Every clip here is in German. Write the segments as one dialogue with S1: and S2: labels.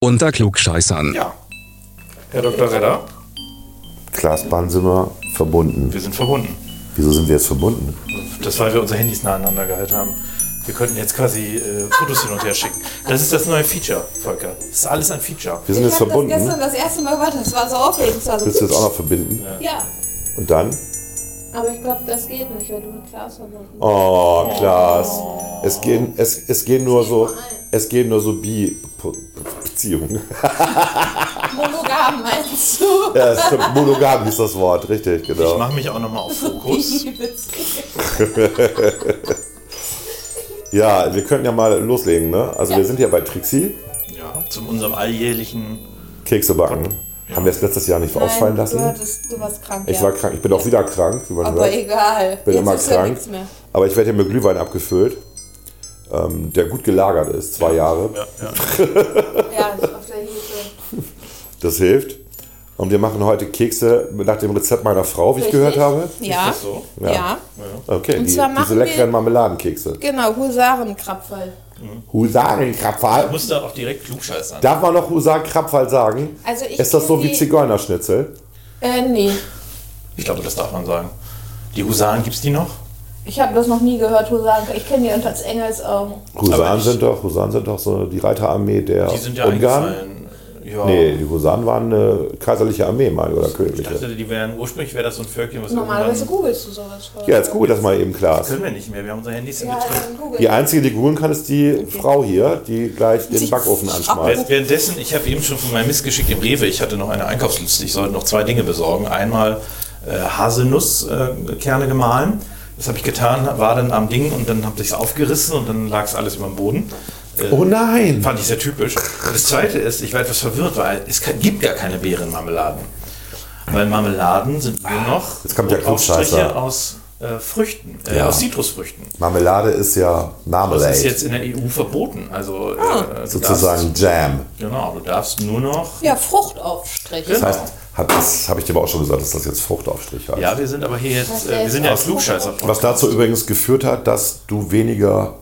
S1: unter Klugscheißern.
S2: Ja. Herr Dr. Redder,
S3: Klaas Bahn sind wir verbunden.
S2: wir sind verbunden.
S3: Wieso sind wir jetzt verbunden?
S2: Das, weil wir unsere Handys nahe aneinander gehalten haben. Wir könnten jetzt quasi äh, Fotos hin und her schicken. Das ist das neue Feature, Volker. Das ist alles ein Feature.
S3: Wir sind
S4: Ich
S3: jetzt
S4: habe das
S3: verbunden. ne?
S4: gestern das erste Mal gemacht, das war so aufregend. Das war so
S3: Willst du jetzt auch noch verbinden?
S4: ja,
S3: Und dann?
S4: aber ich glaube, das geht nicht, weil du mit Klaas verbunden bist.
S3: Oh, Klaas. Es gehen, es, es gehen nur so, es gehen nur so Bi-Beziehungen.
S4: Oh. Monogam meinst du?
S3: Ja, es stimmt, monogam ist das Wort, richtig,
S2: Ich
S3: genau.
S2: mache mich auch nochmal auf Fokus.
S3: Ja, wir könnten ja mal loslegen, ne? Also wir sind ja bei Trixi,
S2: Ja, zu unserem alljährlichen.
S3: Kekse backen. Haben wir es letztes Jahr nicht ausfallen
S4: Nein, Du,
S3: lassen?
S4: hattest, du warst krank.
S3: Ich
S4: ja.
S3: war krank, ich bin auch wieder krank, wie man
S4: Aber
S3: hört.
S4: egal.
S3: bin
S4: Jetzt
S3: immer
S4: ist ja
S3: krank.
S4: nichts mehr.
S3: Aber ich werde hier mit Glühwein abgefüllt, ähm, der gut gelagert ist, zwei Jahre.
S2: Ja, ja.
S4: Ja, ich auf der Hilfe.
S3: Das hilft. Und wir machen heute Kekse nach dem Rezept meiner Frau, wie ich gehört habe.
S4: Ja.
S2: Ist so?
S4: Ja.
S3: Okay,
S4: Und
S3: die,
S4: zwar
S3: diese
S4: machen
S3: leckeren
S4: wir-
S3: Marmeladenkekse.
S4: Genau, Husarenkrapferl.
S2: Ich
S3: Husarenkrapfal.
S2: muss da auch direkt klugscheißern.
S3: Darf man noch Husarenkrapfal sagen?
S4: Also ich
S3: ist das so
S4: kenn
S3: wie
S4: die-
S3: Zigeunerschnitzel?
S4: Äh, nee.
S2: Ich glaube, das darf man sagen. Die Husaren, gibt's die noch?
S4: Ich habe das noch nie gehört, Husarenkrapferl. Ich kenne die unter als Engelsaugen.
S3: Husaren
S2: ich-
S3: sind doch, Husaren sind doch so die Reiterarmee der
S2: Die sind ja
S3: Ungarn.
S2: eingefallen. Ja.
S3: Nee, die Husaren waren eine kaiserliche Armee, meine ich, oder
S2: Ich
S3: königliche.
S2: dachte, die wären ursprünglich wäre das so ein Völkchen, was
S4: Normalerweise
S2: irgendwann-
S4: googelst du sowas vor.
S3: Ja, jetzt google das mal eben, Klaas.
S2: können wir nicht mehr. Wir haben unsere Handys im
S4: Ja,
S2: Betrieb.
S4: dann google.
S3: Die einzige, die googeln kann, ist die Frau hier, die gleich den Backofen anschmeißt.
S2: Während- Währenddessen, ich habe eben schon von meinem Missgeschick im Rewe, ich hatte noch eine Einkaufsliste, ich sollte noch zwei Dinge besorgen. Einmal äh, Haselnusskerne äh, Kerne gemahlen, das habe ich getan, war dann am Ding und dann habe ich es aufgerissen und dann lag es alles über dem Boden. Äh,
S3: Oh nein!
S2: Fand ich sehr typisch. Und das Zweite ist, ich war etwas verwirrt, weil es ke- gibt gar keine Beerenmarmeladen. Weil Marmeladen sind nur noch
S3: Ah, Jetzt kommt der
S2: Brotaufstriche
S3: Klugscheißer.
S2: aus äh, Früchten, äh,
S3: Ja.
S2: aus Zitrusfrüchten.
S3: Marmelade ist ja Marmelade.
S2: Das ist jetzt in der EU verboten. Also äh, du
S3: Ah. sozusagen Jam.
S2: Darfst, genau, du darfst nur noch.
S4: Ja, Fruchtaufstrich.
S2: Genau.
S3: Das heißt, hab, das habe ich dir aber auch schon gesagt, dass das jetzt Fruchtaufstrich heißt.
S2: ja, wir sind aber hier jetzt, äh, wir sind ja ein Klugscheißer.
S3: Was dazu übrigens geführt hat, dass du weniger,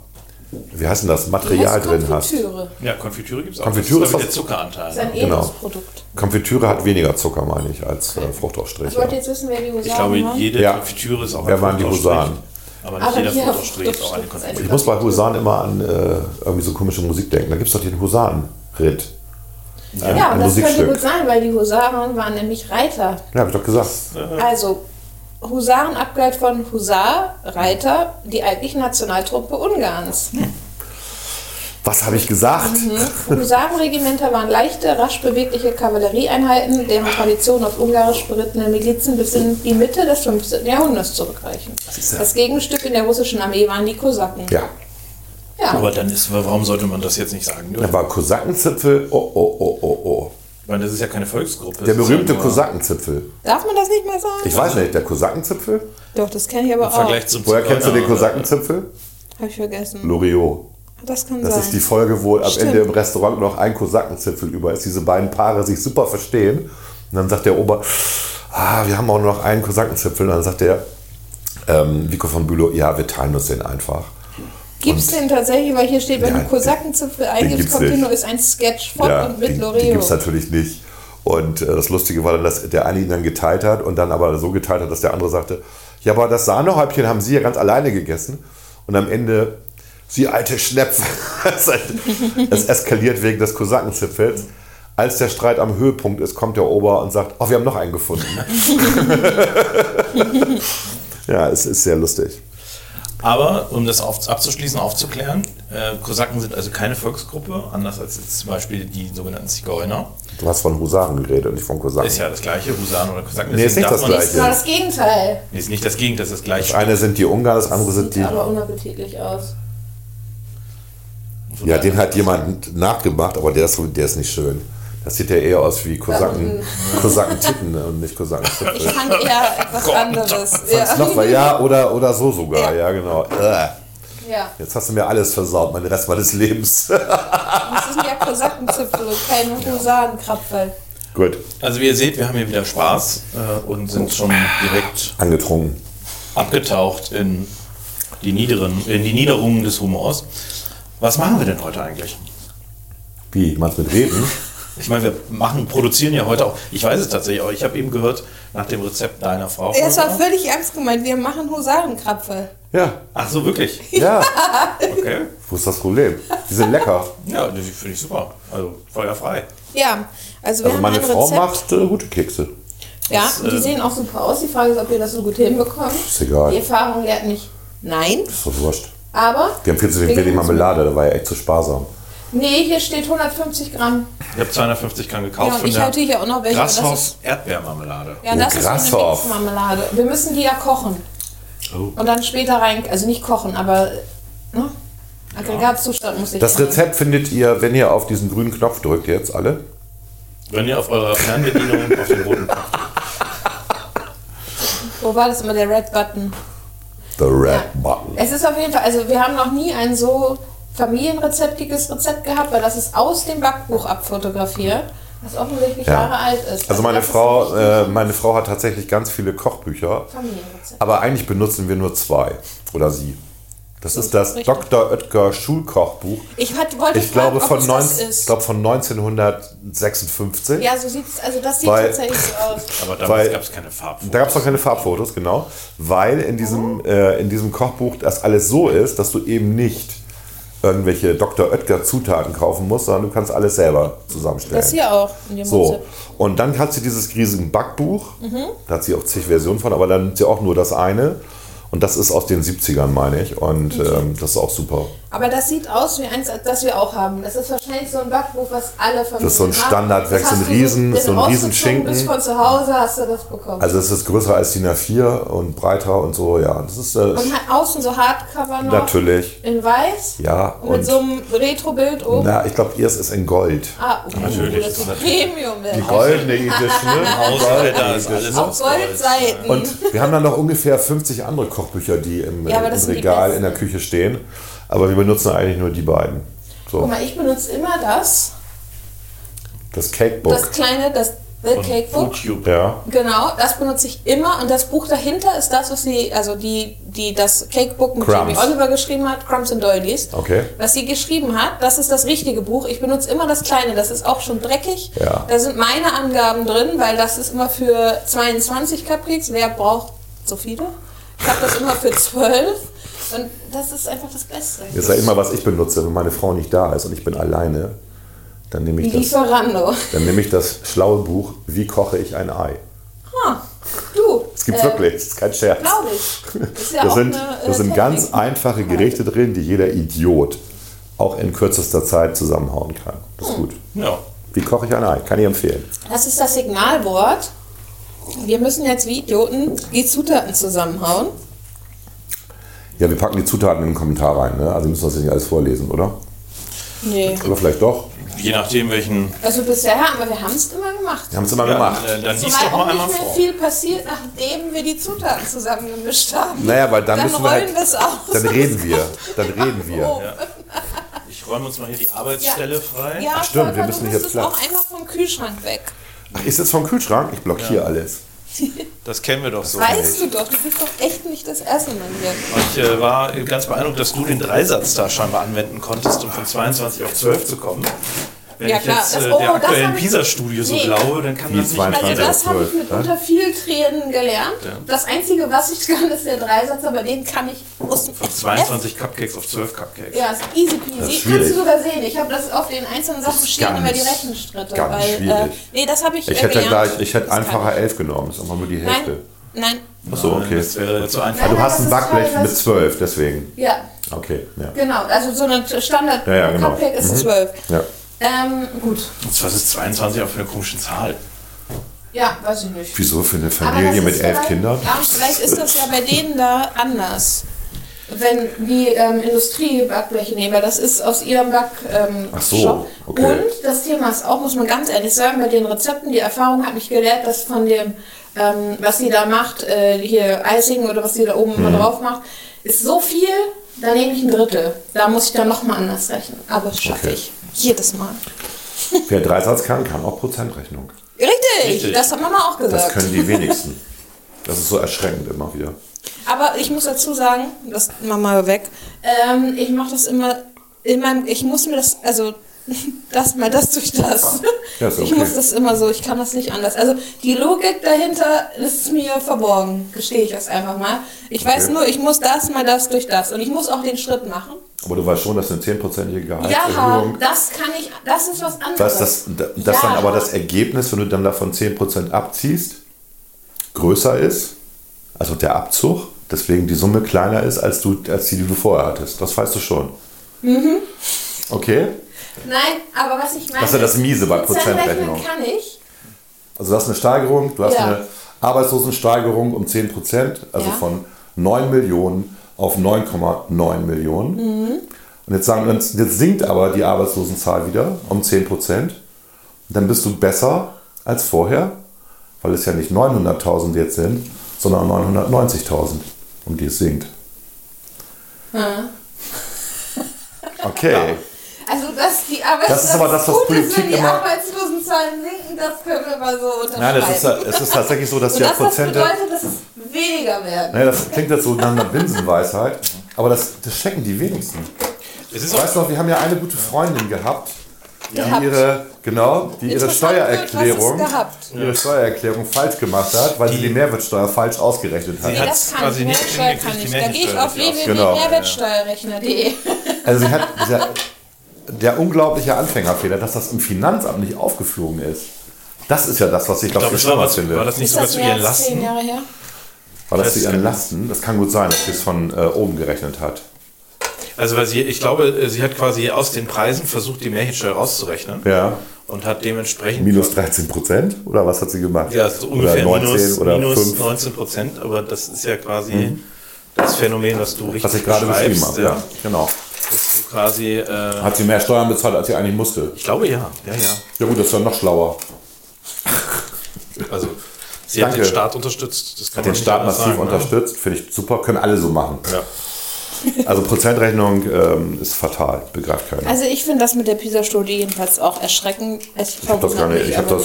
S3: wie heißt denn das, Material drin hast.
S4: Konfitüre.
S2: Ja, Konfitüre gibt es auch.
S3: Konfitüre
S2: das ist, glaub ich,
S3: ist was-
S2: der
S4: Das
S2: Zuckeranteil.
S4: ist ein
S3: Genau.
S4: Edelsprodukt.
S3: Konfitüre hat weniger Zucker, meine ich, als äh, Fruchtaufstrich.
S4: Ich wollte
S3: Ja.
S4: jetzt wissen, wer die Husaren
S2: Ich glaube,
S4: waren.
S2: jede
S3: Ja.
S2: Konfitüre ist auch
S3: Wer waren die
S2: Fruchtaufstrich.
S3: Husaren?
S2: ne? Aber nicht
S4: Aber
S2: jeder
S4: ja,
S2: Fruchtaufstrich ist auch eine
S4: stimmt.
S2: Konfitüre.
S3: Ich muss bei Husaren immer an äh, irgendwie so komische Musik denken. Da gibt es doch den Husarenritt. Ein,
S4: Ja,
S3: ein
S4: und das könnte
S3: Musikstück.
S4: gut sein, weil die Husaren waren nämlich Reiter.
S3: Ja, habe ich doch gesagt.
S4: Also, Husaren abgeleitet von Husar, Reiter, die eigentliche Nationaltruppe Ungarns. Mhm.
S3: Was habe ich gesagt?
S4: Husarenregimenter waren leichte, rasch bewegliche Kavallerieeinheiten, deren Tradition auf ungarisch berittene Milizen bis in die Mitte des 15. Jahrhunderts zurückreichen. Das Gegenstück in der russischen Armee waren die Kosaken.
S3: Ja.
S4: Ja.
S2: Aber dann ist, warum sollte man das jetzt nicht sagen dürfen?
S3: Da war Kosakenzipfel. Oh, oh, oh, oh, oh.
S2: Ich meine, das ist ja keine Volksgruppe.
S3: Der
S2: Das ist
S3: berühmte
S2: ja nur-
S3: Kosakenzipfel.
S4: Darf man das nicht mehr sagen?
S3: Ich weiß nicht, der Kosakenzipfel?
S4: Doch, das kenne ich aber
S2: Im
S4: auch.
S2: Vergleich
S4: Habe
S2: zum
S3: Woher kennst du den
S2: Zigeuner-
S3: Kosakenzipfel?
S4: ich vergessen.
S3: Loriot.
S4: Das kann
S3: Das
S4: sein.
S3: ist die Folge, wo am
S4: Stimmt.
S3: Ende im Restaurant noch ein Kosakenzipfel über ist. Diese beiden Paare sich super verstehen. Und dann sagt der Ober, ah, wir haben auch nur noch einen Kosakenzipfel. Und dann sagt der ähm, Vico von Bülow, ja, wir teilen uns den einfach.
S4: Gibt es den tatsächlich, weil hier steht, wenn
S3: Nein,
S4: du Kosakenzipfel eingibst,
S3: gibt's
S4: kommt
S3: nicht.
S4: hier nur ist ein Sketch von und mit
S3: den, die halt
S4: Loreo.
S3: gibt es natürlich nicht. Und äh, das Lustige war dann, dass der eine ihn dann geteilt hat und dann aber so geteilt hat, dass der andere sagte, ja, aber das Sahnehäubchen haben Sie ja ganz alleine gegessen. Und am Ende, Sie alte Schnepfe, es es eskaliert wegen des Kosakenzipfels. Als der Streit am Höhepunkt ist, kommt der Ober und sagt, oh, wir haben noch einen gefunden. ja, es ist sehr lustig.
S2: Aber, um das auf, abzuschließen, aufzuklären, äh, Kosaken sind also keine Volksgruppe, anders als jetzt zum Beispiel die sogenannten Zigeuner.
S3: Du hast von Husaren geredet und nicht von Kosaken.
S2: Ist ja das gleiche, Husaren oder Kosaken.
S3: Nee, ist
S2: deswegen
S3: nicht
S2: darf
S3: das
S2: man
S4: Das war das Gegenteil.
S2: Nee, ist nicht das Gegenteil, das ist das
S3: Das
S2: gleiche.
S3: eine sind die Ungarn, das andere sind
S4: Sieht
S3: die...
S4: aber unappetitlich aus.
S3: Ja, den hat jemand nachgemacht, aber der ist, der ist nicht schön. Das sieht ja eher aus wie Kosaken, Kosaken-Titten ne, und nicht kosaken
S4: Ich fand eher etwas
S2: Gott.
S4: anderes. Ja.
S3: Noch mal, ja, oder, oder so sogar, ja, genau. Äh,
S4: ja.
S3: Jetzt hast du mir alles versaut, meinen Rest meines Lebens.
S4: Das sind ja Kosakenzipfel und keine Husarenkrapferl.
S3: Gut,
S2: Also wie ihr seht, wir haben hier wieder Spaß äh, und sind schon direkt
S3: angetrunken.
S2: abgetaucht in die, niederen, in die Niederungen des Humors. Was machen wir denn heute eigentlich?
S3: Wie, meinst du mit Reden?
S2: Ich meine, wir machen, produzieren ja heute auch. Ich weiß es tatsächlich auch. Ich habe eben gehört, nach dem Rezept deiner Frau.
S4: Es war völlig ernst gemeint. Wir machen Husarenkrapfe.
S3: Ja,
S2: Ach so, wirklich?
S3: ja.
S2: Okay.
S3: Wo ist das Problem? Die sind lecker.
S2: Ja, die finde ich super. Also feuerfrei.
S4: Ja, also wir
S3: Also
S4: haben
S3: meine
S4: ein
S3: Frau
S4: Rezept.
S3: macht äh, gute Kekse.
S4: Ja,
S2: Das,
S4: und die
S2: äh,
S4: sehen auch super aus. Die Frage ist, ob ihr das so gut hinbekommt. Ist
S3: egal.
S4: Die Erfahrung lehrt mich nein,
S3: Ist doch wurscht.
S4: aber.
S3: Die haben viel zu wenig Marmelade, da war ja echt zu sparsam.
S4: Nee, hier steht 150 Gramm.
S2: Ich habe 250 Gramm
S4: Ja,
S2: gekauft
S4: und ich hatte hier auch noch welche. aber Das ist,
S2: Grashaus Erdbeermarmelade.
S4: ja, das
S3: Oh,
S4: ist so eine
S3: Grasshopf.
S4: Mixmarmelade. Wir müssen die ja kochen.
S2: Oh.
S4: Und dann später rein, also nicht kochen, aber ne? Aggregatzustand muss ich.
S3: Das Rezept findet ihr, wenn ihr auf diesen grünen Knopf drückt jetzt alle.
S2: Wenn ihr auf eurer Fernbedienung auf den roten Knopf
S4: Wo war das immer der Red Button?
S3: The Red
S4: Ja.
S3: Button.
S4: Es ist auf jeden Fall, also wir haben noch nie ein so familienrezeptiges Rezept gehabt, weil das ist aus dem Backbuch abfotografiert, das offensichtlich
S3: Ja.
S4: Jahre alt ist.
S3: Also meine
S4: das ist
S3: Frau,
S4: ein
S3: äh, meine Frau hat tatsächlich ganz viele Kochbücher,
S4: Familienrezept.
S3: aber eigentlich benutzen wir nur zwei oder sie. Das ist das
S4: Richtig.
S3: Dr. Oetker Schulkochbuch.
S4: Ich hat, wollte
S3: Ich glaube
S4: fragen,
S3: von,
S4: ob
S3: 19,
S4: es das
S3: ich
S4: ist.
S3: glaube von 1956.
S4: Ja, so sieht's, also das sieht
S3: Weil-
S4: tatsächlich so aus.
S2: Aber
S3: Weil-
S2: damals gab es keine Farben.
S3: Da gab es noch keine Farbfotos, genau. Weil in diesem, äh, in diesem Kochbuch das alles so ist, dass du eben nicht irgendwelche Dr. Oetker Zutaten kaufen musst, sondern du kannst alles selber zusammenstellen.
S4: Das hier auch in dem
S3: So,
S4: Rezept.
S3: und dann hat sie dieses riesigen Backbuch. Da hat sie auch zig Versionen von, aber dann nimmt sie auch nur das eine. Und das ist aus den 70ern, meine ich. Und ähm, das ist auch super.
S4: Aber das sieht aus wie eins, das wir auch haben. Das ist wahrscheinlich so ein Backbuch, was alle Familien
S3: ist so ein
S4: haben.
S3: Standardwerk,
S4: Das
S3: so ein
S4: hast du
S3: Riesen-
S4: wenn du
S3: so ein
S4: rausgezogen
S3: Riesenschinken.
S4: Bist von zu Hause hast du das bekommen.
S3: Also es ist größer als DIN A4 und breiter und so, ja. Das ist äh,
S4: und halt außen so Hardcover noch.
S3: natürlich.
S4: In weiß.
S3: Ja,
S4: Und, mit
S3: und-
S4: so einem Retro-Bild oben.
S3: Na, ich glaube, ihrs ist in Gold.
S4: Ah, oh,
S2: Natürlich,
S4: Das ist ein
S2: natürlich.
S4: Premium.
S3: Die goldene Edition. ne?
S2: Da ist alles
S4: Auf
S2: aus Holz.
S4: Goldseiten.
S3: Und wir haben dann noch ungefähr 50 andere Kochbücher, die im,
S4: Ja, aber
S3: im
S4: das sind die
S3: Regal in
S4: besten.
S3: der Küche stehen. Aber wir benutzen eigentlich nur die beiden.
S4: Guck
S3: So,
S4: mal, ich benutze immer das,
S3: das Cakebook.
S4: das kleine, das The Cake Book.
S2: YouTube.
S3: ja,
S4: Genau, das benutze ich immer und das Buch dahinter ist das, was sie, also die, die das Cakebook mit
S3: Crumbs.
S4: Jamie Oliver geschrieben hat, Crumbs and Doilies.
S3: Okay.
S4: Was sie geschrieben hat, das ist das richtige Buch. Ich benutze immer das kleine, das ist auch schon dreckig.
S3: Ja.
S4: Da sind meine Angaben drin, weil das ist immer für 22 Caprics. Wer braucht so viele? Ich habe das immer für 12 und das ist einfach das Beste.
S3: das ist ja immer, was ich benutze. Wenn meine Frau nicht da ist und ich bin alleine, dann nehme ich das,
S4: Lieferando.
S3: dann nehme ich das schlaue Buch, wie koche ich ein Ei.
S4: Ha, du.
S3: Es gibt wirklich, das ist kein Scherz.
S4: Glaube Äh, ich. Ist ja
S3: Da
S4: auch
S3: sind,
S4: eine, äh,
S3: da sind
S4: Technik.
S3: ganz einfache Gerichte drin, die jeder Idiot auch in kürzester Zeit zusammenhauen kann. Das
S4: Hm.
S3: ist gut.
S2: Ja.
S3: Wie koche ich ein Ei? Kann ich empfehlen.
S4: Das ist das Signalwort. Wir müssen jetzt wie Idioten die Zutaten zusammenhauen.
S3: Ja, wir packen die Zutaten in den Kommentar rein. Ne? Also müssen wir das nicht alles vorlesen, oder?
S4: Nee.
S3: Oder vielleicht doch.
S2: Je nachdem, welchen.
S4: Also bisher haben wir, wir haben es immer gemacht.
S3: Wir haben es immer gemacht.
S2: Dann, äh, dann liest
S4: Zumal
S2: doch mal
S4: auch
S2: einmal
S4: nicht mehr
S2: vor.
S4: viel passiert, nachdem wir die Zutaten zusammengemischt haben.
S3: Naja, weil dann,
S4: Dann
S3: müssen wir
S4: rollen
S3: halt,
S4: wir's aus.
S3: Dann reden wir. Dann reden
S4: Oh.
S3: wir.
S2: Ich räume uns mal hier die Arbeitsstelle frei.
S4: Ja,
S3: Ach, stimmt, wir
S4: Volker,
S3: müssen
S4: du
S3: hier
S4: musstest
S3: Platz.
S4: auch einmal vom Kühlschrank weg.
S3: Ach, ist das vom Kühlschrank? Ich blockiere alles.
S2: Das kennen wir doch so.
S4: Weißt du doch, du bist doch echt nicht das erste Mal hier.
S2: Ich äh, war ganz beeindruckt, dass du den Dreisatz da scheinbar anwenden konntest, um von 22 auf 12 zu kommen. Wenn
S4: Ja,
S2: ich
S4: klar.
S2: jetzt äh,
S4: Das- oh,
S2: der
S4: das
S2: aktuellen
S4: hab ich-
S2: PISA-Studie so
S4: Nee.
S2: glaube, dann kann
S3: Die
S2: das nicht
S3: 22. Wahnsinn.
S4: Also das habe ich
S3: Toll,
S4: mit
S3: ne?
S4: unter viel Tränen gelernt. Das Einzige, was ich kann, ist der Dreisatz, aber den kann ich aus dem
S2: von 22 Cupcakes auf 12 Cupcakes.
S4: Ja, ist easy peasy.
S3: Das ist
S4: Kannst
S3: schwierig.
S4: du sogar sehen. Ich habe das auf den einzelnen Sachen
S3: ist
S4: stehen immer die
S3: ganz,
S4: Rechenstritte.
S3: ganz
S4: weil, Äh,
S3: schwierig.
S4: nee, das habe ich
S3: Ich hätte
S4: gelernt.
S3: gleich, ich hätte
S4: Das
S3: einfacher
S4: kann ich.
S3: elf genommen. Das ist einfach nur die Hälfte.
S4: Nein, nein.
S3: Achso, okay.
S2: Das wäre zu einfach.
S3: Ah, du hast ein
S4: Das ist
S3: Backblech
S4: toll,
S3: mit
S4: das-
S3: zwölf, deswegen.
S4: Ja,
S3: Okay, ja.
S4: genau. Also so eine standard
S3: Ja, ja, genau.
S4: Cupcake ist 12.
S3: ja.
S4: Ähm, gut.
S2: Was ist 22 auf eine komische Zahl?
S4: Ja, weiß ich nicht.
S3: Wieso für eine
S4: Aber
S3: Familie
S4: das
S3: mit
S4: ist
S3: elf
S4: vielleicht-
S3: Kindern?
S4: Ja, und vielleicht ist das ja bei denen da anders. Wenn die ähm, Industriebackbleche nehmen, weil das ist aus ihrem Back. Ähm,
S3: Ach so,
S4: Shop.
S3: okay.
S4: Und das Thema ist auch, muss man ganz ehrlich sagen, bei den Rezepten, die Erfahrung hat mich gelehrt, dass von dem, ähm, was sie da macht, äh, hier Icing oder was sie da oben
S3: Hm.
S4: immer drauf macht, ist so viel, da nehme ich ein Drittel. Da muss ich dann nochmal anders rechnen. Aber das schaffe
S3: Okay.
S4: ich. Jedes Mal.
S3: Wer Dreisatz kann, kann auch Prozentrechnung.
S4: Richtig,
S2: Richtig.
S4: das hat Mama auch gesagt.
S3: Das können die wenigsten. Das ist so erschreckend immer wieder.
S4: Aber ich muss dazu sagen, das mach mal weg. Ähm, ich mache das immer in meinem, ich muss mir das, also das mal das durch das.
S3: Ja, ist
S4: Ich
S3: okay.
S4: muss das immer so, ich kann das nicht anders. Also die Logik dahinter ist mir verborgen, gestehe ich das einfach mal. Ich weiß
S3: Okay.
S4: nur, ich muss das mal das durch das und ich muss auch den Schritt machen.
S3: Aber du weißt schon, dass eine 10%ige
S4: Ja,
S3: Gehaltserhöhung.
S4: das kann ich, das ist was anderes.
S3: dass das, das dann
S4: Ja.
S3: aber das Ergebnis, wenn du dann davon 10% abziehst, größer ist, also der Abzug, deswegen die Summe kleiner ist, als, du, als die, die du vorher hattest. Das weißt du schon. Okay?
S4: Nein, aber was ich meine.
S3: Das ist ja das Miese bei
S4: Prozentrechnung
S3: Prozentrechnung.
S4: kann ich.
S3: Also du hast eine Steigerung, du hast
S4: Ja.
S3: eine Arbeitslosensteigerung um 10 Prozent, also
S4: Ja.
S3: von 9 Millionen auf 9,9 Millionen.
S4: Mhm.
S3: Und jetzt sagen wir uns, jetzt sinkt aber die Arbeitslosenzahl wieder um 10 Prozent. Dann bist du besser als vorher, weil es ja nicht 900.000 jetzt sind, sondern 990.000, um die es sinkt. Okay.
S4: Also, dass die Arbeitslosen
S3: Das ist aber das, was
S4: gut ist, wenn
S3: Politik
S4: die
S3: immer-
S4: Arbeitslosenzahlen sinken, das können wir mal so unterschreiben.
S3: Nein, es ist, es ist tatsächlich so, dass
S4: Und
S3: ja
S4: das, das
S3: Prozente.
S4: bedeutet, dass es weniger werden.
S3: Naja, das klingt jetzt so nach einer Binsenweisheit, aber das, das checken die wenigsten.
S2: Es ist
S3: Du
S2: auch
S3: weißt noch, wir haben ja eine gute Freundin gehabt, die
S4: Gehabt.
S3: ihre, genau, die ihre
S4: Interessant wird,
S3: Steuererklärung,
S4: was es gehabt.
S3: ihre Steuererklärung falsch gemacht hat, weil sie die Mehrwertsteuer falsch ausgerechnet
S2: Sie
S3: hat.
S2: hat-
S4: Nee,
S2: Hat's
S4: das kann
S2: quasi
S4: ich.
S2: nicht
S4: Mehrwertsteuer kann
S2: hingekriegt,
S4: ich.
S2: die
S4: Da gehe ich auf
S2: Mehrwertsteuer
S3: zu erfassen.
S4: www.mehrwertsteuerrechner.de.
S3: Also sie hat der, der unglaubliche Anfängerfehler, dass das im Finanzamt nicht aufgeflogen ist. Das ist ja das, was ich,
S2: Ich
S3: glaube
S2: glaube,
S3: ich
S2: es war,
S3: schlimmer
S2: was,
S3: finde.
S2: war das nicht
S4: Ist
S2: sogar
S4: das
S2: zu
S4: mehr
S2: ihren
S4: als
S2: Lasten?
S4: zehn Jahre her?
S3: War das die
S2: das-
S3: ihren Lasten? Das kann gut sein, dass sie es von äh, oben gerechnet hat.
S2: Also weil sie, ich glaube, sie hat quasi aus den Preisen versucht, die Mehrwertsteuer rauszurechnen
S3: Ja.
S2: und hat dementsprechend
S3: Minus 13 Prozent? Oder was hat sie gemacht?
S2: ja, so
S3: oder
S2: ungefähr
S3: 19
S2: minus,
S3: oder
S2: minus
S3: 5.
S2: 19 Prozent, aber das ist ja quasi das Phänomen, was du richtig
S3: Was ich gerade beschrieben
S2: beschreibst,
S3: habe. Ja, genau.
S2: Dass du quasi, äh,
S3: Hat sie mehr Steuern bezahlt, als sie eigentlich musste.
S2: ich glaube ja, ja, ja.
S3: Ja gut, das ist dann noch schlauer.
S2: Also sie hat
S3: Danke.
S2: den Staat unterstützt. Das kann
S3: Hat
S2: man
S3: den
S2: nicht
S3: Staat
S2: anders
S3: massiv
S2: sagen, ne?
S3: unterstützt, finde ich super, können alle so machen.
S2: Ja.
S3: Also Prozentrechnung ähm, ist fatal, begreift keiner.
S4: Also ich finde das mit der PISA-Studie jedenfalls auch erschreckend. Es
S3: ich habe das gar nicht, ich habe das,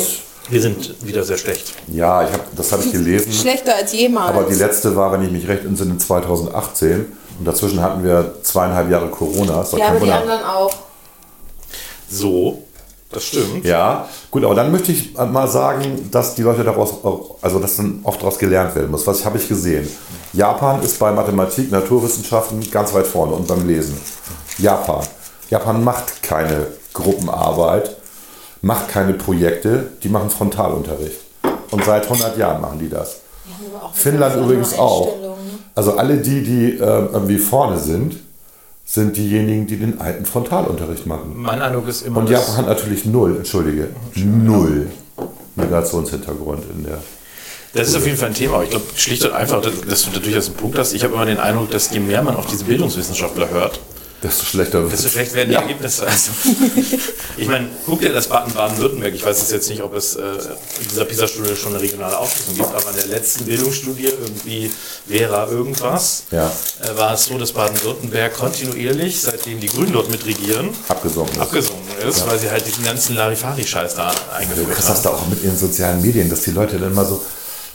S2: Wir sind wieder sehr schlecht.
S3: ja, ich hab, das habe ich gelesen,
S4: schlechter als jemals.
S3: aber die letzte war, wenn ich mich recht entsinne, 2018 und dazwischen hatten wir zweieinhalb Jahre Corona, ist doch
S4: ja,
S3: kein
S4: aber die
S3: Wunder.
S4: anderen auch.
S2: So, das stimmt.
S3: Ja, gut, aber dann möchte ich mal sagen, dass die Leute daraus, auch- also dass dann oft daraus gelernt werden muss. Was habe ich gesehen? Japan ist bei Mathematik, Naturwissenschaften ganz weit vorne und beim Lesen. Japan. Japan macht keine Gruppenarbeit, macht keine Projekte, die machen Frontalunterricht. Und seit 100 Jahren machen die das. Finnland übrigens auch. Also alle die, die ähm, irgendwie vorne sind, sind diejenigen, die den alten Frontalunterricht machen.
S2: Mein Eindruck ist immer,
S3: Und
S2: dass-
S3: Japan hat natürlich null, entschuldige, null Migrationshintergrund in der.
S2: Das ist auf jeden Fall ein Thema. Aber ich glaube schlicht und einfach, dass dass du da durchaus einen Punkt hast. Ich habe immer den Eindruck, dass je mehr man auf diese Bildungswissenschaftler hört,
S3: Desto schlechter wird
S2: desto schlecht werden die
S3: Ja.
S2: Ergebnisse. Also, ich meine, guck dir das Baden- Baden-Württemberg. Ich weiß es jetzt nicht, ob es äh, in dieser PISA-Studie schon eine regionale Auflösung gibt, aber in der letzten Bildungsstudie irgendwie Vera irgendwas,
S3: Ja.
S2: äh, war es so, dass Baden-Württemberg kontinuierlich, seitdem die Grünen dort mitregieren,
S3: abgesunken. ist.
S2: abgesunken ist, weil sie halt diesen ganzen Larifari-Scheiß da
S3: Du
S2: eingeführt
S3: kriegst
S2: haben.
S3: das da auch mit in den sozialen Medien, dass die Leute dann mal so.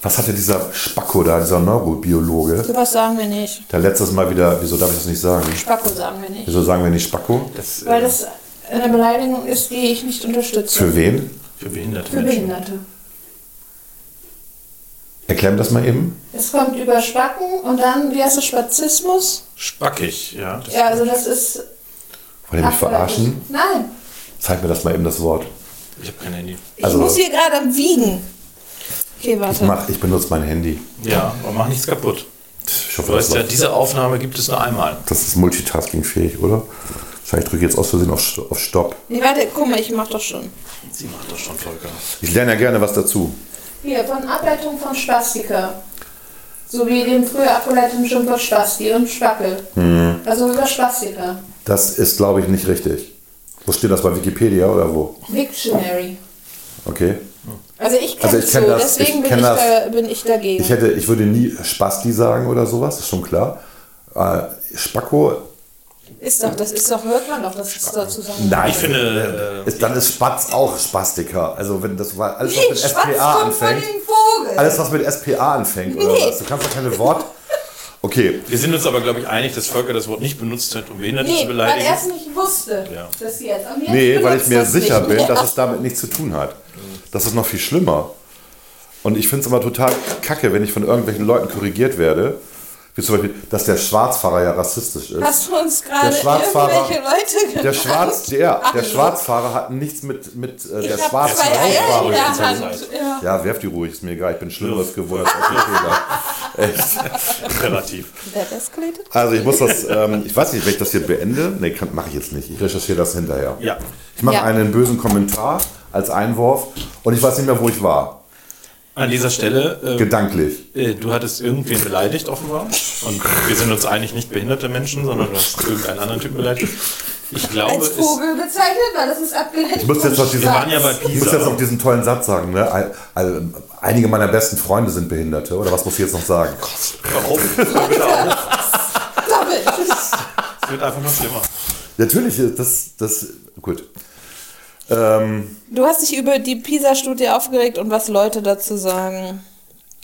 S3: Was hatte dieser Spacko da, dieser Neurobiologe,
S4: Sowas sagen wir nicht.
S3: der letztes Mal wieder, wieso darf ich das nicht sagen?
S4: Spacko sagen wir nicht.
S3: Wieso sagen wir nicht Spacko?
S2: Das,
S4: Weil
S2: äh,
S4: das eine Beleidigung ist, die ich nicht unterstütze.
S3: Für wen?
S2: für behinderte
S4: Für
S2: Menschen.
S4: Behinderte.
S3: Erklär mir das mal eben.
S4: Es kommt über Spacken und dann, wie heißt das, Spazismus?
S2: Spackig, ja. Das
S4: Ja, also das ist...
S3: Wollt ihr mich
S4: abwertend.
S3: verarschen?
S4: Nein,
S3: Zeig mir das mal eben das Wort.
S2: Ich habe kein Handy.
S4: ich
S3: Also-
S4: muss hier gerade am Wiegen. Okay, warte.
S3: Mach, ich benutze mein Handy.
S2: Ja, aber mach nichts kaputt.
S3: Ich hoffe,
S2: Du
S3: das,
S2: weißt ja,
S3: läuft.
S2: diese Aufnahme gibt es nur einmal.
S3: das ist multitaskingfähig, oder? Wahrscheinlich drücke ich jetzt aus Versehen auf, auf Stopp.
S4: Nee, warte, guck mal, ich mach doch schon.
S2: Sie macht das schon, Volker.
S3: Ich lerne ja gerne was dazu.
S4: Hier, von Ableitung von Spastiker. So wie dem früher abgeleiteten Schimpfwort Spasti und Spackel.
S3: Mhm.
S4: Also über Spastiker.
S3: Das ist, glaube ich, nicht richtig. Wo steht das bei Wikipedia oder wo?
S4: Dictionary.
S3: Okay.
S4: Also ich kenne
S3: Also ich kenn
S4: so,
S3: das,
S4: deswegen
S3: ich
S4: bin,
S3: kenn
S4: ich
S3: das.
S4: Da, bin ich dagegen.
S3: Ich hätte, ich würde nie Spasti sagen oder sowas, ist schon klar. Äh, Spacko,
S4: ist doch, das ist doch, hört man doch, das ist doch zusammen.
S3: nein.
S2: Ich finde, äh,
S3: ist, dann ist Spatz auch Spastiker. Also wenn das war alles was
S4: Nee,
S3: mit
S4: Spatz
S3: SPA
S4: kommt von
S3: anfängt, Also
S4: dem Vogel.
S3: alles was mit SPA anfängt oder
S4: Nee.
S3: was. Du kannst doch keine Wort Okay,
S2: Wir sind uns aber, glaube ich, einig, dass Völker das Wort nicht benutzt hat, um Behinderte zu
S4: Nee, weil
S2: beleidigen.
S4: er es nicht wusste,
S2: Ja.
S4: dass sie jetzt am
S3: Nee, weil ich mir sicher bin, dass es damit nichts zu tun hat. Das ist noch viel schlimmer. Und ich finde es immer total kacke, wenn ich von irgendwelchen Leuten korrigiert werde. Wie zum Beispiel, dass der Schwarzfahrer ja rassistisch ist.
S4: Hast du uns gerade
S3: Schwarzfahrer-
S4: irgendwelche Leute genannt?
S3: Der, Schwarz, ja, der
S4: Ach,
S3: Schwarzfahrer hat nichts mit, mit äh, der
S4: Ich habe
S3: schwarzen
S4: zwei Eier in
S3: Hautfarbe
S4: der
S3: zu tun.
S4: Hand. Ja.
S3: Ja, werf die ruhig, ist mir egal. Ich bin Schlimmeres
S2: Ja.
S3: geworden als ich Fehler.
S2: Relativ.
S4: That escalated.
S3: Also ich muss das, ähm, ich weiß nicht, wenn ich das hier beende. Nee, mache ich jetzt nicht. Ich recherchiere das hinterher.
S2: Ja.
S3: Ich mache
S4: Ja.
S3: einen bösen Kommentar als Einwurf und ich weiß nicht mehr, wo ich war.
S2: An dieser Stelle,
S3: Gedanklich.
S2: äh, äh, du hattest irgendwen beleidigt offenbar. Und wir sind uns eigentlich nicht behinderte Menschen, sondern du hast irgendeinen anderen Typen beleidigt. Ich glaube,
S4: Als
S2: es,
S4: Vogel bezeichnet, weil das ist abgeleitet.
S3: Ich muss jetzt noch diesen,
S2: wir waren ja bei
S3: ich muss jetzt noch
S2: Pisa.
S3: diesen tollen Satz sagen. Ne? Ein- ein- Einige meiner besten Freunde sind Behinderte. Oder was muss ich jetzt noch sagen?
S2: Oh Warum? Hör bitte auf.
S4: Doppelt.
S2: Es wird einfach nur schlimmer.
S3: Natürlich, äh, das, das, gut. Ähm,
S4: Du hast dich über die PISA-Studie aufgeregt und was Leute dazu sagen.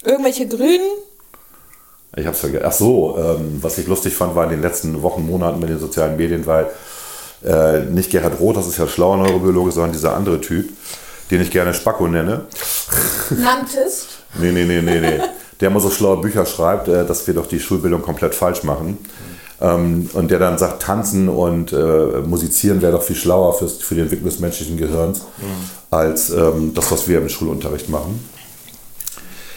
S4: Irgendwelche Grünen?
S3: ich hab's vergessen. Ach so, ähm, was ich lustig fand, war in den letzten Wochen, Monaten mit den sozialen Medien, weil äh, nicht Gerhard Roth, das ist ja ein schlauer Neurobiologe, sondern dieser andere Typ, den ich gerne Spacko nenne.
S4: Nanntest.
S3: Nee, nee, nee, nee, nee. Der immer so schlaue Bücher schreibt, äh, dass wir doch die Schulbildung komplett falsch machen. Ähm, und der dann sagt, tanzen und äh, musizieren wäre doch viel schlauer fürs, für die Entwicklung des menschlichen Gehirns als ähm, das, was wir im Schulunterricht machen.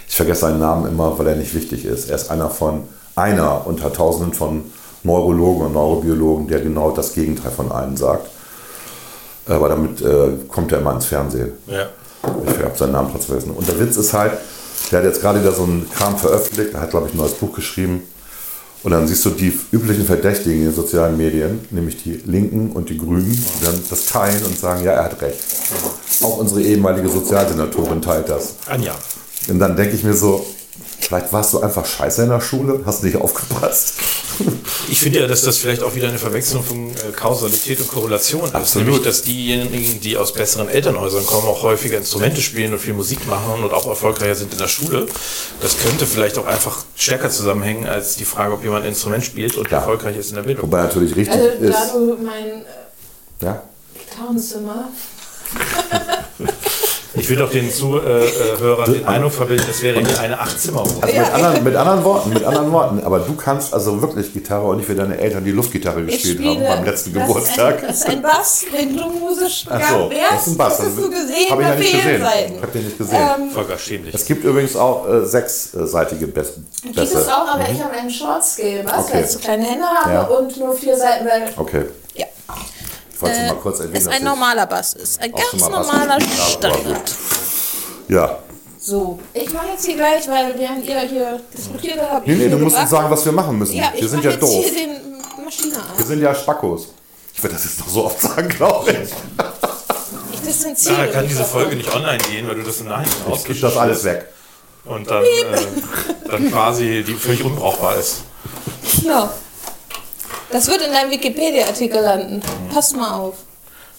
S3: Ich vergesse seinen Namen immer, weil er nicht wichtig ist. Er ist einer von einer unter Tausenden von Neurologen und Neurobiologen, der genau das Gegenteil von allen sagt. Aber damit äh, kommt er immer ins Fernsehen.
S2: Ja.
S3: Ich habe seinen Namen trotzdem vergessen. Und der Witz ist halt, der hat jetzt gerade wieder so einen Kram veröffentlicht, er hat, glaube ich, ein neues Buch geschrieben. Und dann siehst du die üblichen Verdächtigen in den sozialen Medien, nämlich die Linken und die Grünen, die dann das teilen und sagen, ja, er hat recht. Auch unsere ehemalige Sozialsenatorin teilt das.
S2: Anja.
S3: Und dann denke ich mir so, vielleicht warst du einfach scheiße in der Schule, hast nicht aufgepasst.
S2: Ich finde ja, dass das vielleicht auch wieder eine Verwechslung von äh, Kausalität und Korrelation ist.
S3: Absolut.
S2: Nämlich, dass diejenigen, die aus besseren Elternhäusern kommen, auch häufiger Instrumente spielen und viel Musik machen und auch erfolgreicher sind in der Schule. Das könnte vielleicht auch einfach stärker zusammenhängen als die Frage, ob jemand ein Instrument spielt und
S3: Klar.
S2: erfolgreich ist in der Bildung.
S3: Wobei natürlich richtig
S4: Also, da
S3: ist.
S4: du mein äh,
S3: Ja?
S4: Townsummer.
S2: Ich will doch den Zuhörern den Eindruck vermitteln, das wäre hier eine Achtzimmerwohnung.
S3: Also mit, anderen, mit anderen Worten, mit anderen Worten, aber du kannst also wirklich Gitarre und nicht wie deine Eltern die Luftgitarre gespielt haben beim letzten
S4: das
S3: Geburtstag.
S4: Ist ein, das ist ein Bass, wenn du musisch
S3: Ach
S4: begabt wärst. Das hast
S3: also,
S4: du gesehen
S3: Hab ich ja
S4: bei Ähm,
S3: nicht gesehen.
S4: Ferienseiten.
S3: Hab den nicht gesehen.
S2: Volker, schäm dich.
S3: es gibt übrigens auch äh, sechsseitige Bäs-
S4: Gibt es
S3: Bässe.
S4: auch, aber ich habe einen Short-Scale, was?
S3: Mhm. Okay.
S4: Weil ich so kleine Hände habe
S3: Ja.
S4: und nur vier Seiten, weil.
S3: Okay.
S4: Ja.
S3: Ich wollte es nur mal kurz erwähnen.
S4: Äh, ist ein
S3: dass
S4: normaler Bass ist. Ein
S3: Auch schon
S4: ganz
S3: mal Bass
S4: normaler
S3: gespielt habe, aber
S4: Standard.
S3: ich, ja.
S4: So, ich mache jetzt hier gleich, weil während ihr hier diskutiert habt, hab
S3: Nee,
S4: ich
S3: nee,
S4: hier
S3: du musst uns
S4: gebracht.
S3: sagen, was wir machen müssen.
S4: Ja, ich
S3: wir sind
S4: mach
S3: ja
S4: jetzt
S3: doof.
S4: hier den Maschine
S3: Wir
S4: an.
S3: sind ja Spackos. Ich werde das jetzt noch so oft sagen, glaube ich.
S4: Ich distanziere
S2: Da Ah, kann
S4: mich
S2: diese
S4: davon.
S2: Folge nicht online gehen, weil du das im Nachhinein
S3: Ich krieg
S2: ausgeschnitten
S3: das alles weg.
S2: hast und dann, äh, dann quasi die völlig unbrauchbar ist.
S4: Genau. Das wird in deinem Wikipedia-Artikel landen. Pass mal auf.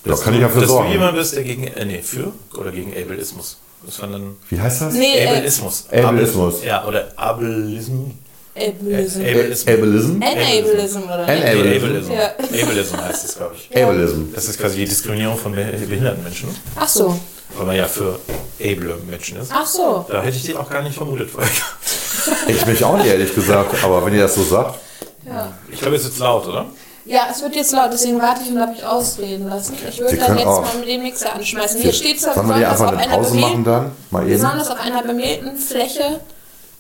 S3: Da kann ich ja für
S2: Dass du
S3: sorgen.
S2: jemand bist, der gegen, äh, nee, für oder gegen Ableismus. Das war dann
S3: Wie heißt das?
S4: Nee, äh,
S2: Ableismus.
S3: Ableismus.
S2: Ja, oder Ableism.
S4: Ableism.
S2: Ableism.
S3: Ableism?
S4: Enableism, oder?
S3: Enableism.
S2: Nee, Ableism.
S4: Ja.
S2: Ableism heißt es, glaube ich.
S3: Ableism.
S2: Das ist quasi die Diskriminierung von beh- behinderten Menschen,
S4: Ach so.
S2: weil man ja für able Menschen ist.
S4: Ach so.
S2: Da hätte ich die auch gar nicht vermutet, Volker.
S3: Ich mich auch nicht, ehrlich gesagt. Aber wenn ihr das so sagt,
S2: Ich glaube, es ist jetzt laut, oder?
S4: Ja, es wird jetzt laut, deswegen warte ich und habe mich ausreden lassen. Ich würde
S3: Wir
S4: dann
S3: können
S4: jetzt
S3: auch-
S4: mal mit dem Mixer anschmeißen. Hier steht es,
S3: sollen wir hier einfach eine Pause machen dann? Mal
S4: wir
S3: eben.
S4: sollen das auf einer bemähten Fläche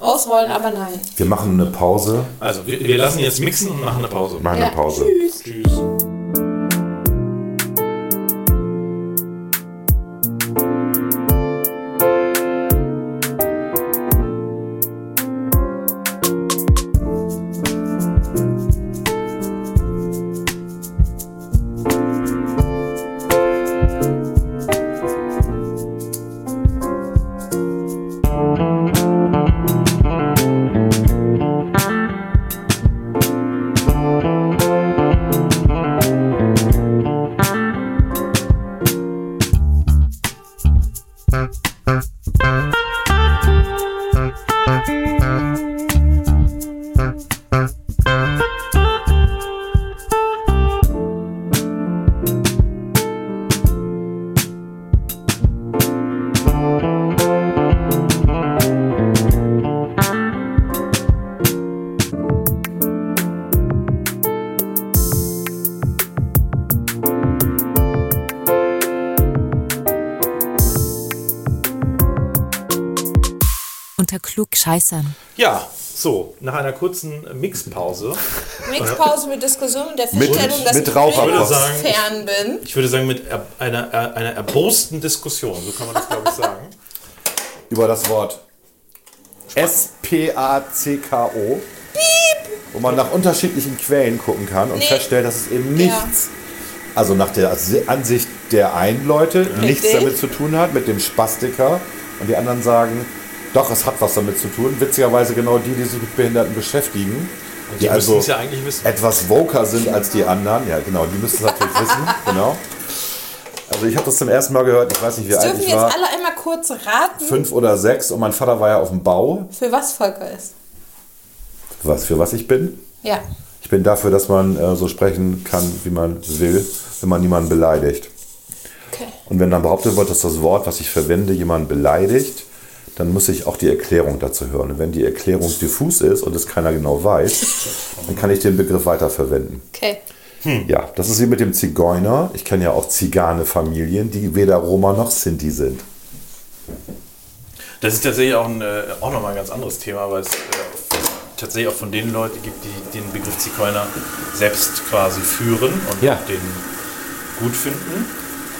S4: ausrollen, aber nein.
S3: Wir machen eine Pause.
S2: Also, wir, wir lassen jetzt mixen und machen eine Pause.
S3: Machen
S4: Ja.
S3: eine Pause.
S4: Tschüss.
S2: Tschüss.
S1: unter Klugscheißern.
S2: Ja, so, nach einer kurzen Mixpause.
S4: Mixpause mit Diskussion und der
S3: Mit-
S4: Feststellung, dass
S3: mit
S4: ich
S3: Raucherkost.
S4: bildungsfern bin.
S2: Ich würde sagen, mit er, einer, er- einer erbosten Diskussion, so kann man das, glaube ich, sagen.
S3: Über das Wort S-P-A-C-K-O. Wo man nach unterschiedlichen Quellen gucken kann und
S4: Nee.
S3: feststellt, dass es eben nichts, also nach der Se- Ansicht der einen Leute, nichts
S4: Richtig.
S3: damit zu tun hat, mit dem Spastiker. Und die anderen sagen, doch, es hat was damit zu tun. Witzigerweise genau die, die sich mit Behinderten beschäftigen.
S2: Die
S3: also,
S2: müssen es ja eigentlich wissen.
S3: etwas woker sind als die anderen. Ja, genau, die müssen es natürlich wissen. Genau. Also ich habe das zum ersten Mal gehört, ich weiß nicht, wie
S4: Es
S3: alt
S4: dürfen
S3: ich
S4: jetzt
S3: war.
S4: alle einmal kurz raten,
S3: Fünf oder sechs und mein Vater war ja auf dem Bau.
S4: für was Volker ist.
S3: Was für was ich bin.
S4: Ja.
S3: Ich bin dafür, dass man äh, so sprechen kann, wie man will, wenn man niemanden beleidigt.
S4: Okay.
S3: Und wenn dann behauptet wird, dass das Wort, was ich verwende, jemanden beleidigt, dann muss ich auch die Erklärung dazu hören. Und wenn die Erklärung diffus ist und es keiner genau weiß, dann kann ich den Begriff weiterverwenden.
S4: Okay.
S3: Ja, das ist wie mit dem Zigeuner. Ich kenne ja auch Zigane-Familien, die weder Roma noch Sinti sind.
S2: Das ist tatsächlich auch, ein, äh, auch nochmal ein ganz anderes Thema, weil es äh, tatsächlich auch von den Leuten gibt, die den Begriff Zigeuner selbst quasi führen und
S3: Ja.
S2: den gut finden.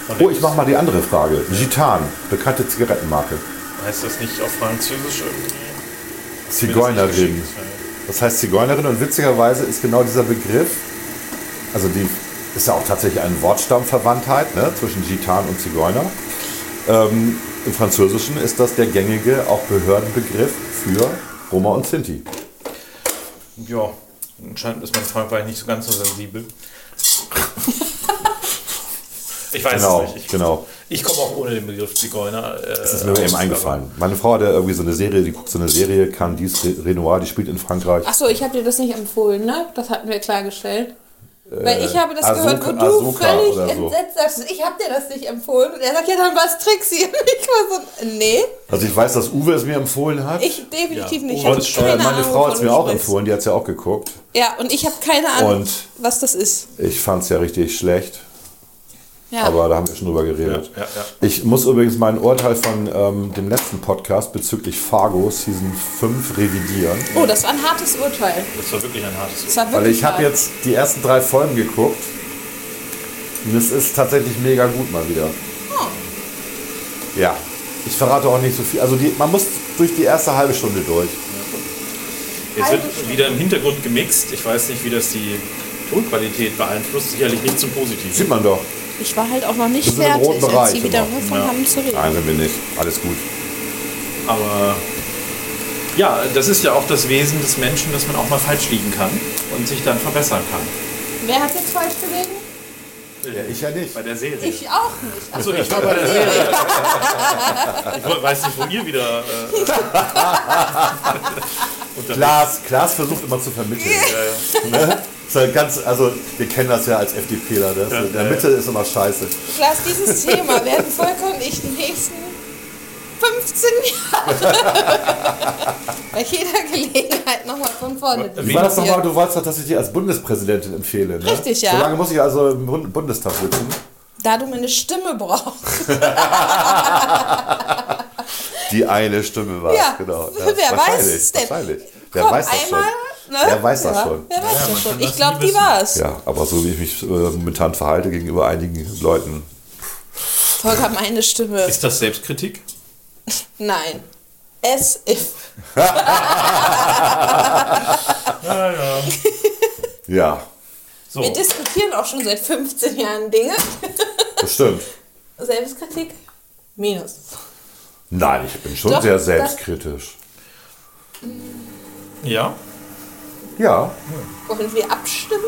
S2: Und
S3: Oh, ich mache mal die andere Frage. Gitan, bekannte Zigarettenmarke.
S2: Heißt das nicht auf Französisch irgendwie?
S3: Zigeunerin. Das heißt Zigeunerin und witzigerweise ist genau dieser Begriff, also die ist ja auch tatsächlich eine Wortstammverwandtheit ne, zwischen Gitan und Zigeuner. Ähm, Im Französischen ist das der gängige, auch Behördenbegriff für Roma und Sinti.
S2: Ja, anscheinend ist man in Frankreich nicht so ganz so sensibel. ich weiß
S3: Genau,
S2: es nicht. Ich,
S3: genau.
S2: ich komme auch ohne den Begriff Zigeuner. Äh, das
S3: Das ist mir eben eingefallen. Meine Frau hatte irgendwie so eine Serie, die guckt so eine Serie, Candice Renoir, die spielt in Frankreich.
S4: Achso, ich habe dir das nicht empfohlen, ne? Das hatten wir klargestellt. Weil ich habe das
S3: Äh, Azuka-
S4: gehört, wo du
S3: Azuka
S4: völlig
S3: oder so.
S4: entsetzt sagst, ich habe dir das nicht empfohlen. Und er sagt, ja, dann war es Trixie. Und ich war so, nee,
S3: Also ich weiß, dass Uwe es mir empfohlen hat.
S4: ich definitiv
S2: Ja.
S4: nicht. Ich
S2: Und,
S4: hab
S3: äh,
S4: keine
S3: meine
S4: Ahnung,
S3: Frau hat es
S4: wovon
S3: mir
S4: du
S3: auch
S4: sprichst.
S3: empfohlen, die hat es ja auch geguckt.
S4: Ja, und ich habe keine Ahnung,
S3: Und-
S4: was das ist.
S3: Ich fand es ja richtig schlecht,
S4: Ja.
S3: aber da haben wir schon drüber geredet.
S2: Ja, ja, ja.
S3: Ich muss übrigens mein Urteil von ähm, dem letzten Podcast bezüglich Fargo Season 5 revidieren.
S4: oh, das war ein hartes Urteil.
S2: Das war wirklich ein hartes
S4: Das war wirklich
S3: Weil ich
S4: hart.
S3: habe jetzt die ersten drei Folgen geguckt und es ist tatsächlich mega gut mal wieder. Ja, ich verrate auch nicht so viel. Also die, man muss durch die erste halbe Stunde durch.
S2: Jetzt wird wieder im Hintergrund gemixt. Ich weiß nicht, wie das die Tonqualität beeinflusst. Sicherlich nicht zum Positiven.
S3: Sieht man doch.
S4: Ich war halt auch noch nicht
S3: Wir sind im roten
S4: fertig, als
S3: Bereich
S4: sie wieder
S3: immer.
S4: davon
S2: Ja.
S4: haben zu reden.
S3: Nein, sind wir nicht. Alles gut.
S2: Aber ja, das ist ja auch das Wesen des Menschen, dass man auch mal falsch liegen kann und sich dann verbessern kann.
S4: Wer hat jetzt falsch gelegen?
S3: Ich ja nicht.
S2: Bei der Serie.
S4: Ich auch nicht.
S2: Achso, ich war bei der Serie. ich woll- weiß nicht, wo ihr wieder. Äh, unterwegs-
S3: Klaas, Klaas versucht immer zu vermitteln.
S2: äh,
S3: Ne? Ist halt ganz, also wir kennen das ja als FDPler. Das, in der
S2: ja,
S3: Mitte ist immer scheiße.
S4: Ich lasse dieses Thema werden Volker und ich die nächsten 15 Jahre bei jeder Gelegenheit nochmal von vorne
S3: Wie war das
S4: diskutieren.
S3: nochmal? Du wolltest doch, dass ich dich als Bundespräsidentin empfehle. Ne?
S4: Richtig, ja.
S3: So lange muss ich also im Bund- Bundestag sitzen.
S4: Da du meine Stimme brauchst.
S3: Die eine Stimme war
S4: Ja,
S3: es, genau.
S4: wer weiß
S3: wahrscheinlich,
S4: es denn?
S3: Wahrscheinlich. Wer
S4: Komm,
S3: weiß das
S4: einmal,
S3: schon?
S4: ne?
S3: Wer weiß das
S4: ja,
S3: schon?
S4: Wer weiß
S2: man
S4: das
S2: kann
S4: schon?
S2: das
S4: Ich glaube,
S2: nie
S4: die
S2: wissen.
S4: war es.
S3: Ja, aber so wie ich mich äh, momentan verhalte gegenüber einigen Leuten.
S4: Volker, meine Stimme.
S2: Ist das Selbstkritik?
S4: Nein. As if.
S3: Ja,
S2: So.
S4: Wir diskutieren auch schon seit 15 Jahren Dinge.
S3: das stimmt.
S4: Selbstkritik? Minus.
S3: Nein, ich bin schon
S4: Doch,
S3: sehr
S4: das-
S3: selbstkritisch.
S2: Ja.
S3: Ja,
S4: Wollen wir abstimmen?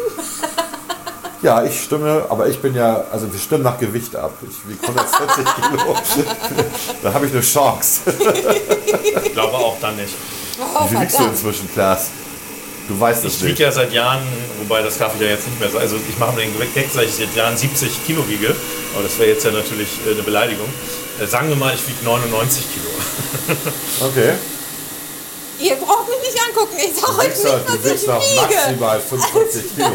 S3: ja, ich stimme, aber ich bin ja, also wir stimmen nach Gewicht ab. Ich wiege 140 Kilo. da habe ich eine Chance.
S2: Ich glaube auch dann nicht.
S4: Oh,
S3: Wie wiegst du
S4: verdammt.
S3: inzwischen, Klaas? Du weißt es
S2: Ich wiege
S3: nicht.
S2: ja seit Jahren, wobei das darf ich ja jetzt nicht mehr sagen. Also ich mache mir den Gag, seit ich seit Jahren 70 Kilo wiege. Aber das wäre jetzt ja natürlich äh, eine Beleidigung. Äh, Sagen wir mal, ich wiege 99 Kilo.
S3: Okay.
S4: Ihr braucht mich nicht angucken. Ich sag euch nicht,
S3: Wichser, du
S4: was ich
S3: wiegst noch
S4: wiege.
S3: maximal 45 Kilo.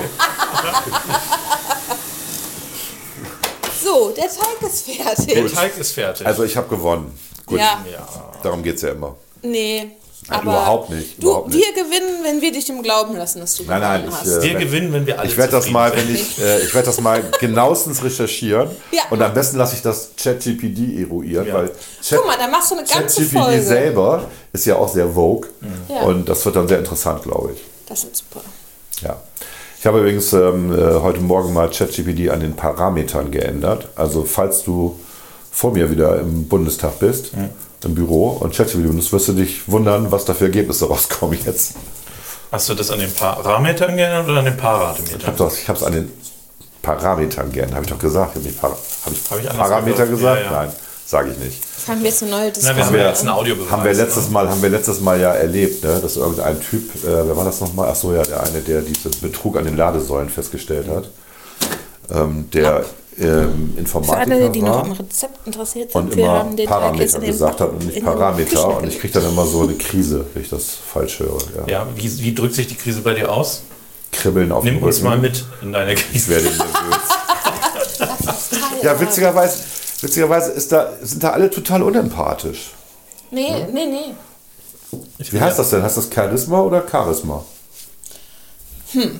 S4: So, der Teig ist fertig.
S2: Der Teig ist fertig.
S3: Also ich habe Also gewonnen. Gut,
S4: ja.
S2: ja.
S3: darum geht es ja immer.
S4: Nee.
S3: Nein, überhaupt nicht,
S4: Du,
S3: überhaupt nicht.
S4: wir gewinnen, wenn wir dich dem Glauben lassen, dass du
S3: Nein, nein,
S4: gewonnen
S3: ich,
S4: hast.
S3: äh,
S2: Wir
S3: wenn-
S2: gewinnen, wenn wir alle
S3: Ich werde das
S2: zufrieden
S3: mal,
S2: sind.
S3: wenn ich, äh, ich werde das mal genauestens recherchieren
S4: Ja.
S3: und am besten lasse ich das ChatGPD eruieren,
S2: Ja.
S3: weil Chat-
S4: Guck mal, da machst du eine ganze
S3: ChatGPD
S4: Folge.
S3: selber ist ja auch sehr vogue
S4: Ja.
S3: und das wird dann sehr interessant, glaube ich.
S4: Das wird super.
S3: Ja. Ich habe übrigens ähm, äh, heute Morgen mal ChatGPD an den Parametern geändert. Also falls du vor mir wieder im Bundestag bist, im Büro und ChatGPD benutzt, wirst du dich wundern, was da für Ergebnisse rauskommen jetzt.
S2: Hast du das an den Parametern geändert oder an den Parametern?
S3: Doch, ich habe es an den Parametern geändert, habe ich doch gesagt. Habe ich, Par hab ich
S2: Hab ich anders
S3: Parameter
S2: gesagt?
S3: gesagt?
S2: Ja, ja.
S3: Nein, sage ich nicht.
S4: Das haben wir jetzt eine
S2: wir
S4: neue Diskussion.
S2: haben ja jetzt einen Audiobeweis.
S3: Haben wir, letztes
S2: ne?
S3: Mal, haben wir letztes Mal ja erlebt, ne, dass irgendein Typ, äh, wer war das nochmal? Achso, ja, der eine, der diesen Betrug an den Ladesäulen festgestellt hat, ähm, der ähm,
S4: Für
S3: Informatiker
S4: alle, die noch
S3: war
S4: am Rezept interessiert sind,
S3: und
S4: wir
S3: immer
S4: haben den Teig jetzt
S3: Parameter
S4: in den
S3: gesagt hat und
S4: Backen-
S3: nicht
S4: in den
S3: Parameter. Und
S4: Küchengerät.
S3: ich kriege dann immer so eine Krise, wenn ich das falsch höre. Ja.
S2: Ja, wie, wie drückt sich die Krise bei dir aus?
S3: Kribbeln auf
S2: Nimm
S3: dem
S2: uns
S3: Rücken.
S2: mal mit in deine
S3: Ich
S2: Krise.
S3: werde nervös. Ja, witzigerweise, witzigerweise ist da, sind da alle total unempathisch.
S4: Nee,
S3: Hm?
S4: nee, nee.
S3: Wie heißt das denn? Heißt das Charisma oder Charisma? Hm.
S4: Hm.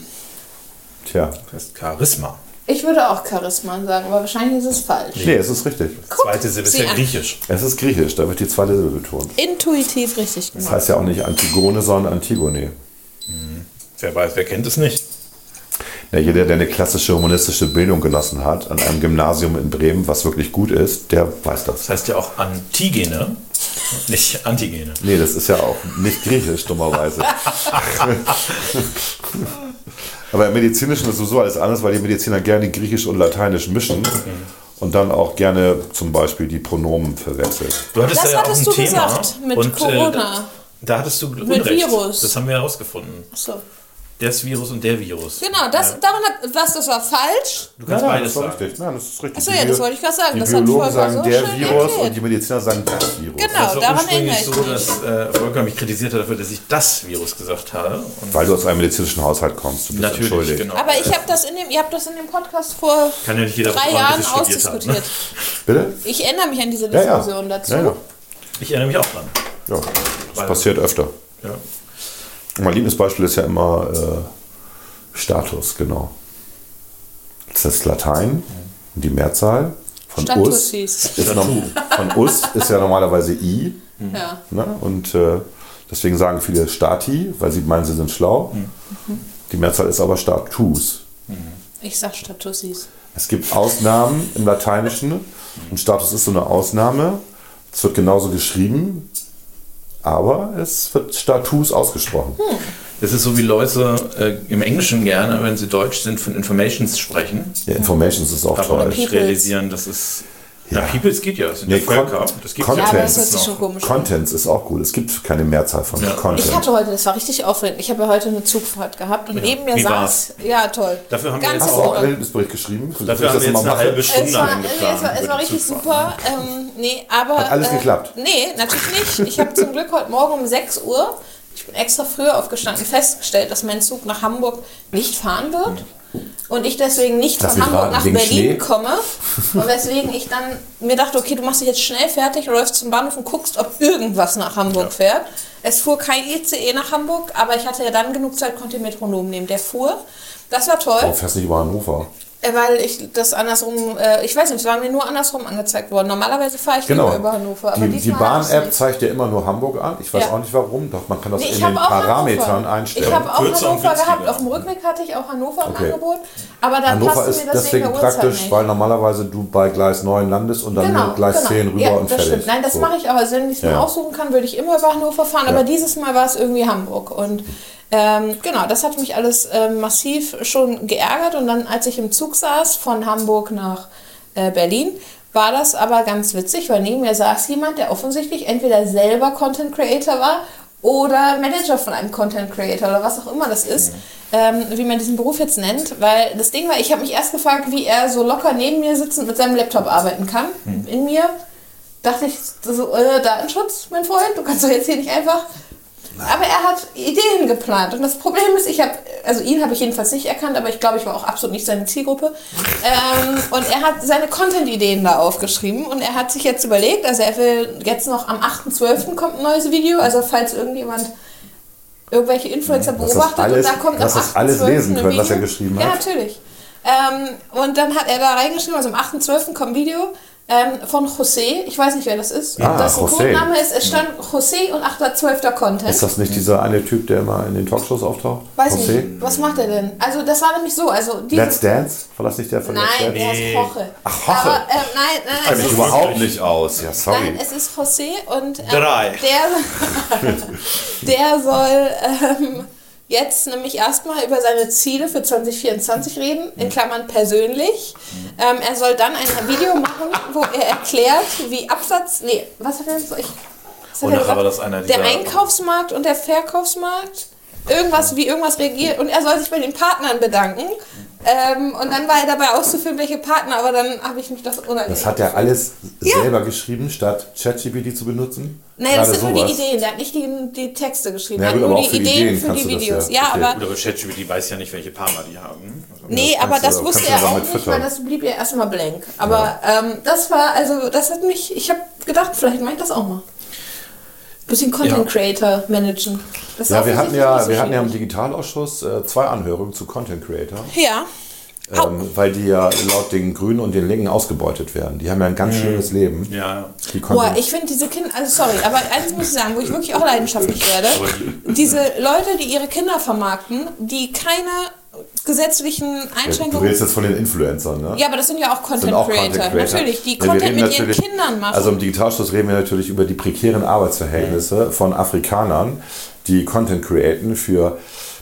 S3: Tja.
S2: Das ist Charisma.
S4: Ich würde auch Charisma sagen, aber wahrscheinlich ist es falsch.
S3: Nee, es ist richtig.
S2: Zweite Silbe ist
S4: sie
S2: ja
S4: an.
S2: griechisch.
S3: Es ist griechisch, da wird die zweite Silbe betont.
S4: Intuitiv richtig gemacht.
S3: Das heißt ja auch nicht Antigone, sondern Antigone.
S2: Wer weiß, wer kennt es nicht?
S3: Ja, jeder, der eine klassische humanistische Bildung genossen hat, an einem Gymnasium in Bremen, was wirklich gut ist, der weiß das.
S2: Das heißt ja auch Antigene, nicht Antigene.
S3: Nee, das ist ja auch nicht griechisch, dummerweise. Aber im Medizinischen ist sowieso alles anders, weil die Mediziner gerne griechisch und lateinisch mischen und dann auch gerne zum Beispiel die Pronomen verwechseln.
S2: Du hattest
S4: Das
S2: da ja auch
S4: hattest
S2: ein
S4: du
S2: Thema.
S4: gesagt, mit
S2: und, Äh,
S4: Corona.
S2: da, da hattest du Unrecht.
S4: Virus.
S2: Das haben wir herausgefunden.
S4: Achso.
S2: Das Virus und der Virus.
S4: Genau, das, daran hat, was, das war falsch?
S2: Du kannst beides
S3: das war
S2: sagen.
S3: richtig. Nein, das ist richtig.
S4: Achso,
S3: Die
S4: ja, das
S3: Bio-
S4: wollte ich gerade sagen.
S3: Die
S4: Das hat
S3: Biologen
S4: Volker
S3: sagen
S4: so
S3: der
S4: schön
S3: Virus
S4: erklärt.
S3: und die Mediziner sagen das Virus.
S4: Genau.
S2: Das war
S4: daran
S2: ursprünglich so,
S4: erinnere ich mich.
S2: dass äh, Volker mich kritisiert hat dafür, dass ich das Virus gesagt habe. Und
S3: Weil du aus einem medizinischen Haushalt kommst. Du bist
S2: natürlich,
S3: entschuldigt.
S2: genau.
S4: Aber ich habe das in dem, ihr habt das in dem Podcast vor
S2: Kann ja nicht jeder
S4: drei
S2: Frau, die
S4: Jahren
S2: sie studiert hat,
S4: ausdiskutiert.
S3: Bitte?
S4: Ich erinnere mich an diese
S3: Ja, ja.
S4: Diskussion dazu.
S3: ja, ja.
S2: Ich erinnere mich auch dran.
S3: ja.
S2: Weil-
S3: Das passiert öfter.
S2: Ja.
S3: Und mein Lieblingsbeispiel ist ja immer äh, Status, genau. Das ist Latein, die Mehrzahl von
S4: Status
S3: us.
S4: hieß.
S3: Ist noch, von us ist ja normalerweise i.
S4: Ja.
S3: Ne? Und äh, deswegen sagen viele Stati, weil sie meinen, sie sind schlau.
S2: Mhm.
S3: Die Mehrzahl ist aber Status.
S4: Ich sag Statussis.
S3: Es gibt Ausnahmen im Lateinischen und Status ist so eine Ausnahme. Es wird genauso geschrieben, aber es wird Status ausgesprochen.
S4: Hm.
S2: Das ist so wie Leute äh, im Englischen gerne, wenn sie Deutsch sind, von Informations sprechen.
S3: Ja, Informations ist auch
S2: Aber
S3: toll.
S2: nicht
S4: Peoples.
S2: realisieren, dass es. Ja, Peoples geht ja. Das sind ja
S3: Nee, Kon-
S2: Völker. Das gibt
S3: Content.
S4: Ja,
S2: ja.
S4: aber das hört sich
S2: noch.
S4: schon komisch an.
S3: Contents ist auch gut. Es gibt keine Mehrzahl von
S2: Ja.
S4: Ich
S3: Content.
S4: hatte heute, das war richtig aufregend. Ich habe ja heute eine Zugfahrt gehabt und neben mir
S2: wie
S4: saß. Ja, toll.
S2: Dafür haben wir
S4: Ganz
S2: jetzt
S3: Hast du auch einen
S4: irre.
S3: Erlebnisbericht geschrieben?
S2: Dafür haben wir jetzt eine halbe Stunde
S4: es war,
S2: eingeplant
S4: es war, es
S2: über
S4: war
S2: die
S4: richtig
S2: Zugfahrt.
S4: super. Ähm, nee, aber,
S3: ne? Hat alles geklappt?
S4: Nee, natürlich nicht. Ich habe zum Glück heute Morgen um 6 Uhr, ich bin extra früher aufgestanden, festgestellt, dass mein Zug nach Hamburg nicht fahren wird. Und ich deswegen nicht
S3: Lass
S4: von
S3: mich
S4: Hamburg
S3: raten,
S4: nach
S3: wegen
S4: Berlin
S3: Schnee?
S4: komme. Und weswegen ich dann mir dachte, okay, du machst dich jetzt schnell fertig, läufst zum Bahnhof und guckst, ob irgendwas nach Hamburg fährt. Es fuhr kein ICE nach Hamburg, aber ich hatte ja dann genug Zeit, konnte den Metronom nehmen. Der fuhr. Das war toll.
S3: Warum Oh, fährst du nicht über Hannover?
S4: Äh, Weil ich das andersrum, äh, ich weiß nicht, es war mir nur andersrum angezeigt worden. Normalerweise fahre ich
S3: Genau.
S4: lieber über Hannover, aber
S3: die die
S4: diesmal hab ich's
S3: Bahn-App
S4: nicht.
S3: zeigt dir immer nur Hamburg an. Ich weiß
S4: Ja.
S3: auch nicht warum. Doch man kann das
S4: Nee,
S3: in
S4: ich
S3: den
S4: habe auch
S3: Parametern
S4: Hannover.
S3: einstellen.
S4: Ich habe auch
S2: Kürzer und
S4: Hannover gehabt.
S2: günstiger.
S4: Auf dem Rückweg hatte ich auch Hannover im
S3: Okay.
S4: Angebot, aber dann
S3: Hannover
S4: passte
S3: ist
S4: mir deswegen
S3: deswegen
S4: der Uhrzeit
S3: praktisch,
S4: nicht. Genau,
S3: weil normalerweise du bei Gleis 9 landest und dann mit Gleis 10 rüber
S4: ja,
S3: und
S4: das
S3: fertig.
S4: Stimmt. Nein, das
S3: So.
S4: mache ich auch. Also wenn ich es
S3: Ja.
S4: mir aussuchen kann, würde ich immer über Hannover fahren. Aber dieses Mal war es irgendwie Hamburg. Und ähm, genau, das hat mich alles ähm, massiv schon geärgert. Und dann, als ich im Zug saß von Hamburg nach äh, Berlin, war das aber ganz witzig, weil neben mir saß jemand, der offensichtlich entweder selber Content Creator war oder Manager von einem Content Creator oder was auch immer das ist, ähm, wie man diesen Beruf jetzt nennt. Weil das Ding war, ich habe mich erst gefragt, wie er so locker neben mir sitzend mit seinem Laptop arbeiten kann. In mir dachte ich, so, äh, Datenschutz, mein Freund, du kannst doch jetzt hier nicht einfach Aber er hat Ideen geplant. Und das Problem ist, ich habe, also ihn habe ich jedenfalls nicht erkannt, aber ich glaube, ich war auch absolut nicht seine Zielgruppe. Ähm, und er hat seine Content-Ideen da aufgeschrieben und er hat sich jetzt überlegt, also er will jetzt noch am 8.12. kommt ein neues Video, also falls irgendjemand irgendwelche Influencer
S3: das
S4: beobachtet
S3: alles-
S4: und da kommt
S3: lass
S4: am
S3: das alles
S4: 8.12.
S3: lesen
S4: ein
S3: können, was er
S4: Video.
S3: geschrieben
S4: ja,
S3: hat.
S4: natürlich. Ähm, und dann hat er da reingeschrieben, also am 8.12. kommt ein Video ähm, von José, ich weiß nicht, wer das ist,
S3: Ah,
S4: ob das ein
S3: José.
S4: Codename ist, es stand José und 8.12. Content.
S3: Ist das nicht dieser eine Typ, der immer in den Talkshows auftaucht?
S4: Weiß
S3: José?
S4: nicht. Was macht er denn? Also das war nämlich so. Also diese,
S3: Let's Dance? War das nicht der von Let's
S4: Nein,
S3: Dance?
S4: der
S2: Nee.
S4: ist Hoche.
S3: Ach, Also Jorge.
S4: Aber, ähm, nein, nein, nein.
S1: Kenn
S4: es
S1: mich
S4: ist-
S1: überhaupt nicht aus.
S3: Ja, sorry.
S4: Nein, es ist José und ähm,
S2: Drei.
S4: der, der soll ähm, jetzt nämlich erstmal über seine Ziele für 2024 reden,
S2: Mhm.
S4: in Klammern persönlich. Ähm, er soll dann ein Video machen, wo er erklärt, wie Absatz. Nee, was hat er so? Ich, was hat
S2: Und nachher
S4: er gesagt?
S2: Oh, war das einer
S4: der
S2: dieser-
S4: Einkaufsmarkt und der Verkaufsmarkt. Irgendwas, wie irgendwas reagiert. Und er soll sich bei den Partnern bedanken. Ähm, und dann war er dabei auszuführen, welche Partner, aber dann habe ich mich das unangenehm.
S3: Das hat er alles
S4: Ja.
S3: selber geschrieben, statt ChatGPT zu benutzen?
S4: Nee, das
S3: Gerade
S4: sind nur die
S3: sowas.
S4: Ideen. Der hat nicht die, die Texte geschrieben.
S3: Ja,
S4: er hat
S3: gut,
S4: nur
S3: aber
S4: die
S3: auch für
S4: Ideen,
S3: die Ideen
S4: für
S3: kannst
S4: die
S3: du das
S4: Videos.
S3: ja-
S4: ja,
S3: okay.
S4: aber.
S2: Gut, aber ChatGPT weiß ja nicht, welche Partner die haben. Also,
S4: Nee, aber
S3: kannst du-
S4: das wusste
S3: kannst du
S4: er auch
S3: damit
S4: nicht,
S3: füttern.
S4: weil das blieb ja erstmal blank. Aber ähm, das war, also, das hat mich, ich habe gedacht, vielleicht mache ich das auch mal. Bisschen Content
S2: Ja.
S4: Creator managen. Das ist
S3: Ja, wir hatten
S4: offensichtlich
S3: ja,
S4: nicht so
S3: wir hatten ja im
S4: schwierig.
S3: Digitalausschuss äh, zwei Anhörungen zu Content Creator,
S4: Ja. Hau-
S3: ähm, weil die ja laut den Grünen und den Linken ausgebeutet werden. Die haben ja ein ganz
S1: Mhm.
S3: schlimmes Leben.
S2: Ja,
S3: Die Content-
S4: Boah, ich finde diese Kinder, also sorry, aber eins muss ich sagen, wo ich wirklich auch leidenschaftlich werde, diese Leute, die ihre Kinder vermarkten, die keine gesetzlichen
S3: du
S4: Einschränkungen
S3: redest jetzt von den Influencern, ne?
S4: Ja, aber das sind ja auch Content,
S3: Sind auch
S4: Creator.
S3: Content Creator.
S4: Natürlich, die
S3: Ja, wir
S4: Content
S3: reden
S4: mit ihren
S3: natürlich-
S4: Kindern machen.
S3: Also im Digitalschluss reden wir natürlich über die prekären Arbeitsverhältnisse von Afrikanern, die Content createn für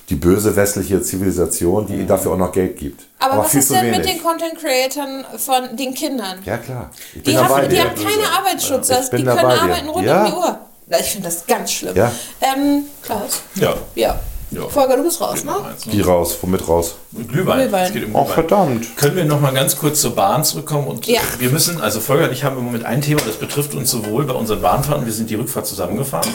S3: die böse westliche Zivilisation, die ihnen dafür auch noch Geld gibt.
S4: aber, was ist denn mit den Content Creatern von den Kindern?
S3: ja klar, ich bin
S4: die
S3: dabei.
S4: haben, die
S3: dir.
S4: haben keine Arbeitsschutz,
S3: Ich
S4: also die
S3: bin
S4: können
S3: dabei dir.
S4: arbeiten rund
S3: Ja.
S4: um die Uhr. Na, Ich finde das ganz schlimm.
S3: Ja.
S4: Ähm, Klaus,
S2: ja.
S4: ja.
S2: Ja.
S4: Volker, du bist raus,
S2: Noch
S4: ne?
S2: eins.
S3: die raus, womit raus?
S2: Glühwein.
S4: Glühwein.
S2: Es geht um
S3: Oh
S2: Glühwein.
S3: verdammt.
S2: Können wir noch mal ganz kurz zur Bahn zurückkommen? Und
S4: Ja.
S2: wir müssen, also Volker und ich haben im Moment ein Thema, das betrifft uns sowohl bei unseren Bahnfahrten, wir sind die Rückfahrt zusammengefahren,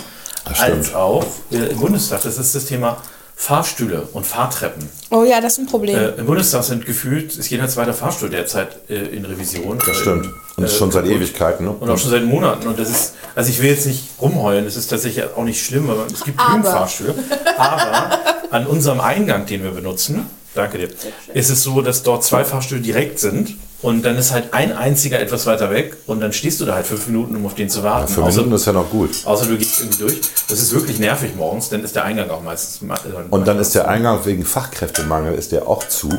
S3: stimmt.
S2: als auch äh, im Bundestag. Das ist das Thema Fahrstühle und Fahrtreppen.
S4: Oh ja, das ist ein Problem.
S2: Äh, Im Bundestag sind gefühlt, ist jeder zweite Fahrstuhl derzeit äh, in Revision.
S3: Das stimmt. Und schon seit Ewigkeiten.
S2: Äh, Und auch
S3: Ne?
S2: schon seit Monaten. Und das ist, also ich will jetzt nicht rumheulen, es ist tatsächlich auch nicht schlimm, weil es gibt genügend
S4: Aber.
S2: Fahrstühle. Aber an unserem Eingang, den wir benutzen, danke dir, ist es so, dass dort zwei Fahrstühle direkt sind. Und dann ist halt ein einziger etwas weiter weg und dann stehst du da halt fünf Minuten, um auf den zu warten.
S3: Für
S2: außer,
S3: Minuten ist ja noch gut.
S2: außer du gehst irgendwie durch. Das ist wirklich nervig morgens, dann ist der Eingang auch meistens. Und
S3: Und dann ist der Eingang wegen Fachkräftemangel ist der auch zu.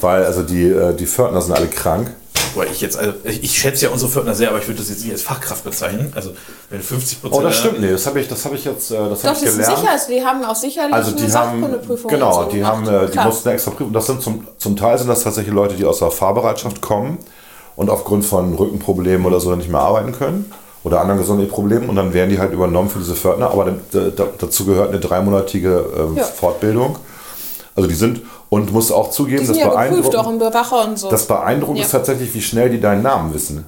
S3: Weil also die, äh, die Fördner sind alle krank.
S2: Weil ich jetzt, also ich, ich schätze ja unsere Fördner sehr, aber ich würde das jetzt nicht als Fachkraft bezeichnen. Also wenn 50 Prozent.
S3: Oh, das stimmt. Nee, das habe ich, das hab ich jetzt äh, das hab
S4: Doch,
S3: ich
S4: das ist
S3: gelernt.
S4: sicher, also die haben auch sicherlich
S3: also die
S4: eine
S3: haben,
S4: Sachkundeprüfung.
S3: genau,
S4: und so
S3: die
S4: gemacht.
S3: haben, äh, die
S4: Klar.
S3: mussten eine extra Prüfung. Das sind zum, zum Teil sind das tatsächlich Leute, die aus der Fahrbereitschaft kommen und aufgrund von Rückenproblemen oder so nicht mehr arbeiten können oder anderen Gesundheitsproblemen und dann werden die halt übernommen für diese Fördner. Aber dann- da, da, dazu gehört eine dreimonatige ähm,
S4: Ja.
S3: Fortbildung. Also die sind und muss auch zugeben,
S4: die sind
S3: dass
S4: ja geprüft, auch
S3: beeindruckend,
S4: im Bewacher und so.
S3: das beeindruckend
S4: Ja.
S3: ist tatsächlich, wie schnell die deinen Namen wissen.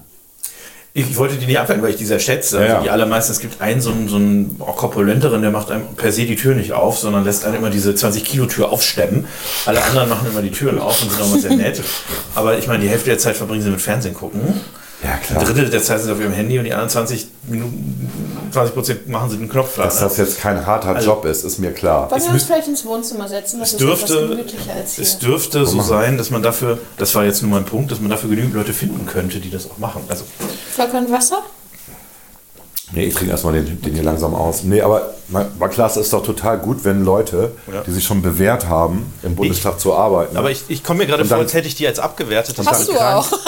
S2: Ich, ich wollte die nicht abwerten, weil ich die sehr schätze. Also
S3: Ja, ja.
S2: Die allermeisten, es gibt einen, so einen, so einen auch korpulenteren, der macht einem per se die Tür nicht auf, sondern lässt einem immer diese 20-Kilo-Tür aufstemmen. Alle anderen machen immer die Türen auf und sind auch mal sehr nett. Aber ich meine, die Hälfte der Zeit verbringen sie mit Fernsehen gucken.
S3: Ja,
S2: Ein Drittel der Zeit sind sie auf ihrem Handy und die anderen 20 Minuten, 20 Prozent machen sie den Knopf dran.
S3: Dass das jetzt kein harter Job ist, ist mir klar.
S4: Wollen wir uns vielleicht ins Wohnzimmer setzen?
S2: Es
S4: Das ist etwas
S2: dürfte,
S4: gemütlicher als hier.
S2: es dürfte so sein, dass man dafür, das war jetzt nur mein Punkt, dass man dafür genügend Leute finden könnte, die das auch machen. Also,
S4: Volker und Wasser?
S3: Nee, ich trinke erstmal den, den hier langsam aus. Nee, aber man- war klar, es ist doch total gut, wenn Leute,
S2: Ja.
S3: die sich schon bewährt haben, im Bundestag zu arbeiten.
S2: aber ich, ich komme mir gerade
S3: Und
S2: vor,
S3: dann-
S2: als hätte ich die als abgewertet. Das
S4: Hast
S2: war-
S4: du auch.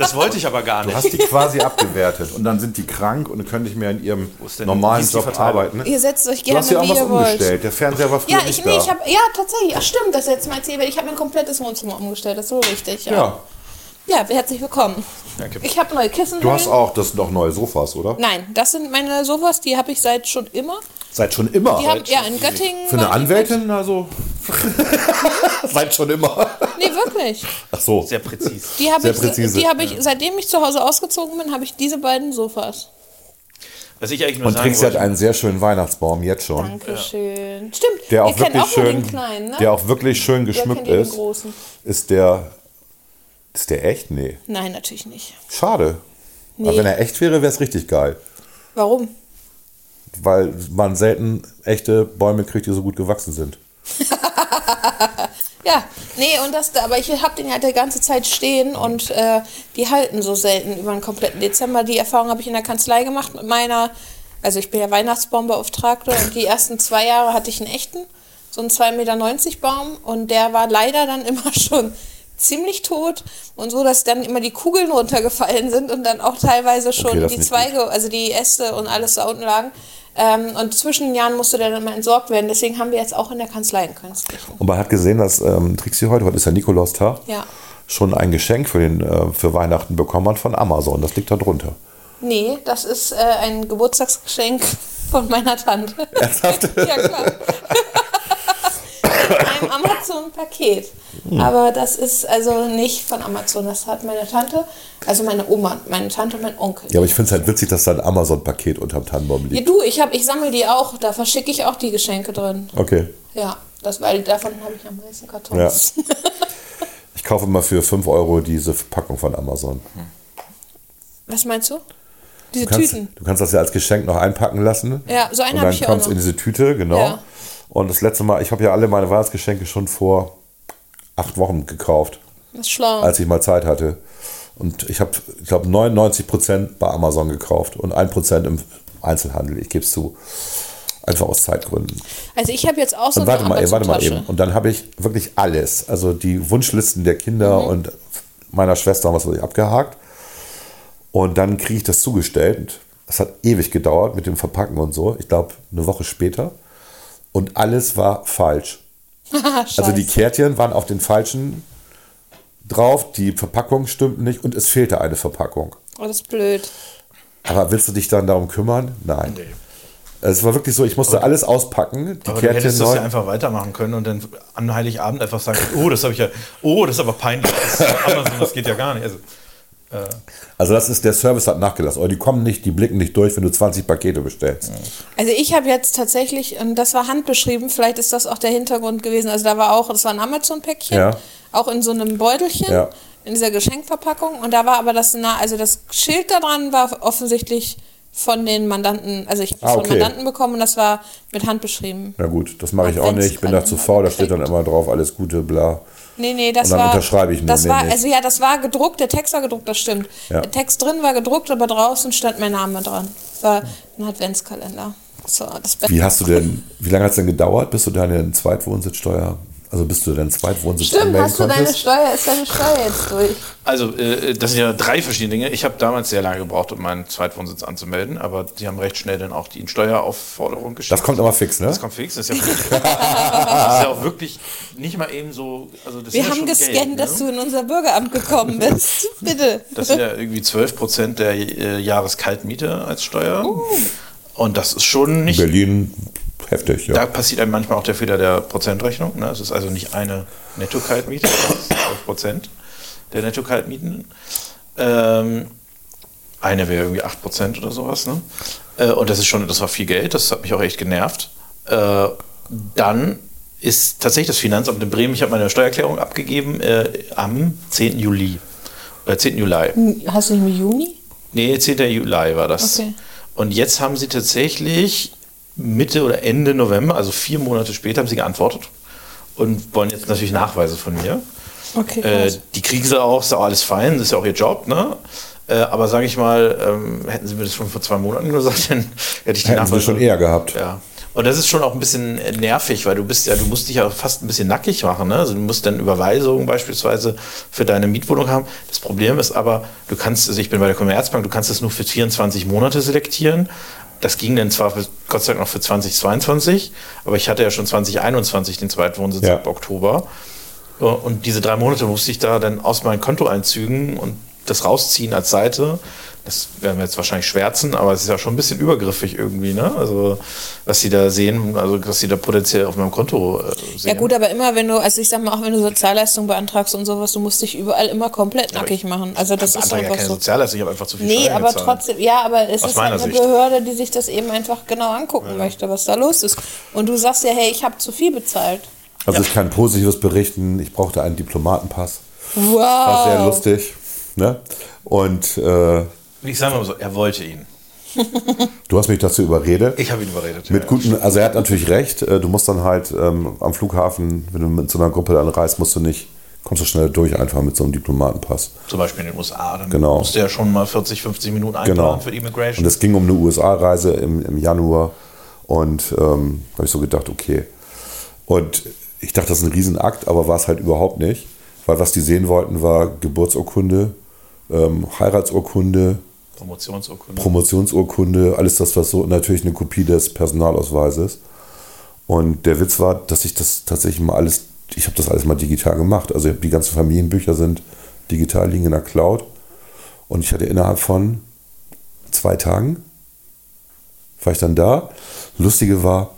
S2: Das wollte ich aber gar
S3: du
S2: nicht.
S3: hast die quasi abgewertet und dann sind die krank und können nicht mehr in ihrem
S2: ist denn- wie
S3: normalen
S2: ist die
S3: Job
S2: Verteilung?
S3: arbeiten.
S4: Ihr setzt euch
S3: Du
S4: gerne,
S3: hast ja
S4: wie
S3: auch was
S4: ihr wollt.
S3: umgestellt. Der Fernseher war früher
S4: Ja, ich,
S3: nicht
S4: nee,
S3: da.
S4: ich habe ja tatsächlich, ach stimmt, das jetzt mal erzählt wird. Ich habe mein komplettes Wohnzimmer umgestellt, das ist so richtig.
S3: ja,
S4: ja herzlich willkommen.
S2: Danke.
S4: Ich habe neue Kissen.
S3: du hast auch, das sind auch neue Sofas, oder?
S4: Mhm. Nein, das sind meine Sofas, die habe ich seit schon immer.
S3: Seid schon immer.
S4: Die haben ja in Göttingen.
S3: Für eine
S4: war die-
S3: Anwältin, also. Seid schon immer.
S4: Nee, wirklich.
S3: Ach so.
S2: Sehr präzis.
S4: Die habe
S3: Sehr
S4: ich,
S3: präzise.
S4: die habe ich seitdem ich zu Hause ausgezogen bin, habe ich diese beiden Sofas.
S2: Was ich eigentlich nur
S3: Und halt
S2: sagen
S3: Trixie hat
S2: wollte,
S3: einen sehr schönen Weihnachtsbaum jetzt schon.
S4: Dankeschön. Stimmt,
S3: Der
S4: ihr
S3: auch,
S4: kennt
S3: wirklich
S4: auch nur
S3: schön,
S4: den kleinen, ne?
S3: der auch wirklich schön
S4: Oder kennt
S3: geschmückt
S4: ihr
S3: ist.
S4: Den großen?
S3: Ist der. Ist der echt? Nee.
S4: Nein, natürlich nicht.
S3: Schade.
S4: Nee.
S3: Aber wenn er echt wäre, wäre es richtig geil.
S4: Warum?
S3: Weil man selten echte Bäume kriegt, die so gut gewachsen sind.
S4: Ja, nee, und das, aber ich hab den halt die ganze Zeit stehen und äh, die halten so selten über den kompletten Dezember. Die Erfahrung habe ich in der Kanzlei gemacht mit meiner, also ich bin ja Weihnachtsbaumbeauftragte und die ersten zwei Jahre hatte ich einen echten, so einen 2,90 Meter Baum und der war leider dann immer schon ziemlich tot und so, dass dann immer die Kugeln runtergefallen sind und dann auch teilweise schon
S3: Okay, das
S4: die
S3: ist nicht
S4: Zweige, also die Äste und alles da unten lagen. Ähm, und zwischen den Jahren musste der dann immer entsorgt werden. Deswegen haben wir jetzt auch in der Kanzlei einen Künstlichen.
S3: Und man hat gesehen, dass ähm, Trixie heute, heute ist ja Nikolaustag,
S4: Ja.
S3: schon ein Geschenk für, den, äh, für Weihnachten bekommen hat von Amazon. Das liegt da drunter.
S4: Nee, das ist äh, ein Geburtstagsgeschenk von meiner Tante.
S3: Ernsthaft?
S4: ja, klar. Mit einem Amazon-Paket.
S3: Hm.
S4: Aber das ist also nicht von Amazon, das hat meine Tante, also meine Oma, meine Tante und mein Onkel.
S3: Ja, aber ich finde es halt witzig, dass da ein Amazon-Paket unterm Tannenbaum
S4: Ja,
S3: liegt.
S4: du, ich, hab- ich sammle die auch, da verschicke ich auch die Geschenke drin.
S3: Okay.
S4: Ja, das, weil davon habe ich am meisten Kartons.
S3: Ja. Ich kaufe immer für 5 Euro diese Packung von Amazon.
S4: Was meinst du? Diese
S3: Du kannst,
S4: Tüten.
S3: du kannst das ja als Geschenk noch einpacken lassen.
S4: Ja, so eine
S3: Und
S4: hab
S3: dann
S4: ich ja auch
S3: kommt's
S4: noch.
S3: in diese Tüte, genau.
S4: Ja.
S3: Und das letzte Mal, ich habe ja alle meine Weihnachtsgeschenke schon vor acht Wochen gekauft,
S4: Das ist schlau.
S3: als ich mal Zeit hatte. Und ich habe, ich glaube, 99% bei Amazon gekauft und 1% im Einzelhandel. Ich gebe es zu. Einfach aus Zeitgründen.
S4: also ich habe jetzt auch so
S3: Und warte
S4: eine
S3: mal, ey, warte mal
S4: Amazon-Tasche.
S3: eben. Und dann habe ich wirklich alles, also die Wunschlisten der Kinder und meiner Schwester und was weiß ich abgehakt. Und dann kriege ich das zugestellt. Es hat ewig gedauert mit dem Verpacken und so. Ich glaube, eine Woche später. Und alles war falsch. Also die Kärtchen waren auf den falschen drauf, die Verpackung stimmten nicht und es fehlte eine Verpackung.
S4: Oh, das ist blöd.
S3: Aber willst du dich dann darum kümmern? Nein. Es war wirklich so, ich musste alles auspacken, die
S2: aber du
S3: Kärtchen
S2: hättest das
S3: neu.
S2: ja einfach weitermachen können und dann an Heiligabend einfach sagen, oh, das habe ich ja, oh, das ist aber peinlich. Das, ist Amazon, das geht ja gar nicht. Also,
S3: Also das ist, der Service hat nachgelassen. Oder die kommen nicht, die blicken nicht durch, wenn du 20 Pakete bestellst.
S4: Also ich habe jetzt tatsächlich, und das war handbeschrieben, vielleicht ist das auch der Hintergrund gewesen, also da war auch, das war ein Amazon-Päckchen,
S3: Ja.
S4: auch in so einem Beutelchen,
S3: Ja.
S4: in dieser Geschenkverpackung und da war aber das, na, also das Schild da dran war offensichtlich von den Mandanten, also ich habe
S3: Ah,
S4: von
S3: okay.
S4: Mandanten bekommen und das war mit Hand beschrieben.
S3: Na gut, das mache ich auch nicht. Ich bin da zu faul, da steht dann immer drauf, alles Gute, bla.
S4: Nee, nee, das
S3: Und dann
S4: war.
S3: unterschreibe ich nur,
S4: das
S3: mehr
S4: war,
S3: nicht.
S4: Also ja, das war gedruckt, der Text war gedruckt, das stimmt.
S3: Ja.
S4: Der Text drin war gedruckt, aber draußen stand mein Name dran. Das war ein Adventskalender. So, das Beste.
S3: Wie hast du denn, wie lange hat es denn gedauert, bis du deine Zweitwohnsitzsteuer, also bis du deinen Zweitwohnsitz
S4: Stimmt,
S3: anmelden
S4: hast du deine
S3: konntest?
S4: Steuer, ist deine Steuer jetzt durch.
S2: also äh, das sind ja drei verschiedene Dinge. Ich habe damals sehr lange gebraucht, um meinen Zweitwohnsitz anzumelden, aber die haben recht schnell dann auch die Steueraufforderung geschickt.
S3: Das kommt aber fix, ne?
S2: Das kommt fix, das ist ja, das ist ja auch wirklich nicht mal eben so. Also das
S4: Wir
S2: ist ja
S4: haben
S2: schon
S4: gescannt,
S2: Geld, ne?
S4: dass du in unser Bürgeramt gekommen bist. Bitte.
S2: Das sind ja irgendwie 12 Prozent der äh, Jahreskaltmiete als Steuer.
S4: Oh.
S2: Und das ist schon nicht.
S3: Berlin, heftig, ja.
S2: Da passiert einem manchmal auch der Fehler der Prozentrechnung. Ne? Es ist also nicht eine Netto-Kaltmiete, es ist 12 Prozent der Netto-Kaltmieten. Ähm, eine wäre irgendwie 8 Prozent oder sowas. Ne? Äh, und das ist schon, das war viel Geld, das hat mich auch echt genervt. Äh, dann ist tatsächlich das Finanzamt in Bremen, ich habe meine Steuererklärung abgegeben äh, am 10. Juli. Oder 10. Juli.
S4: Hast du nicht im Juni?
S2: Nee, 10. Juli war das.
S4: Okay.
S2: Und jetzt haben sie tatsächlich Mitte oder Ende November, also vier Monate später, haben sie geantwortet und wollen jetzt natürlich Nachweise von mir.
S4: Okay,
S2: Äh,
S4: krass.
S2: die kriegen sie auch, ist ja alles fein, das ist ja auch ihr Job, ne? Äh, aber sage ich mal, ähm, hätten sie mir das schon vor zwei Monaten gesagt, dann hätte ich die
S3: Hätten sie
S2: Nachweise
S3: schon eher gehabt.
S2: Ja. Und das ist schon auch ein bisschen äh, nervig, weil du bist ja, du musst dich ja fast ein bisschen nackig machen. Ne? Also du musst dann Überweisungen beispielsweise für deine Mietwohnung haben. Das Problem ist aber, du kannst, also ich bin bei der Commerzbank, du kannst das nur für 24 Monate selektieren. Das ging dann zwar für, Gott sei Dank noch für 2022, aber ich hatte ja schon 2021 den Zweitwohnsitz
S3: Ja.
S2: ab Oktober. Und diese drei Monate musste ich da dann aus meinen Kontoeinzügen und das Rausziehen als Seite, das werden wir jetzt wahrscheinlich schwärzen, aber es ist ja schon ein bisschen übergriffig irgendwie, ne? Also, was sie da sehen, also, was sie da potenziell auf meinem Konto äh, sehen.
S4: Ja gut, aber immer wenn du, also ich sag mal, auch wenn du Sozialleistungen beantragst und sowas, du musst dich überall immer komplett nackig machen. Also das
S2: ich
S4: ist
S2: habe ja
S4: einfach
S2: keine
S4: so.
S2: Sozialleistung, ich habe einfach zu viel
S4: Nee,
S2: Steuern
S4: aber
S2: gezahlt.
S4: trotzdem, ja, aber es
S2: Aus
S4: ist halt
S2: meiner
S4: eine
S2: Sicht.
S4: Behörde, die sich das eben einfach genau angucken möchte, was da los ist. Und du sagst ja, hey, ich habe zu viel bezahlt.
S3: Also ich kann Positives berichten. Ich brauchte einen Diplomatenpass.
S4: Wow.
S3: War sehr lustig. Ne? Und äh,
S2: Ich sage mal so, er wollte ihn.
S3: du hast mich dazu überredet.
S2: Ich habe ihn überredet.
S3: Mit guten, also er hat natürlich recht. Äh, Du musst dann halt ähm, am Flughafen, wenn du mit so einer Gruppe dann reist, musst du nicht, kommst du schnell durch einfach mit so einem Diplomatenpass.
S2: Zum Beispiel in den USA. Dann
S3: Genau.
S2: musste er schon mal 40, 50 Minuten einplanen
S3: Genau.
S2: für die
S3: Und
S2: Immigration.
S3: es ging um eine USA-Reise im, im Januar. Und ähm, habe ich so gedacht, okay. Und ich dachte, das ist ein Riesenakt, aber war es halt überhaupt nicht. Weil was die sehen wollten, war Geburtsurkunde, ähm, Heiratsurkunde,
S2: Promotionsurkunde.
S3: Promotionsurkunde, alles das, was so natürlich eine Kopie des Personalausweises. Und der Witz war, dass ich das tatsächlich mal alles, ich habe das alles mal digital gemacht. Also ich hab- die ganzen Familienbücher sind digital, liegen in der Cloud. Und ich hatte innerhalb von zwei Tagen, war ich dann da. Lustige war,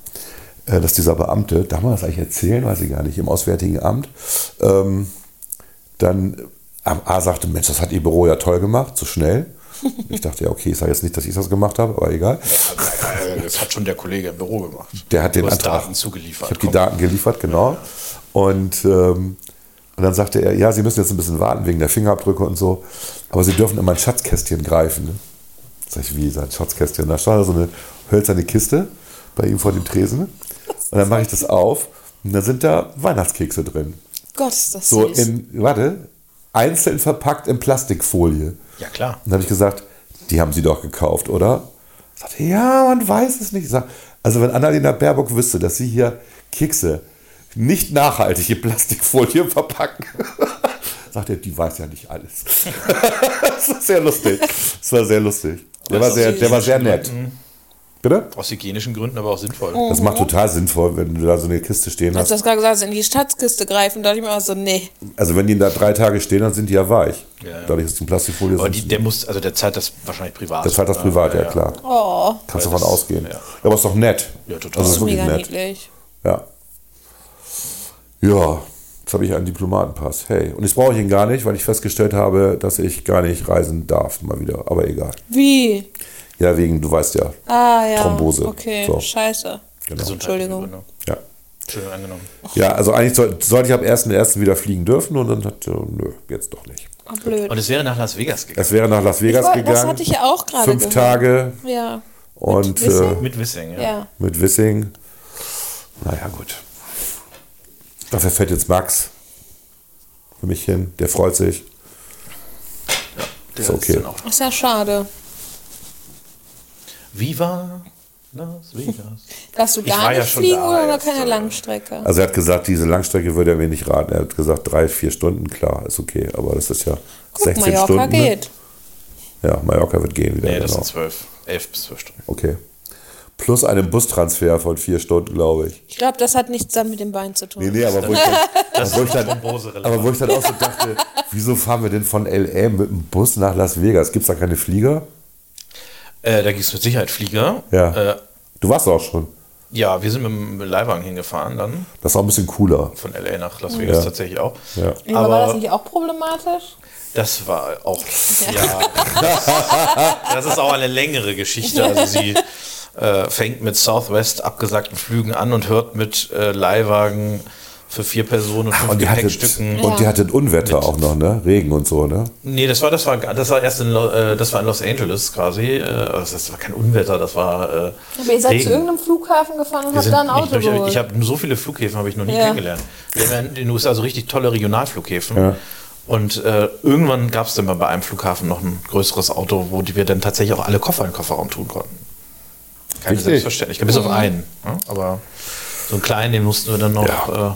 S3: äh, dass dieser Beamte, darf man das eigentlich erzählen, weiß ich gar nicht, im Auswärtigen Amt, ähm, dann am A sagte, Mensch, das hat ihr Büro ja toll gemacht, so schnell. Ich dachte ja, okay, ich sage jetzt nicht, dass ich das gemacht habe, aber egal.
S2: Das hat schon der Kollege im Büro gemacht.
S3: Der hat den
S2: Du hast
S3: Antrag.
S2: Daten zugeliefert.
S3: Ich habe die
S2: Komm.
S3: Daten geliefert, genau. Und, ähm, und dann sagte er, ja, Sie müssen jetzt ein bisschen warten wegen der Fingerabdrücke und so, aber Sie dürfen in mein Schatzkästchen greifen. Ne? Sag ich, wie sein Schatzkästchen? Da stand da so eine hölzerne Kiste bei ihm vor dem Tresen. Und dann mache ich das auf und da sind da Weihnachtskekse drin.
S4: Oh Gott, ist das
S3: So
S4: süß.
S3: in, warte, einzeln verpackt in Plastikfolie.
S2: Ja, klar.
S3: Und dann habe ich gesagt, die haben sie doch gekauft, oder? Sagte, ja, man weiß es nicht. Ich Sag, also wenn Annalena Baerbock wüsste, dass sie hier Kekse nicht nachhaltig in Plastikfolie verpacken, sagt er, die weiß ja nicht alles. das ist sehr lustig. Das war sehr lustig. Der war sehr, der war sehr nett. Bitte?
S2: Aus hygienischen Gründen aber auch sinnvoll.
S4: Oh.
S3: Das macht total sinnvoll, wenn du da so eine Kiste stehen
S4: Als
S3: hast.
S2: Also-
S4: du das gerade gesagt hast, in die Schatzkiste greifen, dachte ich mir auch so, nee.
S3: Also wenn die da drei Tage stehen, dann sind die ja weich.
S2: Ja, ja.
S3: Dadurch ist die Plastikfolie.
S2: Aber
S3: sind-
S2: die, der muss, also der zahlt das wahrscheinlich privat.
S3: das ist halt das Privat, ja, klar.
S4: Oh,
S3: Kannst
S2: Weil
S3: davon
S2: das-
S3: ausgehen.
S2: ja.
S3: Ja. aber ist doch nett.
S2: Ja, total.
S3: Also ist wirklich
S4: mega
S3: nett.
S4: niedlich.
S3: Ja. Ja, jetzt habe ich einen Diplomatenpass. Hey, und jetzt brauche ich ihn gar nicht, weil ich festgestellt habe, dass ich gar nicht reisen darf, mal wieder. Aber egal.
S4: Wie?
S3: Ja, wegen, du weißt ja.
S4: Ah ja.
S3: Thrombose.
S4: Okay,
S3: So.
S4: scheiße.
S3: Genau.
S4: Entschuldigung.
S2: ne?
S3: Ja.
S2: Schön angenommen.
S3: ja, also eigentlich soll, sollte ich ab 1.1. wieder fliegen dürfen und dann hat, äh, nö, jetzt doch nicht.
S4: Oh, blöd.
S2: Und es wäre nach Las Vegas gegangen.
S3: Es wäre nach Las Vegas
S4: wollte- das
S3: gegangen.
S4: hatte ich ja auch gerade
S3: Fünf
S4: gehört.
S3: Tage
S4: Ja,
S3: und
S4: Wissing?
S3: äh,
S2: Mit Wissing, ja.
S4: ja.
S3: mit Wissing. Naja, gut. Dafür fährt jetzt Max für mich hin. Der freut sich.
S2: Der
S3: Ist okay.
S2: dann auch-
S4: Ist ja schade,
S2: Viva Las Vegas.
S4: dass du
S2: Ich war
S4: gar
S2: ja
S4: nicht
S2: schon
S4: fliegen
S2: da
S4: oder nur
S2: jetzt,
S4: keine
S2: äh,
S4: Langstrecke.
S3: Also er hat gesagt, diese Langstrecke würde er mir nicht raten. Er hat gesagt, drei, vier Stunden, klar, ist okay. Aber das ist ja
S4: Guck,
S3: 16
S4: Mallorca
S3: Stunden. ne?
S4: geht.
S3: Ja, Mallorca wird gehen wieder.
S2: Nee, das
S3: genau.
S2: sind zwölf, elf bis zwölf Stunden.
S3: Okay. Plus einen Bustransfer von vier Stunden, glaube ich.
S4: Ich glaube, das hat nichts dann mit dem Bein zu tun.
S3: Nee, nee, aber wo ich dann, wo ich dann,
S2: Thrombose-relevant.
S3: aber wo ich dann auch so dachte, wieso fahren wir denn von L.A. mit dem Bus nach Las Vegas? Gibt es da keine Flieger?
S2: Äh, da gibt es mit Sicherheit Flieger.
S3: Ja.
S2: Äh,
S3: Du warst auch schon.
S2: ja, wir sind mit dem Leihwagen hingefahren dann.
S3: Das war ein bisschen cooler.
S2: Von L.A. nach Las Vegas
S3: Ja.
S2: tatsächlich auch.
S3: Ja.
S4: Aber,
S2: Aber-
S4: Mhm. war das nicht auch problematisch?
S2: Das war auch. Ja. das ist auch eine längere Geschichte. Also sie äh, fängt mit Southwest abgesagten Flügen an und hört mit äh, Leihwagen für vier Personen und fünf
S3: Und die hatten,
S2: Gepäckstücken.
S3: und die hatten Unwetter auch noch, ne? Regen und so, ne?
S2: Nee, das war, das war, das war erst in, Lo- äh, das war in Los Angeles quasi. Äh, also das war kein Unwetter, das war. Äh,
S4: Aber ihr seid zu
S2: Regen.
S4: irgendeinem Flughafen gefahren und
S2: Wir
S4: habt
S2: sind
S4: da ein
S2: nicht-
S4: Auto
S2: ich hab-
S4: geholt.
S2: Ich habe so viele Flughäfen habe ich noch nie
S4: Ja.
S2: kennengelernt. Wir haben ja in den USA so richtig tolle Regionalflughäfen. Und äh, irgendwann gab es dann mal bei einem Flughafen noch ein größeres Auto, wo die wir dann tatsächlich auch alle Koffer in den Kofferraum tun konnten. Keine
S3: Richtig.
S2: Selbstverständlichkeit, bis auf
S4: Mhm.
S2: einen. Ne? Aber so einen kleinen, den mussten wir dann noch. Äh,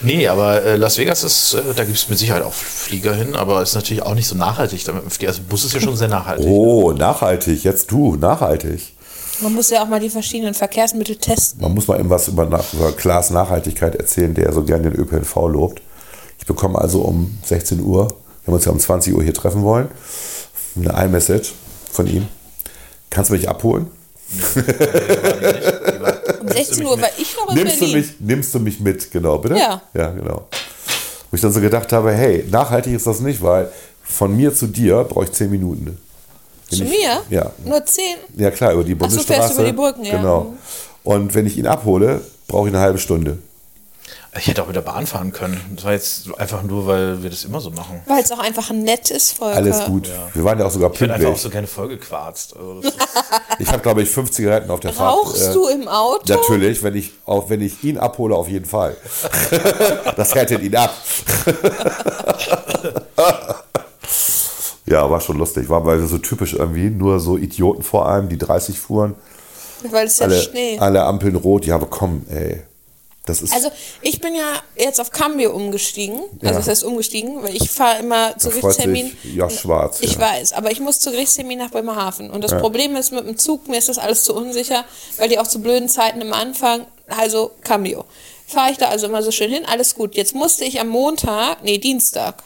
S2: nee, aber äh, Las Vegas ist, äh, da gibt es mit Sicherheit auch Flieger hin, aber ist natürlich auch nicht so nachhaltig. Damit dem Flieger. Also Bus ist ja schon sehr nachhaltig.
S3: Oh, nachhaltig. Jetzt du, nachhaltig.
S4: Man muss ja auch mal die verschiedenen Verkehrsmittel testen.
S3: Man muss mal eben was über, Nach- über Klaas Nachhaltigkeit erzählen, der so gerne den ÖPNV lobt. Ich bekomme also um 16 Uhr Wir haben uns ja um 20 Uhr hier treffen wollen. Eine iMessage von ihm. Kannst du mich abholen?
S4: Um 16 Uhr war ich noch in
S3: nimmst du,
S4: Berlin.
S3: mich, nimmst du mich mit, genau, bitte?
S4: Ja.
S3: Ja, genau. Wo ich dann so gedacht habe, hey, nachhaltig ist das nicht, weil von mir zu dir brauche ich 10 Minuten. Wenn
S4: Zu
S3: ich-
S4: mir?
S3: Ja.
S4: Nur 10?
S3: Ja, klar, über die
S4: Ach so, fährst du
S3: Bundesstraße.
S4: über die Brücken, ja. Mhm.
S3: Genau. Und wenn ich ihn abhole, brauche ich eine halbe Stunde.
S2: Ich hätte auch mit der Bahn fahren können. Das war jetzt einfach nur, weil wir das immer so machen.
S4: Weil es auch einfach nett ist, Volker.
S3: Alles gut. Wir waren ja auch sogar
S2: Ich werde einfach auch
S3: pünktlich.
S2: so gerne vollgequarzt. Also das ist-
S3: Ich habe, glaube ich, fünf Zigaretten auf der Fahrt.
S4: Rauchst
S3: äh,
S4: du im Auto?
S3: Natürlich, wenn ich, auch wenn ich ihn abhole, auf jeden Fall. das rettet ihn ab. ja, war schon lustig. War weil so typisch irgendwie, nur so Idioten vor allem, die 30 fuhren.
S4: Weil es ja
S3: Alle,
S4: Schnee.
S3: alle Ampeln rot. Ja, aber komm, ey. Das ist
S4: Also ich bin ja jetzt auf Cambio umgestiegen. Also das heißt umgestiegen, weil ich fahre immer zu
S3: da freut
S4: Gerichtstermin.
S3: sich ja schwarz.
S4: Ich
S3: ja.
S4: weiß, aber ich muss zu Gerichtstermin nach Bremerhaven. Und das Problem ist mit dem Zug, mir ist das alles zu unsicher, weil die auch zu blöden Zeiten im Anfang, also Cambio. Fahre ich da also immer so schön hin, alles gut. Jetzt musste ich am Montag, nee, Dienstag.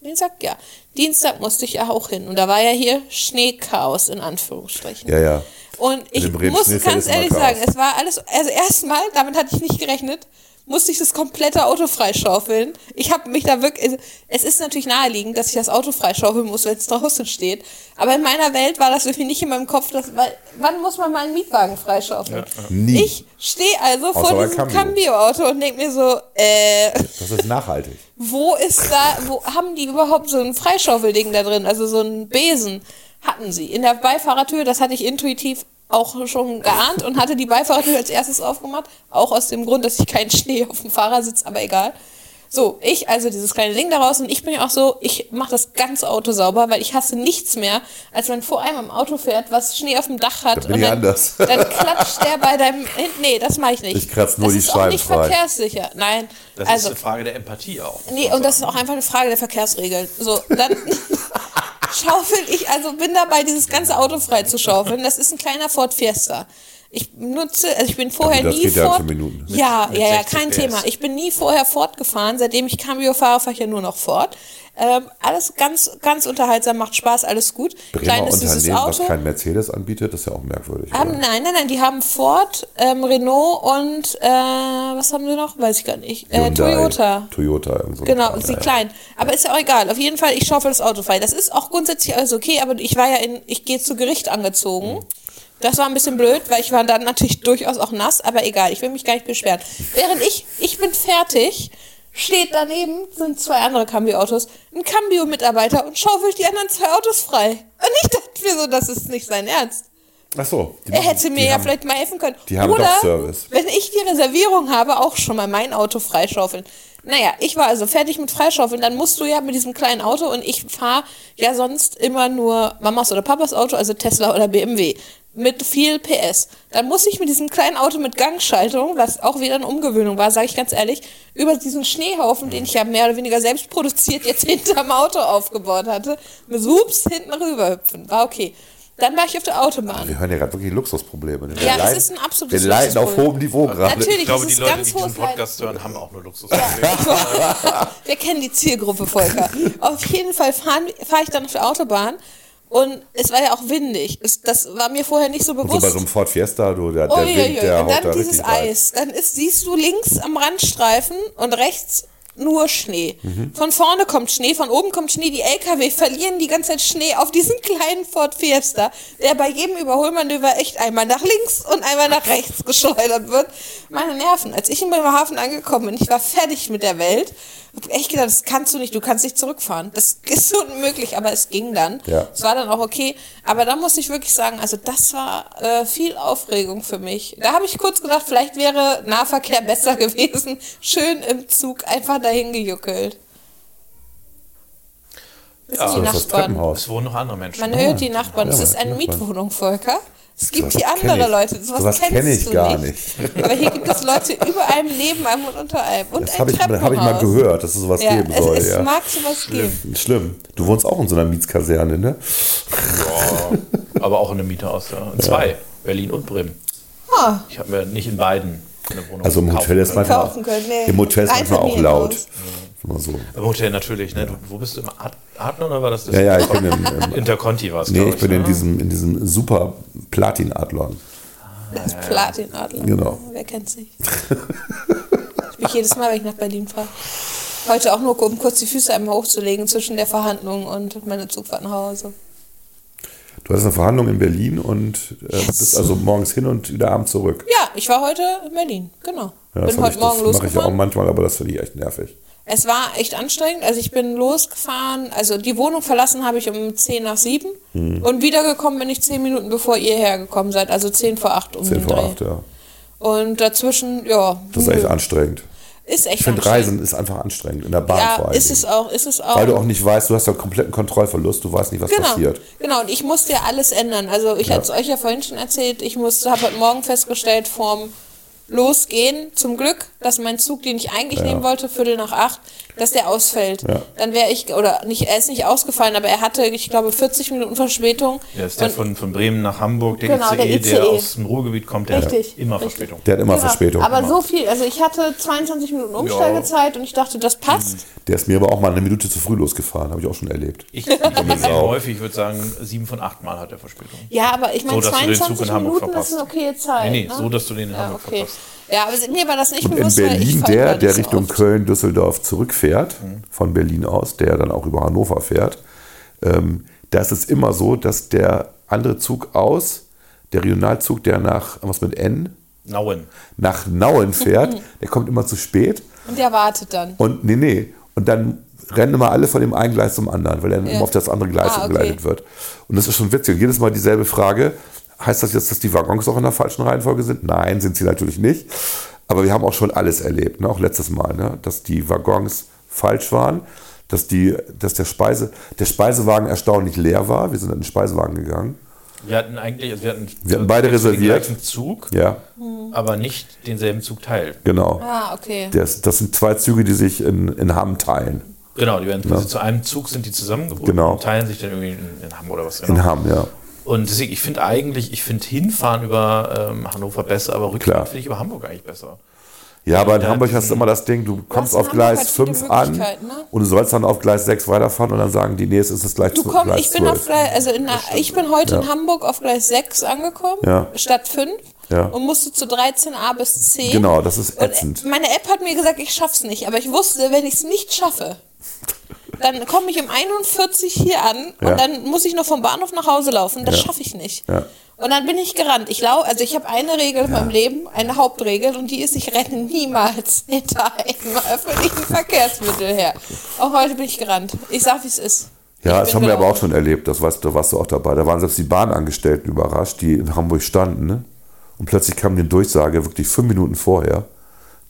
S4: Dienstag, ja. Dienstag musste ich ja auch hin. Und da war ja hier Schneechaos in Anführungsstrichen.
S3: Ja, ja.
S4: Und ich
S3: dem Bremen
S4: muss
S3: Schneefeld
S4: ganz
S3: ist immer
S4: ehrlich
S3: Chaos.
S4: sagen, es war alles, also erstmal, damit hatte ich nicht gerechnet, musste ich das komplette Auto freischaufeln. Ich habe mich da wirklich, also es ist natürlich naheliegend, dass ich das Auto freischaufeln muss, wenn es draußen steht. Aber in meiner Welt war das irgendwie nicht in meinem Kopf, dass, weil, wann muss man mal einen Mietwagen freischaufeln?
S3: Nie.
S4: Ich stehe also
S3: Außer
S4: vor
S3: bei
S4: diesem
S3: Cambio.
S4: Cambio-Auto und denke mir so, äh,
S3: Das ist nachhaltig.
S4: wo ist da, wo haben die überhaupt so ein Freischaufelding da drin? Also so einen Besen hatten sie. In der Beifahrertür, das hatte ich intuitiv auch schon geahnt und hatte die Beifahrertür als erstes aufgemacht. Auch aus dem Grund, dass ich keinen Schnee auf dem Fahrersitz, aber egal. So, ich, also dieses kleine Ding daraus und ich bin ja auch so, ich mache das ganze Auto sauber, weil ich hasse nichts mehr, als wenn vor einem am Auto fährt, was Schnee auf dem Dach hat.
S3: bin
S4: und
S3: ich
S4: dann,
S3: anders.
S4: dann klatscht der bei deinem. Nee, das mache ich nicht.
S3: Ich kratz nur
S4: das
S3: die
S4: ist
S3: Scheiben
S4: auch nicht
S3: frei.
S4: verkehrssicher. Nein.
S2: Das ist
S4: also,
S2: eine Frage der Empathie auch.
S4: Nee, und das ist auch einfach eine Frage der Verkehrsregeln. So, dann schaufel ich, also bin dabei, dieses ganze Auto frei zu schaufeln. Das ist ein kleiner Ford Fiesta. Ich nutze, also ich bin
S3: Ja,
S4: vorher
S3: gut, das
S4: nie
S3: geht ja in
S4: Ford.
S3: fünf Minuten.
S4: Ja,
S2: Mit- mit
S4: ja, ja,
S2: 60
S4: kein
S2: PS.
S4: Thema. Ich bin nie vorher Ford gefahren. Seitdem ich Cambio fahre, fahre ich ja nur noch Ford. Ähm, alles ganz, ganz unterhaltsam, macht Spaß, alles gut.
S3: Bremer
S4: Kleines süßes
S3: Unternehmen, was
S4: Auto.
S3: kein Mercedes anbietet, ist ja auch merkwürdig.
S4: Haben,
S3: oder?
S4: nein, nein, nein, die haben Ford, ähm, Renault und äh, was haben sie noch? Weiß ich gar nicht. Äh,
S3: Hyundai,
S4: Toyota.
S3: Toyota, irgend so ein
S4: Genau,
S3: Kram,
S4: ist die
S3: ja, ja.
S4: klein. Aber ist ja auch egal. Auf jeden Fall, ich schaufel das Auto frei. Das ist auch grundsätzlich alles okay, aber ich war ja in, ich gehe zu Gericht angezogen.
S3: Mhm.
S4: Das war ein bisschen blöd, weil ich war dann natürlich durchaus auch nass, aber egal, ich will mich gar nicht beschweren. Während ich, ich bin fertig, steht daneben, sind zwei andere Cambio-Autos, ein Cambio-Mitarbeiter und schaufelt die anderen zwei Autos frei. Und ich dachte mir so, das ist nicht sein Ernst.
S3: Ach so. die
S4: Er
S3: machen-
S4: hätte mir
S3: die
S4: ja
S3: haben-
S4: vielleicht mal helfen können.
S3: die haben
S4: Oder,
S3: doch Service.
S4: wenn ich die Reservierung habe, auch schon mal mein Auto freischaufeln. Naja, ich war also fertig mit Freischaufeln. Dann musst du ja mit diesem kleinen Auto und ich fahre ja sonst immer nur Mamas oder Papas Auto, also Tesla oder BMW, mit viel PS. Dann muss ich mit diesem kleinen Auto mit Gangschaltung, was auch wieder eine Umgewöhnung war, sage ich ganz ehrlich, über diesen Schneehaufen, den ich ja mehr oder weniger selbst produziert jetzt hinterm Auto aufgebaut hatte, mit Ups hinten rüber hüpfen. War okay. Dann war ich auf der Autobahn.
S3: Wir hören ja gerade wirklich Luxusprobleme. ne? Wir
S4: Ja, es
S3: leiden-
S4: ist ein absolutes
S3: Wir leiden auf
S4: Luxusproblem.
S3: hohem Niveau gerade.
S4: Natürlich,
S2: Ich glaube,
S4: das
S2: die
S4: ist
S2: Leute,
S4: ganz
S2: die diesen
S4: hohes Leid.
S2: Podcast hören, haben auch nur Luxus.
S4: Wir kennen die Zielgruppe, Volker. Auf jeden Fall fahre fahr ich dann auf der Autobahn und es war ja auch windig. Es, das war mir vorher nicht so
S3: Und so
S4: bewusst.
S3: bei so einem Ford Fiesta, du, der, der
S4: Uiuiui,
S3: Wind, der
S4: und
S3: haut da
S4: dann dieses
S3: richtig rein.
S4: Eis. Dann ist, siehst du links am Randstreifen und rechts nur Schnee.
S3: Mhm.
S4: Von vorne kommt Schnee, von oben kommt Schnee. Die LKW verlieren die ganze Zeit Schnee auf diesen kleinen Ford Fiesta, der bei jedem Überholmanöver echt einmal nach links und einmal nach rechts geschleudert wird. Meine Nerven. Als ich in Bremerhaven angekommen bin, ich war fertig mit der Welt. Hab echt gedacht, das kannst du nicht, du kannst nicht zurückfahren. Das ist unmöglich, aber es ging dann.
S3: Ja.
S4: Es war dann auch okay. Aber da muss ich wirklich sagen, also das war äh, viel Aufregung für mich. Da habe ich kurz gedacht, vielleicht wäre Nahverkehr besser gewesen. Schön im Zug einfach dahin gejuckelt. Das
S2: Ja.
S4: sind
S2: So
S4: die
S3: Das ist das
S4: Nachbarn.
S2: Es
S3: Treppenhaus.
S2: wohnen noch andere Menschen.
S4: Man hört die Nachbarn. Es
S3: Ja,
S4: ist eine
S3: Nachbarn.
S4: Mietwohnung, Volker. Es gibt
S3: Sowas
S4: hier
S3: kenn
S4: andere
S3: ich.
S4: Leute. Sowas,
S3: Sowas kenn
S4: kennst
S3: ich
S4: du
S3: gar
S4: nicht. Aber hier gibt es Leute über einem, neben einem und unter einem. Und
S3: Das
S4: ein
S3: habe ich,
S4: Treppenhaus.
S3: hab ich mal gehört, dass es sowas
S4: Ja,
S3: geben
S4: es,
S3: soll.
S4: es
S3: ja.
S4: mag sowas geben.
S3: Schlimm. Du wohnst auch in so einer Mietskaserne, ne?
S2: Aber auch eine Miete aus ja. zwei, Berlin und Bremen.
S4: Ah.
S2: Ich habe mir nicht in beiden eine Wohnung
S3: Also im
S2: gekauft.
S3: Hotel ist manchmal,
S4: Kaufen können, Äh, nee.
S3: im Hotel ist manchmal auch
S4: Einfamilienhaus.
S3: laut. Immer so.
S2: Im Hotel natürlich, ne? Du, wo bist du im Ad- Adler oder war das das?
S3: Ja, ja, ich bin im, im
S2: Interconti war es,
S3: nee,
S2: glaub
S3: ich bin in
S2: ne?
S3: diesem, in diesem super Platin-Adlon.
S4: Das Also Platinadler.
S3: Äh, Genau.
S4: Wer kennt's nicht? ich bin jedes Mal, wenn ich nach Berlin fahre. Heute auch nur, um kurz die Füße einmal hochzulegen zwischen der Verhandlung und meiner Zugfahrt nach Hause.
S3: Du hast eine Verhandlung in Berlin und äh, bist also morgens hin und wieder abends zurück.
S4: Ja, ich war heute in Berlin, genau.
S3: Ja, das
S4: bin
S3: hab
S4: heute
S3: ich, das
S4: Morgen
S3: mache ich ja auch
S4: losgefahren.
S3: manchmal, aber das finde ich echt nervig.
S4: Es war echt anstrengend. Also ich bin losgefahren, also die Wohnung verlassen habe ich um 10 nach 7
S3: Hm.
S4: und wiedergekommen bin ich 10 Minuten bevor ihr hergekommen seid, also 10 vor 8 um
S3: 10
S4: den
S3: vor
S4: Dreh.
S3: 8, ja.
S4: Und dazwischen, ja,
S3: Das ist echt anstrengend.
S4: ist echt
S3: Ich finde,
S4: anstrengend.
S3: Reisen ist einfach anstrengend, in der Bahn vor
S4: Ja,
S3: allem.
S4: ist es auch, ist es auch.
S3: Weil du auch nicht weißt, du hast ja kompletten Kontrollverlust, du weißt nicht, was
S4: genau,
S3: passiert.
S4: genau. Und ich musste ja alles ändern. Also ich
S3: Ja.
S4: hatte es euch ja vorhin schon erzählt. Ich musste, habe heute Morgen festgestellt vorm Losgehen zum Glück, dass mein Zug, den ich eigentlich nehmen wollte, Viertel nach acht, dass der ausfällt.
S3: Ja.
S4: Dann wäre ich oder nicht, er ist nicht ausgefallen, aber er hatte, ich glaube, 40 Minuten Verspätung.
S2: Ja, ist der
S4: Und-
S2: von, von Bremen nach Hamburg, der
S4: Genau,
S2: ICE,
S4: der
S2: der,
S4: ICE.
S2: aus dem Ruhrgebiet kommt, der
S4: Richtig,
S2: hat immer
S4: richtig.
S2: Verspätung.
S3: Der hat immer
S4: Genau.
S3: Verspätung.
S4: Aber so viel, also ich hatte 22 Minuten Umsteigezeit und ich dachte, das passt.
S2: Mhm.
S3: Der ist mir aber auch mal eine Minute zu früh losgefahren, habe ich auch schon erlebt.
S2: Ich, ich bin sehr
S3: Sau.
S2: häufig, ich würde sagen, sieben von acht Mal hat er Verspätung.
S4: Ja, aber ich meine,
S2: So, dass du den Zug in
S4: 22
S2: Hamburg
S4: Minuten ist eine
S2: verpasst.
S4: okaye Zeit.
S2: nee, nee,
S4: ne?
S2: so, dass du den in Hamburg
S4: okay.
S2: verpasst.
S4: Ja, aber mir war das nicht
S3: Und in
S4: bewusst. weil ich
S3: Berlin
S4: fahr
S3: der,
S4: gar
S3: der
S4: nicht so
S3: Richtung
S4: oft.
S3: Köln, Düsseldorf zurückfährt, von Berlin aus, der dann auch über Hannover fährt, ähm, da ist es immer so, dass der andere Zug aus, der Regionalzug, der nach, was mit N,
S2: Nauen.
S3: nach Nauen fährt, der kommt immer zu spät.
S4: Und der wartet dann.
S3: Und nee, nee. Und dann rennen immer alle von dem einen Gleis zum anderen, weil dann immer auf das andere Gleis
S4: Ah, okay.
S3: umgeleitet wird. Und das ist schon witzig. Und jedes Mal dieselbe Frage. Heißt das jetzt, dass die Waggons auch in der falschen Reihenfolge sind? Nein, sind sie natürlich nicht. Aber wir haben auch schon alles erlebt, ne? auch letztes Mal, ne? dass die Waggons falsch waren, dass, die, dass der, Speise, der Speisewagen erstaunlich leer war. Wir sind in den Speisewagen gegangen.
S2: Wir hatten eigentlich, also wir hatten,
S3: Wir hatten beide
S2: den
S3: reserviert.
S2: gleichen Zug,
S3: Ja,
S2: aber nicht denselben Zugteil.
S3: genau.
S4: Hm. Ah, okay.
S3: Das, das sind zwei Züge, die sich in, in Hamm teilen.
S2: Genau, die werden quasi zu einem Zug sind die zusammengebunden
S3: Genau.
S2: und teilen sich dann irgendwie in, in Hamburg oder was. Genau.
S3: In Hamm, ja.
S2: Und deswegen, ich finde eigentlich, ich finde hinfahren über ähm, Hannover besser, aber
S3: Klar.
S2: rückfahren finde ich über Hamburg eigentlich besser.
S3: Ja, aber in
S2: Ja,
S3: Hamburg hast
S2: diesen-
S3: du immer das Ding, du kommst
S4: in
S3: auf
S4: Hamburg
S3: Gleis
S4: halt viele
S3: 5 an
S4: Möglichkeiten, ne?
S3: und du sollst dann auf Gleis 6 weiterfahren und dann sagen die, nee, es ist das Gleis
S4: Du
S3: zw-
S4: komm,
S3: Gleis
S4: ich bin auf
S3: 12.
S4: Gleis, also in, ich bin heute in
S3: Ja.
S4: Hamburg auf Gleis 6 angekommen,
S3: Ja.
S4: statt 5
S3: Ja.
S4: und musste zu 13a bis 10.
S3: Genau, das ist
S4: Und
S3: ätzend.
S4: meine App hat mir gesagt, ich schaff's nicht, aber ich wusste, wenn ich es nicht schaffe, dann komme ich um 41 hier an und
S3: Ja.
S4: dann muss ich noch vom Bahnhof nach Hause laufen. Das
S3: Ja.
S4: schaffe ich nicht.
S3: Ja.
S4: Und dann bin ich gerannt. Ich lau also ich habe eine Regel in meinem Leben, eine Hauptregel, und die ist, ich renne niemals hinter einem öffentlichen Verkehrsmittel her. Auch heute bin ich gerannt. Ich sag, wie es ist.
S3: Ja,
S4: Ich
S3: das
S4: bin
S3: haben wir aber auch
S4: gelaufen.
S3: schon erlebt, das weißt du, da warst du auch dabei. Da waren selbst die Bahnangestellten überrascht, die in Hamburg standen. Ne? Und plötzlich kam die Durchsage, wirklich fünf Minuten vorher,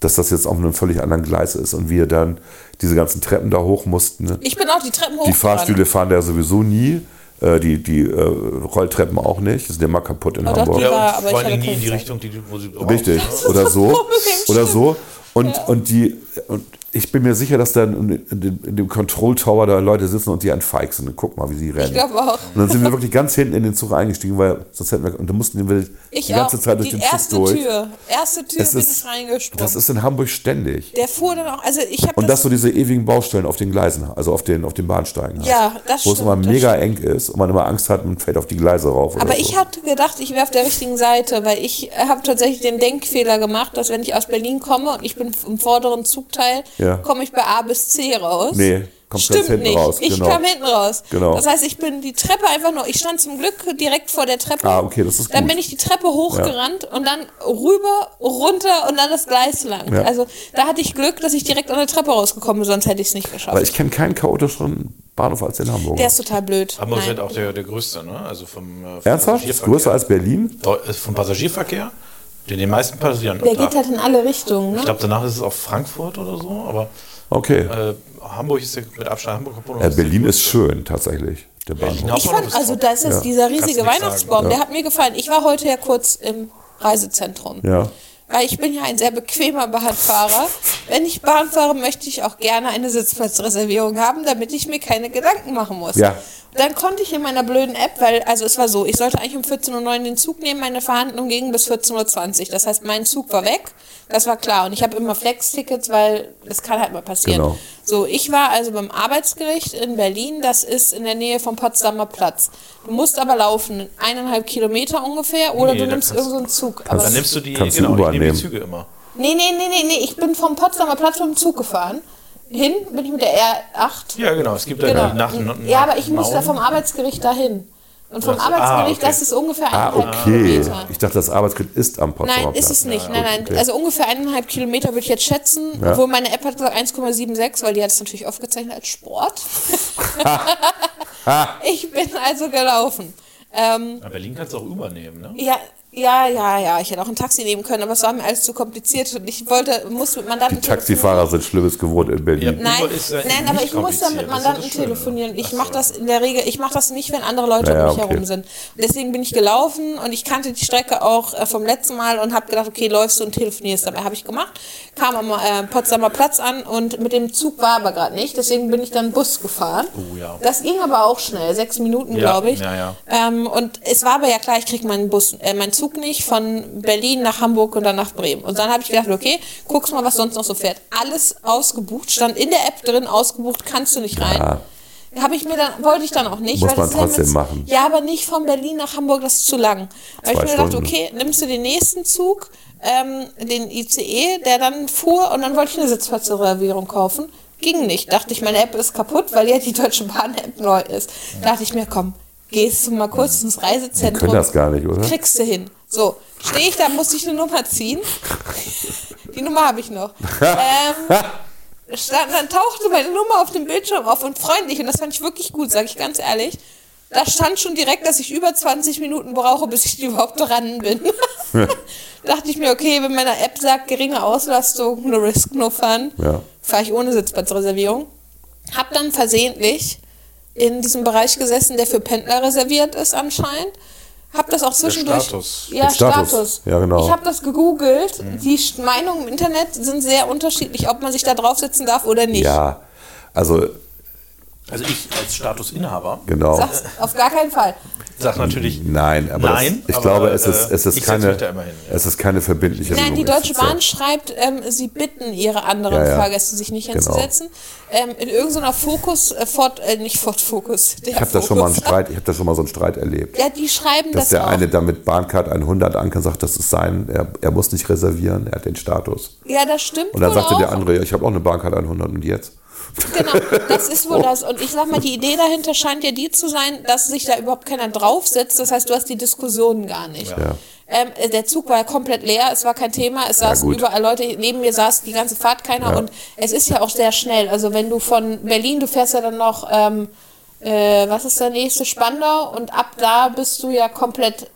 S3: dass das jetzt auf einem völlig anderen Gleis ist und wir dann diese ganzen Treppen da hoch mussten. Ne?
S4: Ich bin auch die Treppen hoch.
S3: Die Fahrstühle fahren da sowieso nie, äh, die, die äh, Rolltreppen auch nicht, die sind immer kaputt in
S4: Aber Oh, doch,
S3: Hamburg.
S4: die Ja,
S2: Ja, und vor
S4: aber
S2: allen
S4: ich
S2: Dingen
S4: hatte
S2: nie in die
S4: keine
S2: Richtung, die, du- wo sie
S3: Richtig.
S4: ist
S3: Oder
S4: das
S3: so.
S4: Problem,
S3: Oder
S4: stimmt.
S3: so. Und, und die, und ich bin mir sicher, dass dann in, in, dem- in dem Control Tower da Leute sitzen und die anfeixen. Und guck mal, wie sie rennen.
S4: Ich glaube auch.
S3: Und dann sind wir wirklich ganz hinten in den Zug eingestiegen, weil sonst hätten wir, und dann mussten wir
S4: Ich
S3: die ganze
S4: auch.
S3: Zeit durch
S4: die
S3: den Zug
S4: erste
S3: durch.
S4: Tür. Erste Tür
S3: Es
S4: bin
S3: ist-
S4: ich reingesprungen.
S3: Das ist in Hamburg ständig.
S4: der fuhr dann auch, also ich habe
S3: Und dass du diese ewigen Baustellen auf den Gleisen, also auf den, auf den Bahnsteigen hast.
S4: Ja, das
S3: Wo es
S4: stimmt,
S3: immer
S4: das
S3: mega eng ist und man immer Angst hat, man fällt auf die Gleise rauf.
S4: Aber
S3: oder
S4: ich
S3: so.
S4: hatte gedacht, ich wäre auf der richtigen Seite, weil ich habe tatsächlich den Denkfehler gemacht, dass wenn ich aus Berlin komme und ich bin im vorderen Zugteil,
S3: Ja.
S4: komme ich bei A bis C raus.
S3: Nee, kommst ganz
S4: Stimmt
S3: hinten
S4: nicht.
S3: raus,
S4: Ich
S3: genau.
S4: kam hinten raus.
S3: Genau.
S4: Das heißt, ich bin die Treppe einfach nur, ich stand zum Glück direkt vor der Treppe.
S3: Ah, okay, das ist
S4: Dann
S3: gut.
S4: bin ich die Treppe hochgerannt und dann rüber, runter und dann das Gleis lang.
S3: Ja.
S4: Also da hatte ich Glück, dass ich direkt an der Treppe rausgekommen bin, sonst hätte ich es nicht geschafft.
S3: Aber ich kenne keinen chaotischeren Bahnhof als den Hamburger.
S4: Also der ist total blöd.
S2: Hamburg ist
S4: Nein.
S2: halt auch der, der größte, ne? Also vom, äh, vom
S3: Ernsthaft? Größer als Berlin?
S2: Deu- äh, vom Passagierverkehr, den den meisten Passagieren.
S4: der
S2: darf.
S4: geht halt in alle Richtungen.
S2: ich
S4: Ne?
S2: glaube, danach ist es auch Frankfurt oder so, aber
S3: Okay.
S2: äh, Hamburg ist der mit Abstand Hamburg kaputt.
S3: Ja, Äh, Berlin ist schön, tatsächlich. Der Bahnhof.
S4: Ich fand, also da ist jetzt dieser riesige
S2: Kannst nix
S4: Weihnachtsbaum,
S2: sagen.
S4: der hat mir gefallen. Ich war heute ja kurz im Reisezentrum.
S3: Ja.
S4: Weil ich bin ja ein sehr bequemer Bahnfahrer. Wenn ich Bahn fahre, möchte ich auch gerne eine Sitzplatzreservierung haben, damit ich mir keine Gedanken machen muss.
S3: Ja.
S4: dann konnte ich in meiner blöden App, weil, also es war so, ich sollte eigentlich um 14.09 Uhr den Zug nehmen, meine Verhandlung ging bis 14.20 Uhr. Das heißt, mein Zug war weg, das war klar. Und ich habe immer Flex-Tickets, weil das kann halt mal passieren.
S3: Genau.
S4: So, ich war also beim Arbeitsgericht in Berlin, das ist in der Nähe vom Potsdamer Platz. Du musst aber laufen, eineinhalb Kilometer ungefähr, oder
S2: Nee,
S4: du
S2: da
S4: nimmst
S2: kannst-
S4: irgendeinen Zug. Aber
S2: Dann nimmst du die,
S3: Kannst du
S2: genau, ich
S3: U-Bahn
S2: nehme die
S3: nehmen.
S2: Züge immer.
S4: nee, nee, nee, nee, nee, ich bin vom Potsdamer Platz mit dem Zug gefahren. Hin bin ich mit der R8
S2: Ja, genau, es gibt da
S4: Genau.
S2: nach,
S4: ja, aber ich muss da
S2: Nauen.
S4: vom Arbeitsgericht dahin. Und vom
S2: Ach so, ah,
S4: Arbeitsgericht,
S2: okay.
S4: das ist ungefähr
S3: Ah,
S4: eineinhalb
S3: okay.
S4: Kilometer.
S3: Ich dachte, das Arbeitsgericht ist am Potsdamer
S4: Nein,
S3: Platz.
S4: ist es nicht. nein, nein.
S3: okay.
S4: Also ungefähr eineinhalb Kilometer würde ich jetzt schätzen,
S3: Ja.
S4: obwohl meine App hat gesagt 1,76, weil die hat es natürlich aufgezeichnet als Sport. ich bin also gelaufen. Ähm,
S2: Na, Berlin kannst du auch Uber nehmen, ne?
S4: ja, ja, ja, ja. Ich hätte auch ein Taxi nehmen können, aber es war mir alles zu kompliziert und ich wollte, muss mit Mandanten.
S3: Die Taxifahrer sind Schlimmes gewohnt in Berlin.
S2: Ja.
S4: Nein,
S2: Uber ist eigentlich
S4: nein, aber
S2: nicht
S4: ich muss dann
S2: kompliziert. Das ist
S4: mit
S2: ne?
S4: Mandanten
S2: das Schöne.
S4: telefonieren. Ich
S2: Ach so.
S4: mache das in der Regel, ich mache das nicht, wenn andere Leute
S3: Ja,
S4: um mich
S3: okay.
S4: herum sind. Und deswegen bin ich gelaufen und ich kannte die Strecke auch äh, vom letzten Mal und habe gedacht, okay, läufst du und telefonierst. Dabei habe ich gemacht, kam am äh, Potsdamer Platz an und mit dem Zug war aber gerade nicht. Deswegen bin ich dann Bus gefahren.
S2: Oh ja.
S4: Das ging aber auch schnell, sechs Minuten,
S2: Ja,
S4: glaube ich.
S2: ja, ja.
S4: Ähm, und es war aber ja klar, ich krieg meinen Bus, äh, meinen Zug nicht von Berlin nach Hamburg und dann nach Bremen. Und dann habe ich gedacht, okay, guck's mal, was sonst noch so fährt. Alles ausgebucht, stand in der App drin, ausgebucht, kannst du nicht rein. Habe ich mir dann, wollte ich dann auch nicht.
S3: Muss man
S4: das ist ja
S3: trotzdem
S4: mit-
S3: machen.
S4: Ja, aber nicht von Berlin nach Hamburg, das ist zu lang. Da habe ich
S3: Zwei
S4: mir gedacht,
S3: Stunden.
S4: okay, nimmst du den nächsten Zug, ähm, den ICE, der dann fuhr und dann wollte ich eine Sitzplatzreservierung kaufen. Ging nicht. Dachte ich, meine App ist kaputt, weil ja die Deutsche Bahn-App neu ist. Dachte ich mir, komm, gehst du mal kurz ins Reisezentrum.
S3: können das gar nicht, oder?
S4: Kriegst du hin. So, stehe ich da, musste ich eine Nummer ziehen. Die Nummer habe ich noch. ähm, stand, dann tauchte meine Nummer auf dem Bildschirm auf und freundlich, und das fand ich wirklich gut, sage ich ganz ehrlich. Da stand schon direkt, dass ich über 20 Minuten brauche, bis ich überhaupt dran bin. Dachte ich mir, okay, wenn meine App sagt, geringe Auslastung, no risk, no fun,
S3: Ja.
S4: fahre ich ohne Sitzplatzreservierung. Hab dann versehentlich in diesem Bereich gesessen, der für Pendler reserviert ist anscheinend. Hab das auch zwischendurch.
S2: Status.
S4: Ja,
S3: Der Status.
S4: Status.
S3: Ja, genau.
S4: Ich habe das gegoogelt.
S3: Mhm.
S4: Die Sch- Meinungen im Internet sind sehr unterschiedlich, ob man sich da draufsetzen darf oder nicht.
S3: Ja, also
S2: Also ich als Statusinhaber
S3: genau.
S4: Sag's auf gar keinen Fall.
S2: sag natürlich,
S3: Nein, aber
S2: Nein,
S3: das, ich
S2: aber,
S3: glaube, es
S2: äh,
S3: ist, es ist
S2: ich setz
S3: keine,
S2: mich da immer hin, ja.
S3: es ist keine verbindliche
S4: Nein, die
S3: Regelung.
S4: Deutsche
S3: Es ist ja-
S4: Bahn schreibt, ähm, sie bitten ihre anderen
S3: Ja, Genau. ja.
S4: Fahrgäste, sich nicht hinzusetzen. Ähm, in irgendeiner Fokus, äh, Ford, äh, nicht Ford Focus. Der
S3: Ich habe da schon mal einen
S4: Focus.
S3: Streit, ich habe da schon mal so einen Streit erlebt.
S4: Ja, die schreiben
S3: Dass
S4: das
S3: der
S4: auch.
S3: eine da mit Bahncard 100 ankam, sagt, das ist sein, er, er muss nicht reservieren, er hat den Status.
S4: ja, das stimmt.
S3: Und dann
S4: wohl
S3: sagte der
S4: auch.
S3: andere, ja, ich habe auch eine Bahncard 100 und jetzt?
S4: Genau, das ist wohl das. Und ich sag mal, die Idee dahinter scheint ja die zu sein, dass sich da überhaupt keiner draufsetzt. Das heißt, du hast die Diskussionen gar nicht.
S3: Ja.
S4: Ähm, äh, der Zug war komplett leer, es war kein Thema, es saßen
S3: gut.
S4: überall Leute, neben mir saß die ganze Fahrt keiner
S3: Ja.
S4: und es ist ja auch sehr schnell. Also wenn du von Berlin, du fährst ja dann noch, ähm, äh, was ist der nächste, Spandau und ab da bist du ja komplett,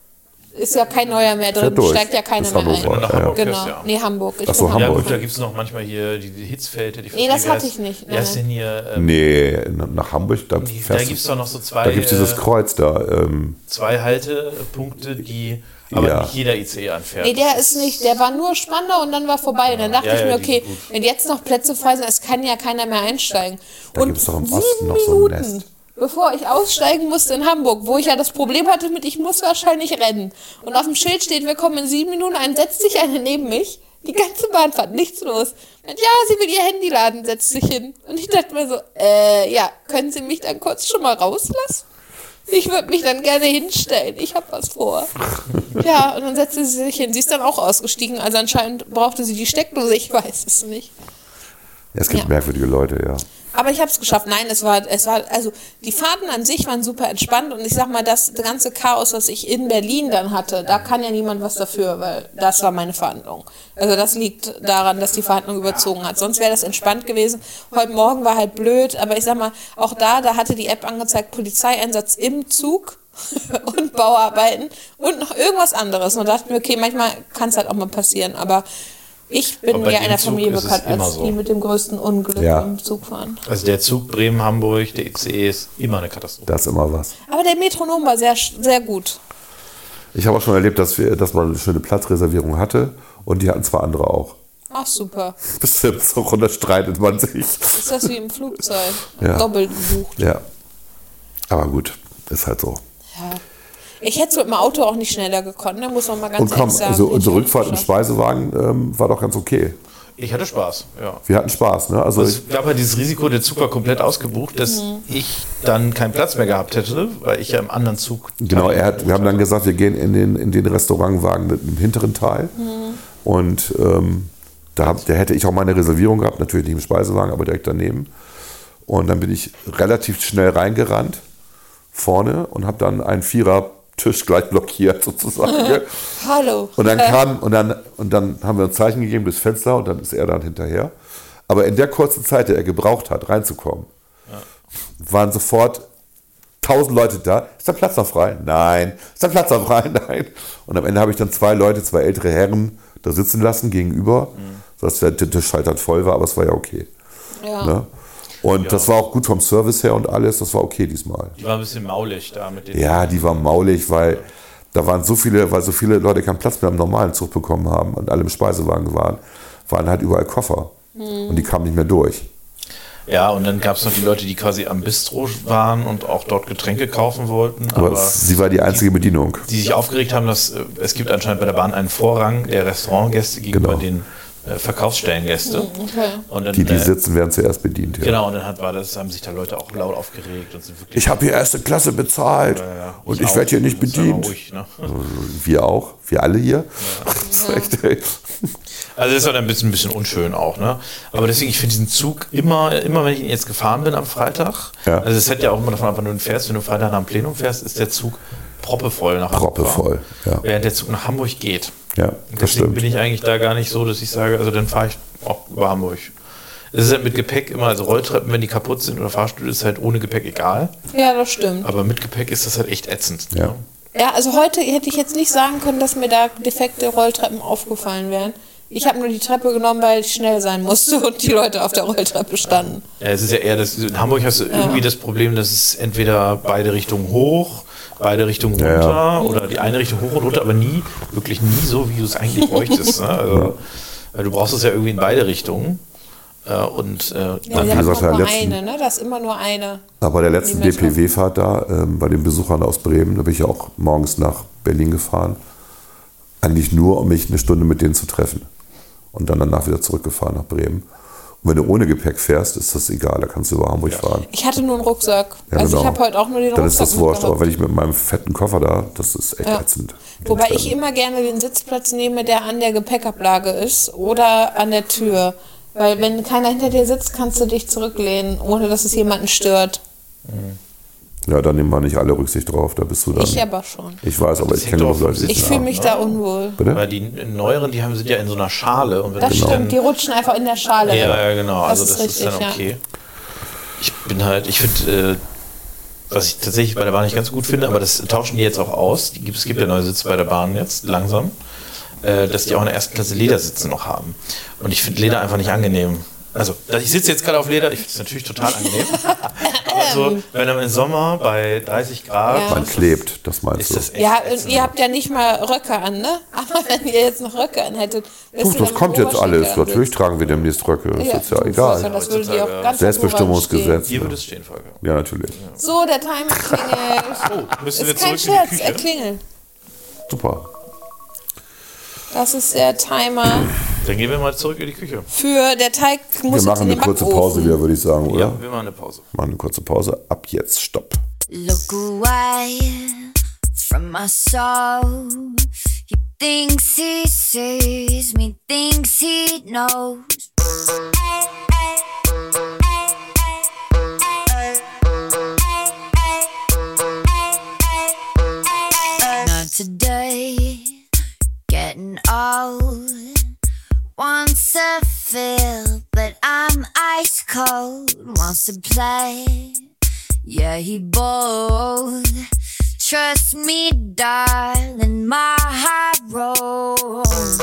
S4: ist ja kein neuer mehr drin,
S3: durch.
S4: steigt ja keiner
S3: Ist
S4: mehr
S2: Wenn
S3: Hannover,
S2: du
S4: ein.
S2: nach
S3: Ja.
S2: Hamburg
S4: Genau,
S2: fährst, ja.
S4: nee, Hamburg. Ich
S3: Ach so,
S4: bin
S2: Ja
S3: Hamburg.
S2: gut, da gibt es noch manchmal hier die, die Hitzfeld. Die
S4: Nee, das
S2: die- wer
S4: hatte
S2: ist-
S4: ich nicht,
S2: Wer ist
S4: nein.
S2: denn hier? Ähm,
S3: Nee, na- nach Hamburg, da
S2: die-
S3: fährst
S2: da
S3: du-
S2: gibt es doch noch so zwei,
S3: Da gibt es dieses
S2: äh,
S3: Kreuz da. Ähm,
S2: zwei Haltepunkte, die aber
S3: Ja.
S2: nicht jeder ICE anfährt.
S4: Nee, der ist nicht. Der war nur Spandau und dann war vorbei. Und dann dachte
S2: Ja,
S4: ich
S2: ja,
S4: mir,
S2: die
S4: okay,
S2: sind gut.
S4: wenn jetzt noch Plätze frei sind, es kann ja keiner mehr einsteigen.
S3: Da
S4: und
S3: gibt's doch im
S4: sieben
S3: Osten noch so ein
S4: Minuten,
S3: Nest.
S4: bevor ich aussteigen musste in Hamburg, wo ich ja das Problem hatte mit, ich muss wahrscheinlich rennen. Und auf dem Schild steht, wir kommen in sieben Minuten ein, setzt sich einer neben mich. Die ganze Bahnfahrt, nichts los. Und ja, sie will ihr Handy laden, setzt sich hin. Und ich dachte mir so, äh, ja, können Sie mich dann kurz schon mal rauslassen? Ich würde mich dann gerne hinstellen. Ich habe was vor. Ja, und dann setzte sie sich hin. Sie ist dann auch ausgestiegen. Also anscheinend brauchte sie die Steckdose. Ich weiß es nicht.
S3: es gibt
S4: Ja.
S3: merkwürdige Leute, ja.
S4: Aber ich habe es geschafft. Nein, es war, es war, also die Fahrten an sich waren super entspannt. Und ich sag mal, das ganze Chaos, was ich in Berlin dann hatte, da kann ja niemand was dafür, weil das war meine Verhandlung. Also das liegt daran, dass die Verhandlung überzogen hat. Sonst wäre das entspannt gewesen. Heute Morgen war halt blöd. Aber ich sag mal, auch da, da hatte die App angezeigt, Polizeieinsatz im Zug. und Bauarbeiten und noch irgendwas anderes. Und da dachte ich mir, okay, manchmal kann es halt auch mal passieren, aber ich bin
S2: Aber bei
S4: ja
S2: dem
S4: einer
S2: Zug
S4: Familie
S2: ist es
S4: bekannt
S2: immer
S4: als
S2: so.
S4: die mit dem größten Unglück
S3: Ja.
S4: im Zugfahren.
S2: Also der Zug Bremen-Hamburg, der ICE ist immer eine Katastrophe.
S3: Da ist immer was.
S4: Aber der Metronom war sehr, sehr gut.
S3: Ich habe auch schon erlebt, dass, wir, dass man eine schöne Platzreservierung hatte und die hatten zwar andere auch.
S4: Ach super.
S3: Bestimmt, so runterstreitet man sich.
S4: Ist das wie im Flugzeug?
S3: Ja.
S4: Doppelt gebucht.
S3: Ja. Aber gut, ist halt so.
S4: Ja. Ich hätte es mit dem Auto auch nicht schneller gekonnt, da muss man mal ganz
S3: Und komm,
S4: ehrlich sagen.
S3: also
S4: ich
S3: unsere
S4: hab
S3: Rückfahrt im
S4: geschafft.
S3: Speisewagen ähm, war doch ganz okay.
S2: Ich hatte Spaß, ja.
S3: Wir hatten Spaß, ne? Also ich,
S2: Es gab halt dieses Risiko, der Zug war komplett ausgebucht, dass ich dann keinen Platz mehr gehabt hätte, weil ich ja im anderen Zug.
S3: genau, er hat, wir haben dann gesagt, wir gehen in den, in den Restaurantwagen mit- im hinteren Teil. Und ähm, da, hab- da hätte ich auch meine Reservierung gehabt, natürlich nicht im Speisewagen, aber direkt daneben. Und dann bin ich relativ schnell reingerannt vorne und habe dann einen Vierer-Tisch gleich blockiert sozusagen.
S4: Hallo.
S3: Und dann
S4: Äh,
S3: kam, und dann, und dann haben wir uns Zeichen gegeben durchs Fenster und dann ist er dann hinterher. Aber in der kurzen Zeit, die er gebraucht hat, reinzukommen, waren sofort tausend Leute da. Ist da Platz noch frei? Nein. Ist da Platz noch frei? Nein. Und am Ende habe ich dann zwei Leute, zwei ältere Herren da sitzen lassen gegenüber, sodass der Tisch halt dann voll war, aber es war ja okay.
S4: Ja.
S3: Ne? Und das war auch gut vom Service her und alles, das war okay diesmal.
S2: Die war ein bisschen maulig da mit den.
S3: Ja, die war maulig, weil da waren so viele, weil so viele Leute keinen Platz mehr im normalen Zug bekommen haben und alle im Speisewagen waren, waren halt überall Koffer.
S2: Mhm.
S3: Und die kamen nicht mehr durch.
S2: Ja, und dann gab es noch die Leute, die quasi am Bistro waren und auch dort Getränke kaufen wollten,
S3: Aber,
S2: aber,
S3: sie war die einzige Bedienung.
S2: die sich aufgeregt haben, dass äh, es gibt anscheinend bei der Bahn einen Vorrang der Restaurantgäste gegenüber
S3: Genau.
S2: den äh, Verkaufsstellengäste. Und dann,
S3: Die, die
S2: äh,
S3: sitzen, werden zuerst bedient. Ja.
S2: Genau, und dann hat, war das, haben sich da Leute auch laut aufgeregt und sind wirklich. äh,
S3: Ich habe hier erste Klasse bezahlt und ich
S2: auch.
S3: werde hier nicht
S2: Das ist aber
S3: bedient.
S2: Ruhig, ne?
S3: Wir auch, wir alle hier. Das war echt, ey.
S2: Also das ist halt ein bisschen, ein bisschen unschön auch, ne? Aber deswegen, ich finde diesen Zug immer, immer wenn ich ihn jetzt gefahren bin am Freitag,
S3: Ja.
S2: also es hätte ja auch immer davon ab, wann du fährst, wenn du Freitag nach dem Plenum fährst, ist der Zug proppevoll nach Hamburg.
S3: Proppevoll, ja.
S2: Während der Zug nach Hamburg geht.
S3: Ja,
S2: Und
S3: das
S2: deswegen
S3: stimmt.
S2: bin ich eigentlich da gar nicht so, dass ich sage, also dann fahre ich auch über Hamburg. Es ist halt mit Gepäck immer, also Rolltreppen, wenn die kaputt sind oder Fahrstühle, ist halt ohne Gepäck egal.
S4: ja, das stimmt.
S2: Aber mit Gepäck ist das halt echt ätzend.
S3: Ja.
S2: ne?
S4: Ja, also heute hätte ich jetzt nicht sagen können, dass mir da defekte Rolltreppen aufgefallen wären. Ich habe nur die Treppe genommen, weil ich schnell sein musste und die Leute auf der Rolltreppe standen.
S2: Ja, es ist ja eher, das, in Hamburg hast du irgendwie das Problem, dass es entweder beide Richtungen hoch, beide Richtungen runter
S3: ja.
S2: oder die eine Richtung hoch und runter, aber nie, wirklich nie so, wie du es eigentlich bräuchtest. ne? also, weil Du brauchst es ja irgendwie in beide Richtungen. Äh, Und äh,
S4: Ja,
S2: dann
S3: wie
S4: da ist
S3: gesagt,
S4: immer
S3: der
S4: nur
S3: letzten-
S4: eine, ne? Da ist immer nur eine.
S3: Aber bei der letzten
S4: Die Menschen-
S3: DPW-Fahrt da, ähm, bei den Besuchern aus Bremen, da bin ich ja auch morgens nach Berlin gefahren. Eigentlich nur, um mich eine Stunde mit denen zu treffen. Und dann danach wieder zurückgefahren nach Bremen. Und wenn du ohne Gepäck fährst, ist das egal, da kannst du über Hamburg fahren.
S4: Ich hatte nur einen Rucksack.
S3: Ja,
S4: also ich
S3: genau.
S4: habe heute auch nur den
S3: Dann ist
S4: Rucksack.
S3: das wurscht, aber
S4: mitgehabt.
S3: wenn ich mit meinem fetten Koffer da, das ist echt
S4: Ja.
S3: ätzend. Mit
S4: Wobei
S3: den
S4: ich
S3: Treppen.
S4: immer gerne den Sitzplatz nehme, der an der Gepäckablage ist oder an der Tür. Weil wenn keiner hinter dir sitzt, kannst du dich zurücklehnen, ohne dass es jemanden stört.
S3: Ja, da nehmen wir nicht alle Rücksicht drauf, da bist du dann.
S4: Ich aber schon.
S3: Ich weiß, aber ich
S2: hängt
S3: kenne
S2: doch
S3: auch Leute,
S2: auf dem
S3: die
S4: Ich
S2: Ja,
S3: das
S4: fühle
S3: haben.
S4: mich
S2: ne?
S4: da unwohl.
S2: weil
S3: Bitte?
S2: die neueren, die haben sind ja in so einer Schale und wenn
S4: Das
S2: du dich
S4: stimmt, die rutschen einfach in der Schale.
S2: Genau. Ja, ja, genau.
S4: Das
S2: also
S4: ist
S2: das ist
S4: richtig,
S2: dann
S4: ja.
S2: okay. Ich bin halt, ich finde, äh, was ich tatsächlich bei der Bahn nicht ganz gut finde, aber das tauschen die jetzt auch aus. Die gibt, es gibt ja neue Sitze bei der Bahn jetzt, langsam, äh, dass die auch in der ersten Klasse Ledersitze noch haben. Und ich finde Leder einfach nicht angenehm. Also, dass ich sitze jetzt gerade auf Leder, ich finde es natürlich total angenehm. aber so, wenn dann im Sommer bei 30 Grad
S4: Ja.
S3: Man klebt, das meinst
S2: ist
S3: du.
S2: das echt.
S4: Ja, und
S2: ätzend.
S4: ihr habt ja nicht mal Röcke an, ne? Aber wenn ihr jetzt noch Röcke an hättet,
S3: Puh, das kommt jetzt alles. Natürlich tragen wir demnächst Röcke, das ist ja
S4: Das,
S3: egal.
S4: das würde dir auch ganz
S3: Selbstbestimmungsgesetz.
S2: Hier
S3: ne?
S2: würde es stehen, Volker.
S3: Ja, natürlich.
S4: So, der Timer klingelt.
S2: Oh, müssen wir
S4: ist
S2: zurück
S4: kein
S2: in die
S4: Scherz,
S2: Küche?
S4: er klingelt.
S3: Super.
S4: Das ist der Timer
S2: Dann gehen wir mal zurück in die Küche.
S4: für der Teig muss
S3: Wir
S4: jetzt in
S3: machen
S4: den
S3: eine kurze
S4: Backofen.
S3: Pause wieder, würde ich sagen, oder?
S2: Wir machen eine Pause.
S3: Machen eine kurze Pause. Ab jetzt, stopp.
S1: Look away from my soul. He thinks he sees me, thinks he knows. Not today, getting old. Wants a feel, but I'm ice cold. Wants to play. Yeah, he bold. Trust me, darling, my heart rolls.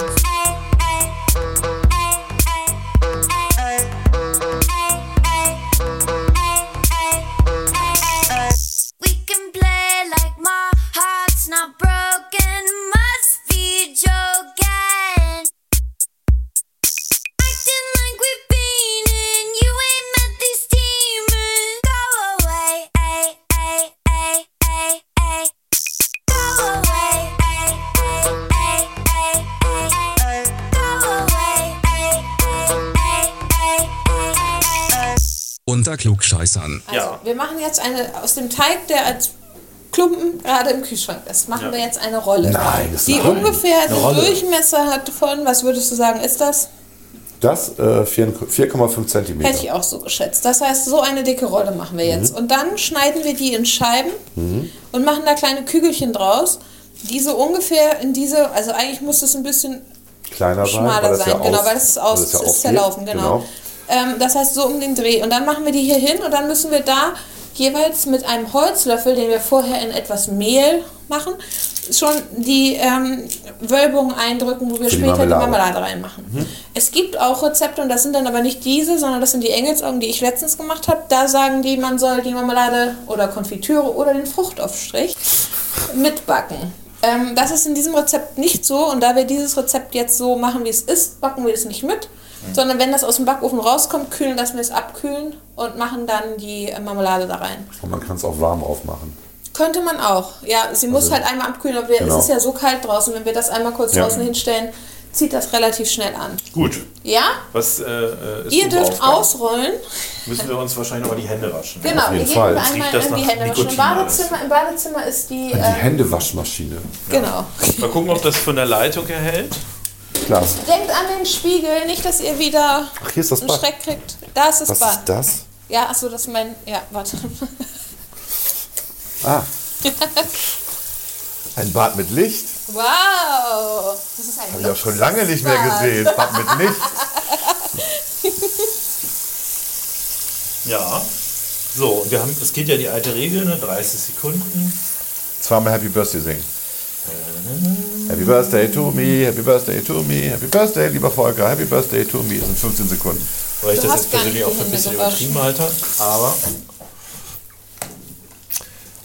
S1: We can play like my heart's not broken. Must be joking. Acting like we're fiending. You ain't met these demons. Go away, ay, ay,
S5: unter Klugscheißern.
S4: Also,
S2: Ja.
S4: wir machen jetzt eine aus dem Teig, der als Klumpen gerade im Kühlschrank ist, machen
S2: Ja.
S4: wir jetzt eine Rolle.
S3: Nein, das ist
S4: die
S3: eine Rolle.
S4: ungefähr
S2: Eine
S4: den
S2: Rolle.
S4: Durchmesser hat von, was würdest du sagen, ist das?
S3: Das äh, vier- 4,5
S4: Hätte ich
S3: Zentimeter.
S4: auch so geschätzt. Das heißt, so eine dicke Rolle machen wir
S3: Mhm.
S4: jetzt. Und dann schneiden wir die in Scheiben und machen da kleine Kügelchen draus, die so ungefähr in diese, also eigentlich muss es ein bisschen
S3: Kleiner sein, weil
S4: schmaler
S3: das
S4: sein,
S3: ja aus,
S4: genau, weil es ist, aus,
S3: weil das ja
S4: ist
S3: aufgeht.
S4: zerlaufen, genau. Ähm, das heißt, so um den Dreh. Und dann machen wir die hier hin und dann müssen wir da jeweils mit einem Holzlöffel, den wir vorher in etwas Mehl machen, schon die ähm, Wölbung eindrücken, wo wir
S3: die
S4: später
S3: Marmelade.
S4: die Marmelade reinmachen. Es gibt auch Rezepte und das sind dann aber nicht diese, sondern das sind die Engelsaugen, die ich letztens gemacht habe. Da sagen die, man soll die Marmelade oder Konfitüre oder den Fruchtaufstrich mitbacken. Ähm, das ist in diesem Rezept nicht so und da wir dieses Rezept jetzt so machen, wie es ist, backen wir es nicht mit, sondern wenn das aus dem Backofen rauskommt, kühlen lassen wir es abkühlen und machen dann die äh, Marmelade da rein.
S3: Und man kann es auch warm aufmachen.
S4: Könnte man auch. Ja, sie muss halt einmal abkühlen, aber wir,
S3: Also, genau.
S4: es ist ja so kalt draußen, wenn wir das einmal kurz
S3: Ja.
S4: draußen hinstellen, zieht das relativ schnell an.
S2: Gut.
S4: Ja?
S2: Was äh, äh, ist
S4: Ihr
S2: unsere
S4: dürft
S2: Aufgabe?
S4: ausrollen.
S2: Müssen wir uns wahrscheinlich nochmal die Hände waschen. ne?
S4: Genau,
S3: jeden
S4: ihr geht
S3: Fall.
S4: einmal
S3: Jetzt
S2: riecht das
S4: in die
S2: nach
S4: Hände waschen. Im
S2: Nikotin alles.
S4: Badezimmer, Im Badezimmer ist die.
S3: Die
S4: Äh,
S3: Händewaschmaschine.
S4: genau.
S2: Mal gucken, ob das von der Leitung her hält.
S3: Klar.
S4: Denkt an den Spiegel, nicht, dass ihr wieder
S3: Ach, hier ist das
S4: einen
S3: Bad.
S4: Schreck kriegt. Da ist das
S3: Was
S4: Bad.
S3: ist das?
S4: Ja, achso, das ist mein. Ja, warte.
S3: Ah. Ein Bad mit Licht.
S4: Wow! Das ist ein
S3: Habe ich auch schon lange nicht mehr gesehen. Bad mit Licht.
S2: Ja. So, und wir haben, es geht ja die alte Regel, ne? 30 Sekunden.
S3: Zweimal Happy Birthday singen. Happy Birthday to me, Happy Birthday to me, Happy Birthday, lieber Volker, Happy Birthday to me. Das sind 15 Sekunden.
S2: Weil ich
S4: Du
S2: das
S4: hast
S2: jetzt
S4: gar
S2: persönlich
S4: nicht
S2: auch
S4: die
S2: für ein
S4: Hände
S2: bisschen
S4: gewaschen.
S2: übertrieben halte. Aber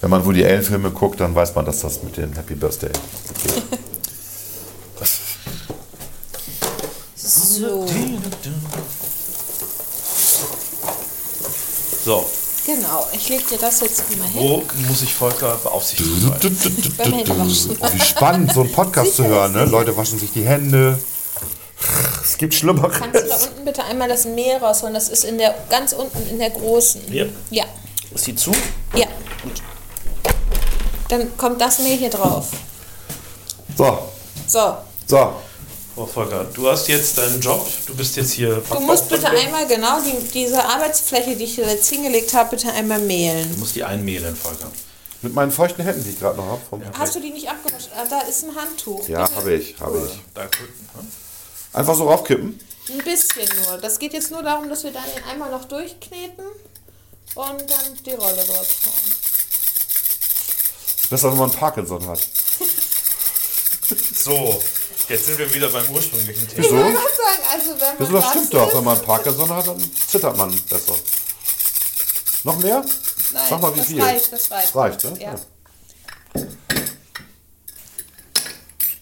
S3: Wenn man wohl die Ellenfilme guckt, dann weiß man, dass das mit dem Happy Birthday. Okay.
S4: So,
S2: so,
S4: genau. Ich leg dir das jetzt mal hin.
S2: wo muss ich Volker beaufsichtigen?
S4: Beim Händewaschen.
S3: Oh, wie spannend, so einen Podcast zu hören. Ne? Leute waschen sich die Hände. Es gibt
S4: Kannst du da
S3: Schlimmeres.
S4: unten bitte einmal das Mehl rausholen? Das ist in der ganz unten in der großen.
S2: Hier?
S4: Ja,
S2: Ist die zu?
S4: ja. Dann kommt das Mehl hier drauf.
S3: So,
S4: So,
S3: so.
S2: Oh, Volker, du hast jetzt deinen Job. Du bist jetzt hier.
S4: du musst bitte einmal genau die, diese Arbeitsfläche, die ich dir jetzt hingelegt habe, bitte einmal mehlen.
S2: Du musst die einmehlen, Volker.
S3: Mit meinen feuchten Händen, die ich gerade noch habe. Vom
S4: Hast du die nicht abgewaschen? Ah, da ist ein Handtuch.
S3: ja, habe ich, habe ich.
S2: Danke.
S3: Einfach so raufkippen.
S4: Ein bisschen nur. Das geht jetzt nur darum, dass wir dann den einmal noch durchkneten und dann die Rolle draus formen.
S3: Besser, wenn man Parkinson hat.
S2: So, jetzt sind wir wieder beim ursprünglichen Thema.
S3: Wieso?
S4: Ich wollte gerade sagen, also wenn man
S3: Wieso, das
S4: das
S3: stimmt doch.
S4: ist-
S3: Wenn man Parkinson hat, dann zittert man besser. Noch mehr?
S4: Nein,
S3: Sag mal, wie
S4: das
S3: viel?
S4: Reicht, das reicht.
S3: Das reicht, ne?
S4: Ja.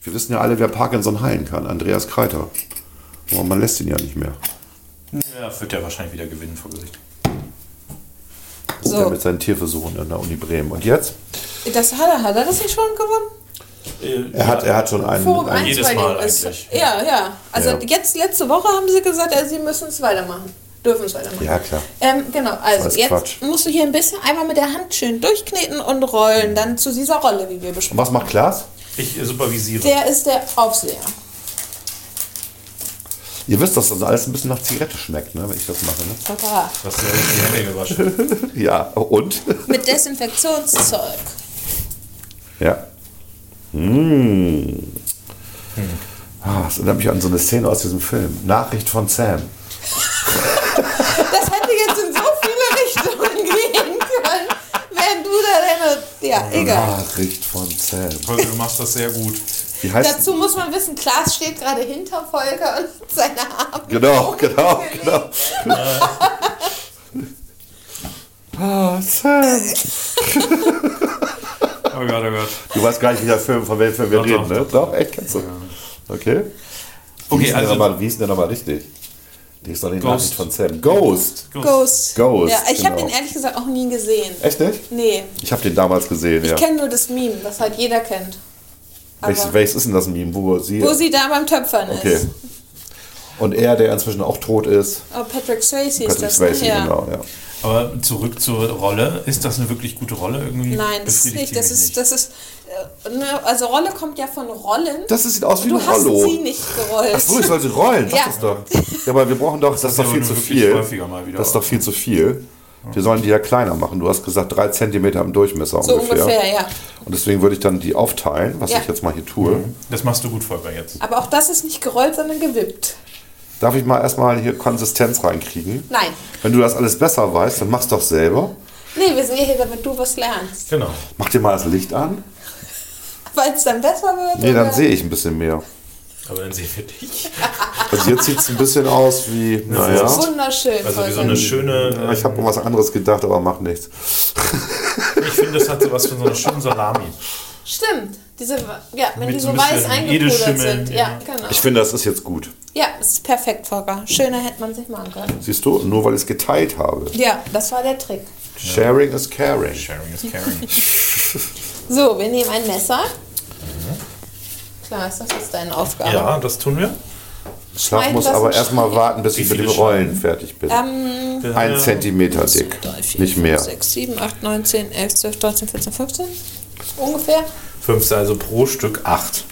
S3: Wir wissen ja alle, wer Parkinson heilen kann. Andreas Kreiter. Aber man lässt ihn ja nicht mehr.
S2: Ja, wird ja wahrscheinlich wieder gewinnen vor Gericht.
S3: Der
S4: So,
S3: mit seinen Tierversuchen an der Uni Bremen. Und jetzt?
S4: das hat er, hat er das nicht schon gewonnen?
S2: Äh,
S3: Er hat, er hat schon einen.
S4: Forum
S3: einen
S4: 1
S2: jedes
S4: bei
S2: Mal
S4: dem ist.
S2: eigentlich.
S4: Ja, ja. Also
S3: Ja.
S4: jetzt letzte Woche haben sie gesagt, also sie müssen es weitermachen. Dürfen es weitermachen.
S3: ja, klar.
S4: Ähm, genau, also
S3: alles
S4: jetzt
S3: Quatsch.
S4: musst du hier ein bisschen einmal mit der Hand schön durchkneten und rollen, dann zu dieser Rolle, wie wir
S3: Und
S4: besprochen
S3: was macht Klaas?
S2: ich äh, supervisiere.
S4: haben. Der ist der Aufseher.
S3: Ihr wisst, dass das alles ein bisschen nach Zigarette schmeckt, ne, wenn ich das mache. Ne?
S4: Papa.
S2: Was soll ich die Hände gewaschen?
S3: Ja, und?
S4: Mit Desinfektionszeug.
S3: ja. Mmh. Ah, das erinnert mich an so eine Szene aus diesem Film. Nachricht von Sam.
S4: Das hätte jetzt in so viele Richtungen gehen können, wenn du da deine. Ja, egal.
S3: Nachricht von Sam.
S2: Volker, Also, du machst das sehr gut.
S3: Wie heißt
S4: Dazu muss man wissen, Klaas steht gerade hinter Volker und seine Arme.
S3: Genau, genau, genau. ah, Sam.
S2: Oh Gott, oh Gott.
S3: Du weißt gar nicht, wie der Film, von welchem Film wir
S2: Doch,
S3: reden,
S2: doch,
S3: ne? Doch, echt, kennst du. Okay. Wie
S2: Okay,
S3: hieß denn der
S2: also-
S3: nochmal- wie hieß denn der nochmal richtig? Die ist doch die Nachricht
S2: Ghost.
S3: von Sam. Ghost.
S4: Ghost.
S3: Ghost,
S4: Ja, ich habe
S3: genau.
S4: den ehrlich gesagt auch nie gesehen.
S3: Echt nicht?
S4: Nee.
S3: Ich habe den damals gesehen,
S4: Ich
S3: ja.
S4: kenne nur das Meme, das halt jeder kennt.
S3: Welches,
S4: aber-
S3: welches ist denn das Meme, wo sie...
S4: Wo sie da beim Töpfern
S3: okay.
S4: ist.
S3: Und er, der inzwischen auch tot ist.
S4: Oh, Patrick Swayze ist
S3: Patrick
S4: das.
S3: Swayze,
S4: ne? ja.
S3: genau, ja.
S2: Aber zurück zur Rolle. Ist das eine wirklich gute Rolle irgendwie?
S4: Nein, das ist
S2: Befriedigt
S4: nicht.
S2: die
S4: Das
S2: mich
S4: ist, das ist, äh, ne, also Rolle kommt ja von Rollen.
S3: Das sieht aus wie
S4: du
S3: ein
S4: hast
S3: Rollo.
S4: sie nicht gerollt.
S3: Ach so, halt ich sollte rollen. Sag
S4: Ja.
S3: das doch. Ja, aber wir brauchen doch, das, ist doch
S2: aber
S3: viel
S2: nur
S3: zu
S2: wirklich
S3: viel.
S2: häufiger mal wieder.
S3: Das ist doch viel zu viel. Wir sollen die ja kleiner machen. Du hast gesagt, drei Zentimeter im Durchmesser
S4: so
S3: ungefähr.
S4: ungefähr. ja.
S3: Und deswegen würde ich dann die aufteilen, was
S4: Ja.
S3: ich jetzt mal hier tue.
S2: das machst du gut, Volker, jetzt.
S4: Aber auch das ist nicht gerollt, sondern gewippt.
S3: Darf ich mal erstmal hier Konsistenz reinkriegen?
S4: Nein.
S3: Wenn du das alles besser weißt, dann mach's doch selber.
S4: Nee, wir sind ja hier, damit du was lernst.
S2: Genau.
S3: Mach dir mal das Licht an.
S4: Weil es dann besser wird.
S3: Nee, dann
S4: oder?
S3: sehe ich ein bisschen mehr.
S2: Aber dann sehen wir dich.
S3: Also jetzt sieht es ein bisschen aus wie, naja.
S4: Wunderschön.
S2: Also wie so
S4: Volker.
S2: eine schöne,
S3: Ja, Ich habe an was anderes gedacht, aber macht nichts.
S2: ich finde, das hat so was von so einer schönen Salami.
S4: Stimmt. Diese, ja, wenn
S2: Mit
S4: die
S2: so
S4: so
S2: ein
S4: weiß
S2: bisschen
S4: eingepudert
S2: Edelschimmeln,
S4: sind. Ja,
S2: ja.
S4: genau.
S3: Ich finde, das ist jetzt gut.
S4: Ja, das ist perfekt, Volker. Schöner hätte man sich machen können.
S3: Siehst du, nur weil ich es geteilt habe.
S4: Ja, das war der Trick.
S3: Sharing is caring.
S2: Sharing is caring.
S4: So, wir nehmen ein Messer. Klar, ist das jetzt deine Aufgabe?
S2: Ja, das tun wir.
S3: Schlaf
S4: Schneiden
S3: muss
S4: lassen,
S3: aber erstmal
S4: schneiden.
S3: warten, bis ich mit
S2: viele
S3: dem Rollen fertig bin.
S4: Ähm,
S3: Ein Zentimeter dick.
S4: 3, 4,
S3: Nicht
S4: 5,
S3: mehr.
S4: 6, 7, 8, 9, 10, 11, 12, 13, 14, 15. Ungefähr.
S2: Fünf, also pro Stück acht.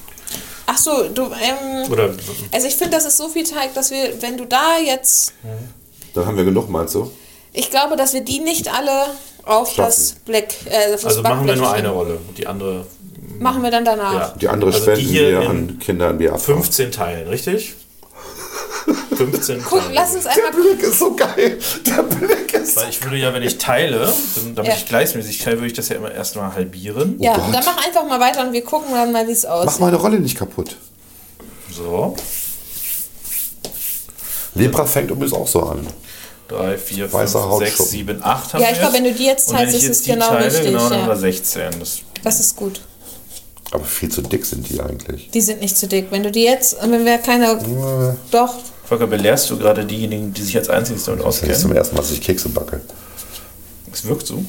S4: Ach so, du, ähm,
S2: Oder
S4: also ich finde, das ist so viel Teig, dass wir, wenn du da jetzt,
S3: Dann haben wir genug, meinst du?
S4: ich glaube, dass wir die nicht alle auf das
S3: Schaffen.
S4: Black, äh, auf das
S2: also machen wir
S4: Backblech
S2: nur eine
S4: kriegen.
S2: Rolle und die andere
S4: Machen wir dann danach.
S2: ja.
S3: Die andere
S2: also
S3: spenden
S2: die hier
S3: wir
S2: in
S3: an Kinder in Biafra.
S2: 15 teilen, richtig? 15
S4: Guck,
S2: teilen.
S4: lass uns
S3: Der
S4: einmal
S3: Blick ist so geil. Der Blick ist.
S2: Weil ich würde ja, wenn ich teile, dann, damit
S4: Ja.
S2: ich gleichmäßig teile, würde ich das ja immer erstmal halbieren.
S4: Ja,
S3: Gott.
S4: dann mach einfach mal weiter und wir gucken dann mal, wie es
S3: Mach
S4: aussieht.
S3: meine Rolle nicht kaputt.
S2: So,
S3: Lepra fängt übrigens auch so an.
S2: 3, 4, 5,
S3: Weißer
S2: 6,
S3: Hautschuppen.
S2: 7, 8 haben
S4: Ja,
S2: wir
S4: ich glaube, wenn du die jetzt
S2: Und wenn
S4: teilst,
S2: ich
S4: ist
S2: jetzt
S4: es
S2: die
S4: genau
S2: teile,
S4: richtig,
S2: Genau, dann
S4: ja.
S2: haben wir 16. Das,
S4: Das ist gut.
S3: Aber viel zu dick sind die eigentlich.
S4: Die sind nicht zu dick. Wenn du die jetzt, wenn wir keine. Doch.
S2: Volker, belehrst du gerade diejenigen, die sich als einziges damit
S3: Das ist zum
S2: auskennen?
S3: ersten Mal, dass ich Kekse backe.
S2: Es wirkt so.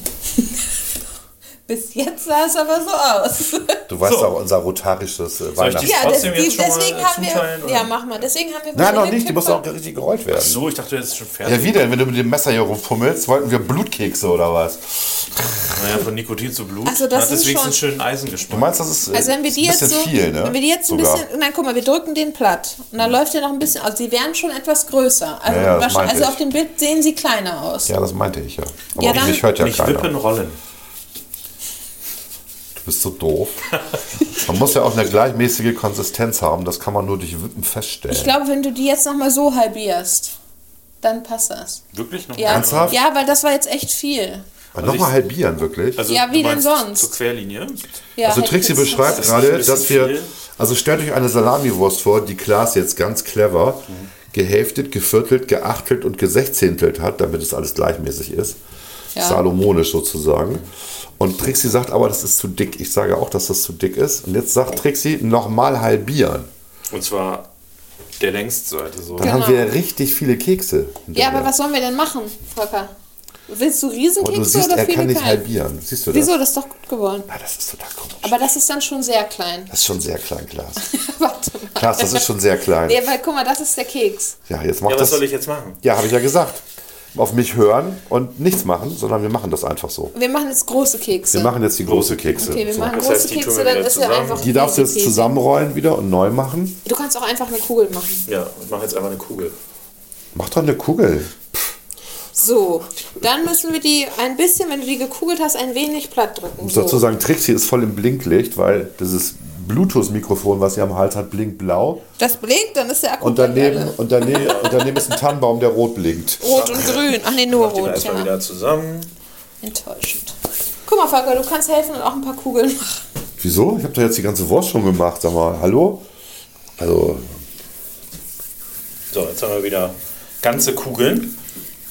S4: Bis jetzt sah es aber so aus.
S3: Du weißt
S2: So.
S3: auch unser rotarisches äh,
S2: Soll ich die-
S3: Weihnachts...
S4: Ja, das,
S2: Trotzdem
S4: die,
S2: jetzt schon mal
S4: deswegen haben
S2: zuteilen,
S4: wir.
S2: oder?
S4: Ja, mach mal. Deswegen haben wir.
S3: Nein, noch
S4: Vanille
S3: nicht. Die muss
S4: Kipferl-
S3: noch richtig gerollt werden.
S2: So, ich dachte, jetzt ist schon fertig.
S3: Ja, wie denn? Wenn du mit dem Messer hier rumpummelst, wollten wir Blutkekse oder was?
S2: Naja, von Nikotin zu Blut.
S4: Also das
S2: hat
S4: sind
S2: deswegen
S4: schon-
S2: einen schönen
S3: Du
S2: Eisengeschmack.
S3: meinst, das ist äh,
S4: Also wenn wir die
S3: ein
S4: jetzt
S3: bisschen
S4: so,
S3: viel, ne?
S4: wenn wir die jetzt ein
S3: Sogar.
S4: bisschen, nein, guck mal, wir drücken den platt und dann läuft der noch ein bisschen, also die werden schon etwas größer. Also,
S3: Ja, ja, das
S4: wahrscheinlich-
S3: meinte
S4: also
S3: ich.
S4: auf dem Bild sehen sie kleiner aus.
S3: Ja, das meinte ich ja. Aber
S4: Ja, dann-
S3: mich hört ja
S2: Nicht
S3: keiner.
S2: wippen, rollen.
S3: Du bist so doof. Man muss ja auch eine gleichmäßige Konsistenz haben. Das kann man nur durch Wippen feststellen.
S4: Ich glaube, wenn du die jetzt noch mal so halbierst, dann passt das.
S2: Wirklich noch?
S4: Ja.
S3: Ernsthaft?
S4: Ja, weil das war jetzt echt viel.
S3: also Nochmal halbieren, wirklich. Also,
S4: Ja, wie
S2: du meinst
S4: denn sonst?
S2: Zur Querlinie.
S4: Ja, halt
S3: Trixie
S4: jetzt-
S3: Also beschreibt
S2: ist ein
S3: gerade,
S2: bisschen
S3: dass wir...
S2: viel.
S3: Also stellt euch eine Salamiwurst vor, die Klaas jetzt ganz clever gehälftet, geviertelt, geachtelt und gesechzehntelt hat, damit es alles gleichmäßig ist.
S4: Ja.
S3: Salomonisch sozusagen. Und Trixie sagt aber, das ist zu dick. Ich sage auch, dass das zu dick ist. Und jetzt sagt Trixie, nochmal halbieren.
S2: Und zwar der Längsseite so.
S3: Dann haben
S4: Genau.
S3: wir richtig viele Kekse.
S4: Ja,
S3: hinterher.
S4: aber was sollen wir denn machen, Volker? Willst du
S3: Und du
S4: Riesenkekse
S3: siehst,
S4: oder
S3: er
S4: viele
S3: kann nicht
S4: kleine?
S3: halbieren. Siehst du das?
S4: Wieso? Das ist doch gut geworden.
S3: Ah, das ist total komisch.
S4: Aber das ist dann schon sehr klein.
S3: das ist schon sehr klein, Klaas.
S4: Warte mal.
S3: Klaas, das ist schon sehr klein.
S4: Ja, weil guck mal, das ist der Keks.
S3: Ja, jetzt mach
S2: Ja, was
S3: das.
S2: soll ich jetzt machen?
S3: Ja, habe ich ja gesagt. Auf mich hören und nichts machen, sondern wir machen das einfach so.
S4: Wir machen jetzt große Kekse.
S3: Wir machen jetzt die große Kekse.
S4: okay, wir
S3: so.
S4: machen
S2: Das
S4: große
S2: heißt, die tun
S4: Kekse,
S2: wir
S4: dann
S2: wieder
S4: ist ja
S2: zusammen.
S4: einfach.
S3: Die darfst du jetzt
S4: Käse.
S3: zusammenrollen wieder und neu machen.
S4: Du kannst auch einfach eine Kugel machen.
S2: Ja, ich mache jetzt einfach eine Kugel.
S3: Mach doch eine Kugel.
S4: So, dann müssen wir die ein bisschen, wenn du die gekugelt hast, ein wenig platt drücken.
S3: Ich muss dazu sagen, Trixie ist voll im Blinklicht, weil dieses Bluetooth-Mikrofon, was sie am Hals hat, blinkt blau.
S4: Das blinkt, dann ist der Akku
S3: Und
S4: platt,
S3: daneben,
S4: alle.
S3: und daneben, und daneben ist ein Tannenbaum, der rot blinkt.
S4: Rot und grün. Ach nee,
S3: Oh,
S4: nur rot.
S2: erstmal
S4: Ja.
S2: wieder zusammen.
S4: Enttäuschend. Guck mal, Volker, du kannst helfen und auch ein paar Kugeln machen.
S3: Wieso? Ich habe da jetzt die ganze Wurst schon gemacht. Sag mal, hallo? Also,
S2: So, jetzt haben wir wieder ganze Kugeln.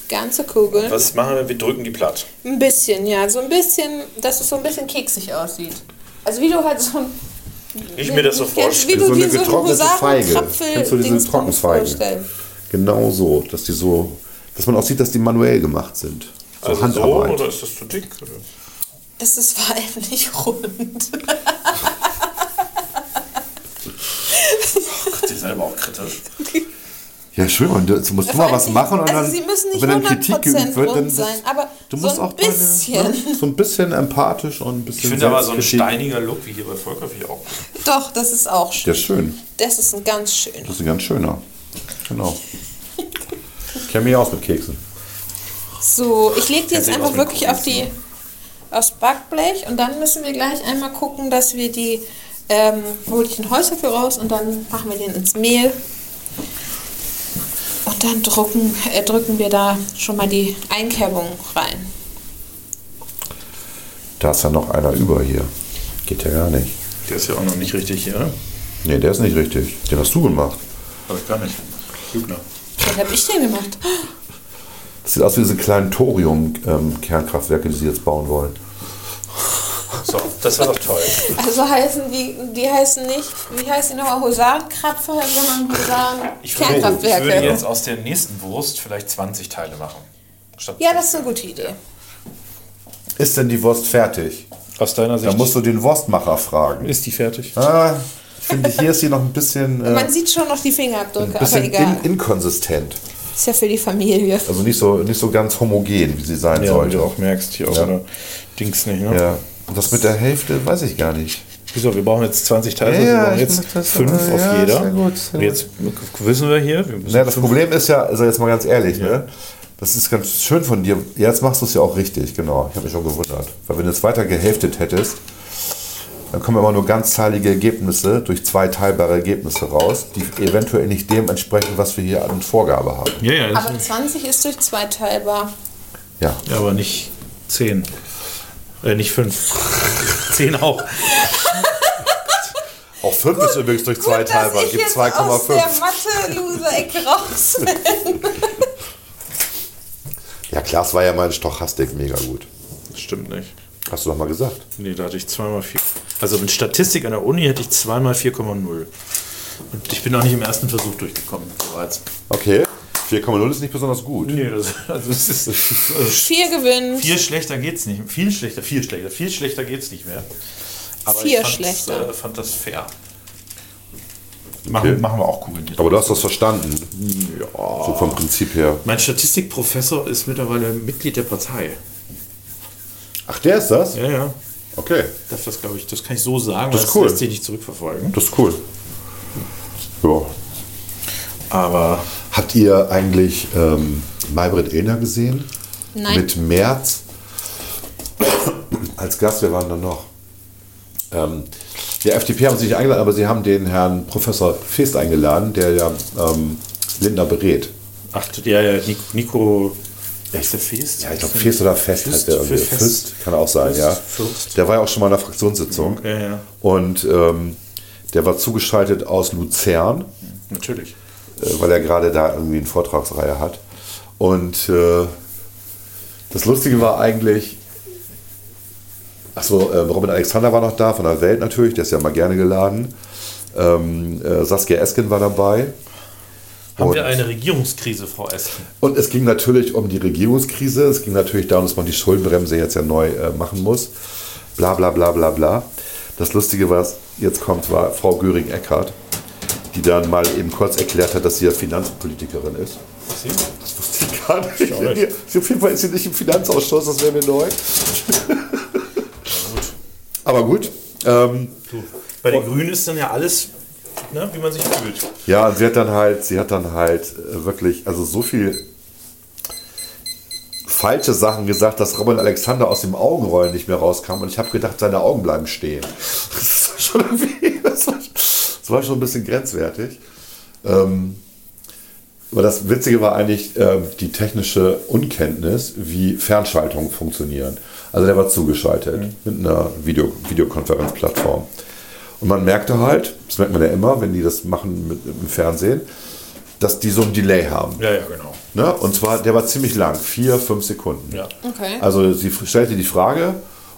S4: Ganze Kugeln.
S2: Was machen wir? Wir drücken die platt.
S4: Ein bisschen, ja. So ein bisschen, dass es so ein bisschen keksig aussieht. Also wie du halt so ein.
S2: Wie ich mir das so
S4: Kennst- Wie
S2: vorstelle.
S4: du
S3: So eine
S4: dir so einen
S3: getrocknete Feige.
S4: Husarenkrapfel
S3: Kennst du diese
S4: Dingsbums
S3: Trockenfeigen?
S4: vorstellen.
S3: genau so, dass die so, dass man auch sieht, dass die manuell gemacht sind. So
S2: Also so
S3: Handarbeit.
S2: oder ist das zu dick? Oder?
S4: Das ist vor allem nicht rund.
S2: Gott, ihr seid aber auch kritisch.
S3: Ja, schön, und jetzt musst du mal
S4: Vor allem
S3: was
S4: nicht-
S3: machen und
S4: also
S3: dann,
S4: sie müssen nicht
S3: wenn dann
S4: 100%
S3: Kritik geübt wird, dann
S4: rund sein, aber
S3: du
S4: so
S3: musst
S4: ein
S3: auch mal, ne,
S4: bisschen.
S3: so ein bisschen empathisch und ein bisschen
S2: Ich finde aber so ein
S3: Selbstkritik.
S2: steiniger Look wie hier bei Volker finde ich auch. gut.
S4: Doch, das ist auch schön.
S3: Der ist schön.
S4: Das ist ein ganz schöner.
S3: Das ist ein ganz schöner. Genau. Ich kenne mich aus mit Keksen.
S4: So, ich lege die jetzt
S2: Kann ich
S4: einfach
S2: auch
S4: wirklich auf die
S2: mitgucken,
S4: aufs Backblech und dann müssen wir gleich einmal gucken, dass wir die ähm, hole ich den Holzlöffel raus und dann machen wir den ins Mehl und dann drucken, äh, drücken wir da schon mal die Einkerbung rein.
S3: Da ist ja noch einer über hier. Geht ja gar nicht.
S2: Der ist ja auch noch nicht richtig hier, ne?
S3: Nee, der ist nicht richtig. Den hast du gemacht.
S2: Aber ich kann nicht. Lügner.
S4: Was habe ich denn gemacht?
S3: Das sieht aus wie diese kleinen Thorium-Kernkraftwerke, die sie jetzt bauen wollen.
S2: So, das war doch toll.
S4: Also heißen die, die heißen nicht, wie heißen die nochmal Husarenkrapfe, sondern
S2: Ich würde, ich würde
S4: Husarenkernkraftwerke.
S2: jetzt aus der nächsten Wurst vielleicht 20 Teile machen. Statt
S4: Ja, das ist eine gute Idee.
S3: Ist denn die Wurst fertig?
S2: aus deiner Sicht.
S3: Da musst du den Wurstmacher fragen.
S2: ist die fertig?
S3: Ah, ich finde, hier ist sie noch ein bisschen, äh,
S4: Man sieht schon noch die Fingerabdrücke,
S3: ein
S4: aber
S3: bisschen
S4: egal.
S3: in, inkonsistent.
S4: Ist ja für die Familie.
S3: Also nicht so, nicht so ganz homogen, wie sie sein
S2: Ja, wie
S3: sollte.
S2: Also, du auch merkst, hier auch
S3: Ja.
S2: eine Dings nicht, ne?
S3: Ja. Und das mit der Hälfte weiß ich gar nicht.
S2: Wieso? Wir brauchen jetzt 20 Teile, also
S3: Ja,
S2: wir
S3: ja,
S2: brauchen
S3: ich
S2: jetzt
S3: mach das,
S2: fünf
S3: aber
S2: auf
S3: ja, ist
S2: jeder.
S3: ja gut, ja.
S2: Und jetzt wissen wir hier, wir müssen
S3: Na, das Problem ist ja, also jetzt mal ganz ehrlich, ne? Das ist ganz schön von dir. Jetzt machst du es ja auch richtig, genau. Ich habe mich schon gewundert. Weil wenn du es weiter gehälftet hättest, dann kommen immer nur ganzzahlige Ergebnisse durch zwei teilbare Ergebnisse raus, die eventuell nicht dem entsprechen, was wir hier an Vorgabe haben.
S2: ja, ja, das
S4: Aber 20 ist durch zwei teilbar.
S3: Ja.
S2: ist- aber nicht 10. Äh, nicht 5. 10 auch.
S3: Auch 5 ist übrigens durch zwei
S4: Gut, dass
S3: teilbar,
S4: ich
S3: gibt
S4: jetzt aus
S3: 2,5.
S4: der Mathe-Loser-Ecke raus bin.
S3: Ja klar, es war ja mal in Stochastik mega gut.
S2: Das stimmt nicht.
S3: Hast du doch mal gesagt.
S2: Nee, da hatte ich zweimal 4. Also in Statistik an der Uni hätte ich zweimal 4,0. Und ich bin auch nicht im ersten Versuch durchgekommen bereits.
S3: Okay. 4,0 ist nicht besonders gut.
S2: Nee, das, also es ist also
S4: Vier gewinnt.
S2: viel schlechter geht's nicht. Viel schlechter, viel schlechter, viel schlechter geht's nicht mehr. Aber
S4: Viel
S2: ich fand,
S4: schlechter.
S2: äh, fand das fair. Machen,
S3: Okay.
S2: machen wir auch Kugeln.
S3: Aber du hast das verstanden. Ja. So vom Prinzip her.
S2: Mein Statistikprofessor ist mittlerweile Mitglied der Partei.
S3: Ach, der ist das?
S2: Ja, ja.
S3: Okay.
S2: Darf das, glaube ich, das kann ich so sagen,
S3: Das
S2: weil
S3: ist cool.
S2: das lässt sich nicht zurückverfolgen.
S3: Das ist cool. Ja.
S2: Aber
S3: Habt ihr eigentlich ähm, Maybrit Illner gesehen?
S4: Nein.
S3: Mit März. Als Gast, wir waren dann noch. Ähm, der FDP haben sie nicht eingeladen, aber sie haben den Herrn Professor Feest eingeladen, der ja ähm, Lindner berät.
S2: Ach, ja, ja, Nico. Nico ist der Fest?
S3: Ja, ich glaube, Fest oder Fest heißt der irgendwie. Fest, kann auch sein, ja.
S2: Fürst.
S3: Der war ja auch schon mal in der Fraktionssitzung.
S2: Ja, ja.
S3: Und ähm, der war zugeschaltet aus Luzern.
S2: Natürlich.
S3: äh, weil er gerade da irgendwie eine Vortragsreihe hat. Und äh, das Lustige war eigentlich, achso, äh, Robin Alexander war noch da, von der Welt natürlich, der ist ja mal gerne geladen. Ähm, äh, Saskia Esken war dabei.
S2: Haben
S3: Und-
S2: wir eine Regierungskrise, Frau Esken?
S3: und es ging natürlich um die Regierungskrise. Es ging natürlich darum, dass man die Schuldenbremse jetzt ja neu äh, machen muss. Bla bla bla bla bla. Das Lustige, was jetzt kommt, war Frau Göring-Eckardt, die dann mal eben kurz erklärt hat, dass sie ja Finanzpolitikerin ist.
S2: Sie?
S3: Das wusste ich gar nicht.
S2: auch nicht.
S3: Sie- Auf jeden Fall ist sie nicht im Finanzausschuss, das wäre mir neu. Aber gut. Ähm,
S2: Du. Bei den Grünen ist dann ja alles, ne, wie man sich fühlt.
S3: Ja, und sie hat dann halt, sie hat dann halt äh, wirklich, also so viel falsche Sachen gesagt, dass Robin Alexander aus dem Augenrollen nicht mehr rauskam und ich habe gedacht, seine Augen bleiben stehen. Das ist schon irgendwie, das war, das war schon ein bisschen grenzwertig. Ähm, aber das Witzige war eigentlich ähm, die technische Unkenntnis, wie Fernschaltungen funktionieren. Also der war zugeschaltet mit einer Video Videokonferenzplattform. Und man merkte halt, das merkt man ja immer, wenn die das machen mit, im Fernsehen, dass die so ein Delay haben.
S2: Ja, ja, genau.
S3: Ne? Und zwar, der war ziemlich lang, vier, fünf Sekunden.
S2: Ja.
S4: Okay.
S3: Also sie f- stellte die Frage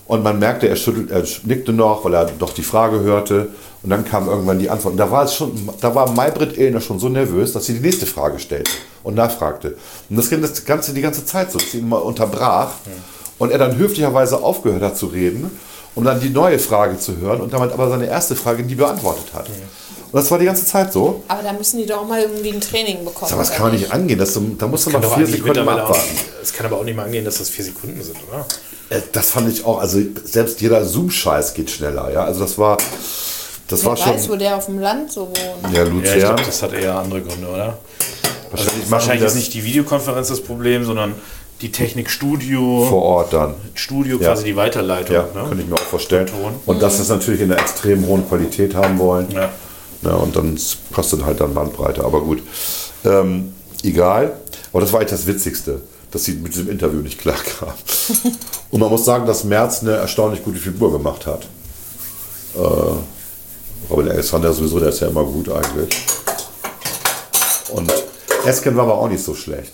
S3: und man merkte, er, schüttelt, er sch- nickte noch, weil er doch die Frage hörte. Und dann kam irgendwann die Antwort. Und da war es schon, da war Maybrit Illner schon so nervös, dass sie die nächste Frage stellte und nachfragte. Und das ging das Ganze die ganze Zeit so, dass sie ihn mal unterbrach und er dann höflicherweise aufgehört hat zu reden, um dann die neue Frage zu hören und damit aber seine erste Frage nie beantwortet hat. Und das war die ganze Zeit so.
S4: Aber da müssen die doch mal irgendwie ein Training bekommen.
S3: Aber das
S4: oder
S3: kann man nicht angehen. Das, da musst du mal
S5: Kann doch
S3: vier
S5: eigentlich
S3: Sekunden mal
S5: mittlerweile auch,
S3: abwarten.
S5: es kann aber auch nicht mehr angehen, dass das vier Sekunden sind, oder?
S3: Äh, Das fand ich auch. Also selbst jeder Zoom-Scheiß geht schneller. Ja, also das war, das war
S4: Wer weiß, wo
S3: schon.
S4: der auf dem Land so wohnt.
S5: Ja,
S3: Ja, Luzern.
S5: ich glaube, das hat eher andere Gründe, oder?
S3: wahrscheinlich machen
S5: Wahrscheinlich
S3: die
S5: ist nicht die Videokonferenz das Problem, sondern die Technikstudio,
S3: vor Ort dann.
S5: Studio
S3: Ja.
S5: quasi die Weiterleitung.
S3: Ja,
S5: ne?
S3: könnte ich mir auch vorstellen.
S5: Ton.
S3: Und
S4: Mhm.
S3: dass sie es natürlich in einer extrem hohen Qualität haben wollen.
S5: Ja.
S3: Ja, und dann kostet halt dann Bandbreite. Aber gut, ähm, egal. Aber das war eigentlich das Witzigste, dass sie mit diesem Interview nicht klar kam. und man muss sagen, dass Merz eine erstaunlich gute Figur gemacht hat. Äh, Robin Alexander sowieso, der ist ja immer gut eigentlich. Und Esken war aber auch nicht so schlecht.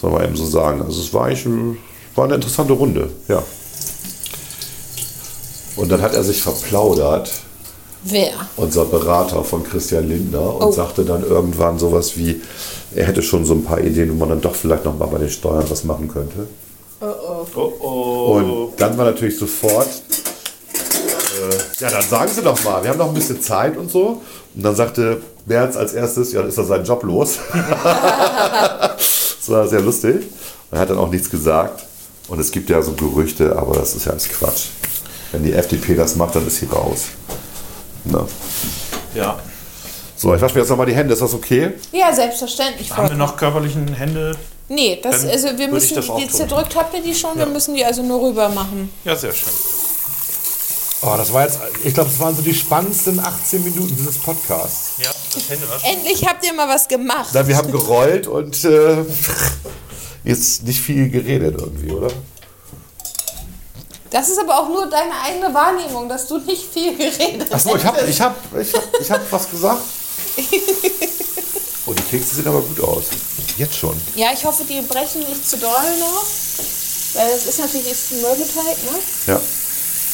S3: Soll man eben so sagen. Also es war eigentlich äh, war eine interessante Runde, ja. Und dann hat er sich verplaudert
S4: Wer?
S3: unser Berater von Christian Lindner und
S4: Oh.
S3: sagte dann irgendwann sowas wie, er hätte schon so ein paar Ideen, wo man dann doch vielleicht nochmal bei den Steuern was machen könnte. Und dann war natürlich sofort, äh, ja, dann sagen Sie doch mal, wir haben noch ein bisschen Zeit und so. Und dann sagte Merz als erstes, ja, dann ist er seinen Job los. das war sehr lustig. Und er hat dann auch nichts gesagt. Und es gibt ja so Gerüchte, aber das ist ja alles Quatsch. Wenn die FDP das macht, dann ist sie raus. Na.
S2: Ja.
S3: So, ich wasche mir jetzt nochmal die Hände, ist das okay?
S4: Ja, selbstverständlich.
S2: Haben wir noch körperlichen Hände?
S4: nee, das,
S2: Dann
S4: also wir
S2: würde ich
S4: müssen,
S2: das auch
S4: die
S2: tun.
S4: zerdrückt habt ihr die schon, wir müssen die also nur rüber machen.
S2: Ja, sehr schön.
S6: Oh, das war jetzt, ich glaube, das waren so die spannendsten 18 Minuten dieses Podcasts.
S2: Ja, das Händewaschen.
S4: Endlich habt ihr mal was gemacht.
S3: Na, wir haben gerollt und äh, jetzt nicht viel geredet irgendwie, oder?
S4: Das ist aber auch nur deine eigene Wahrnehmung, dass du nicht viel geredet hast.
S3: Achso, ich habe ich hab, ich hab, ich hab was gesagt. Oh, die Kekse sehen aber gut aus. Jetzt schon.
S4: Ja, ich hoffe, die brechen nicht zu doll noch. Weil es ist natürlich jetzt ein Mürbeteig, ne?
S3: Ja.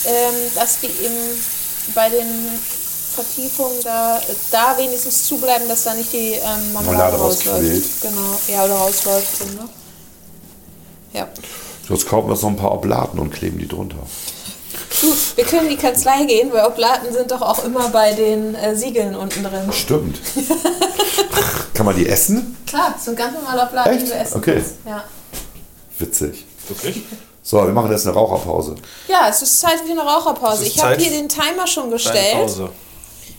S4: ähm, dass die eben bei den Vertiefungen da, da wenigstens zubleiben, dass da nicht die ähm, Marmelade
S3: Marmelade
S4: rausläuft.
S3: rausquillt.
S4: Genau, ja, oder rausläuft. so, Ne? Ja.
S3: Jetzt kaufen wir uns noch ein paar Oblaten und kleben die drunter.
S4: Du, wir können in die Kanzlei gehen, weil Oblaten sind doch auch immer bei den äh, Siegeln unten drin.
S3: Stimmt. Kann man die essen?
S4: Klar, das sind ganz normale Oblaten, die
S3: Echt?
S4: du essen
S3: Okay.
S4: kannst. Ja.
S3: Witzig.
S2: Wirklich?
S3: So, wir machen jetzt eine Raucherpause.
S4: ja, es ist Zeit für eine Raucherpause.
S2: Es ist
S4: Ich habe
S2: Zeit
S4: hier den Timer schon
S2: Deine
S4: gestellt
S2: Pause.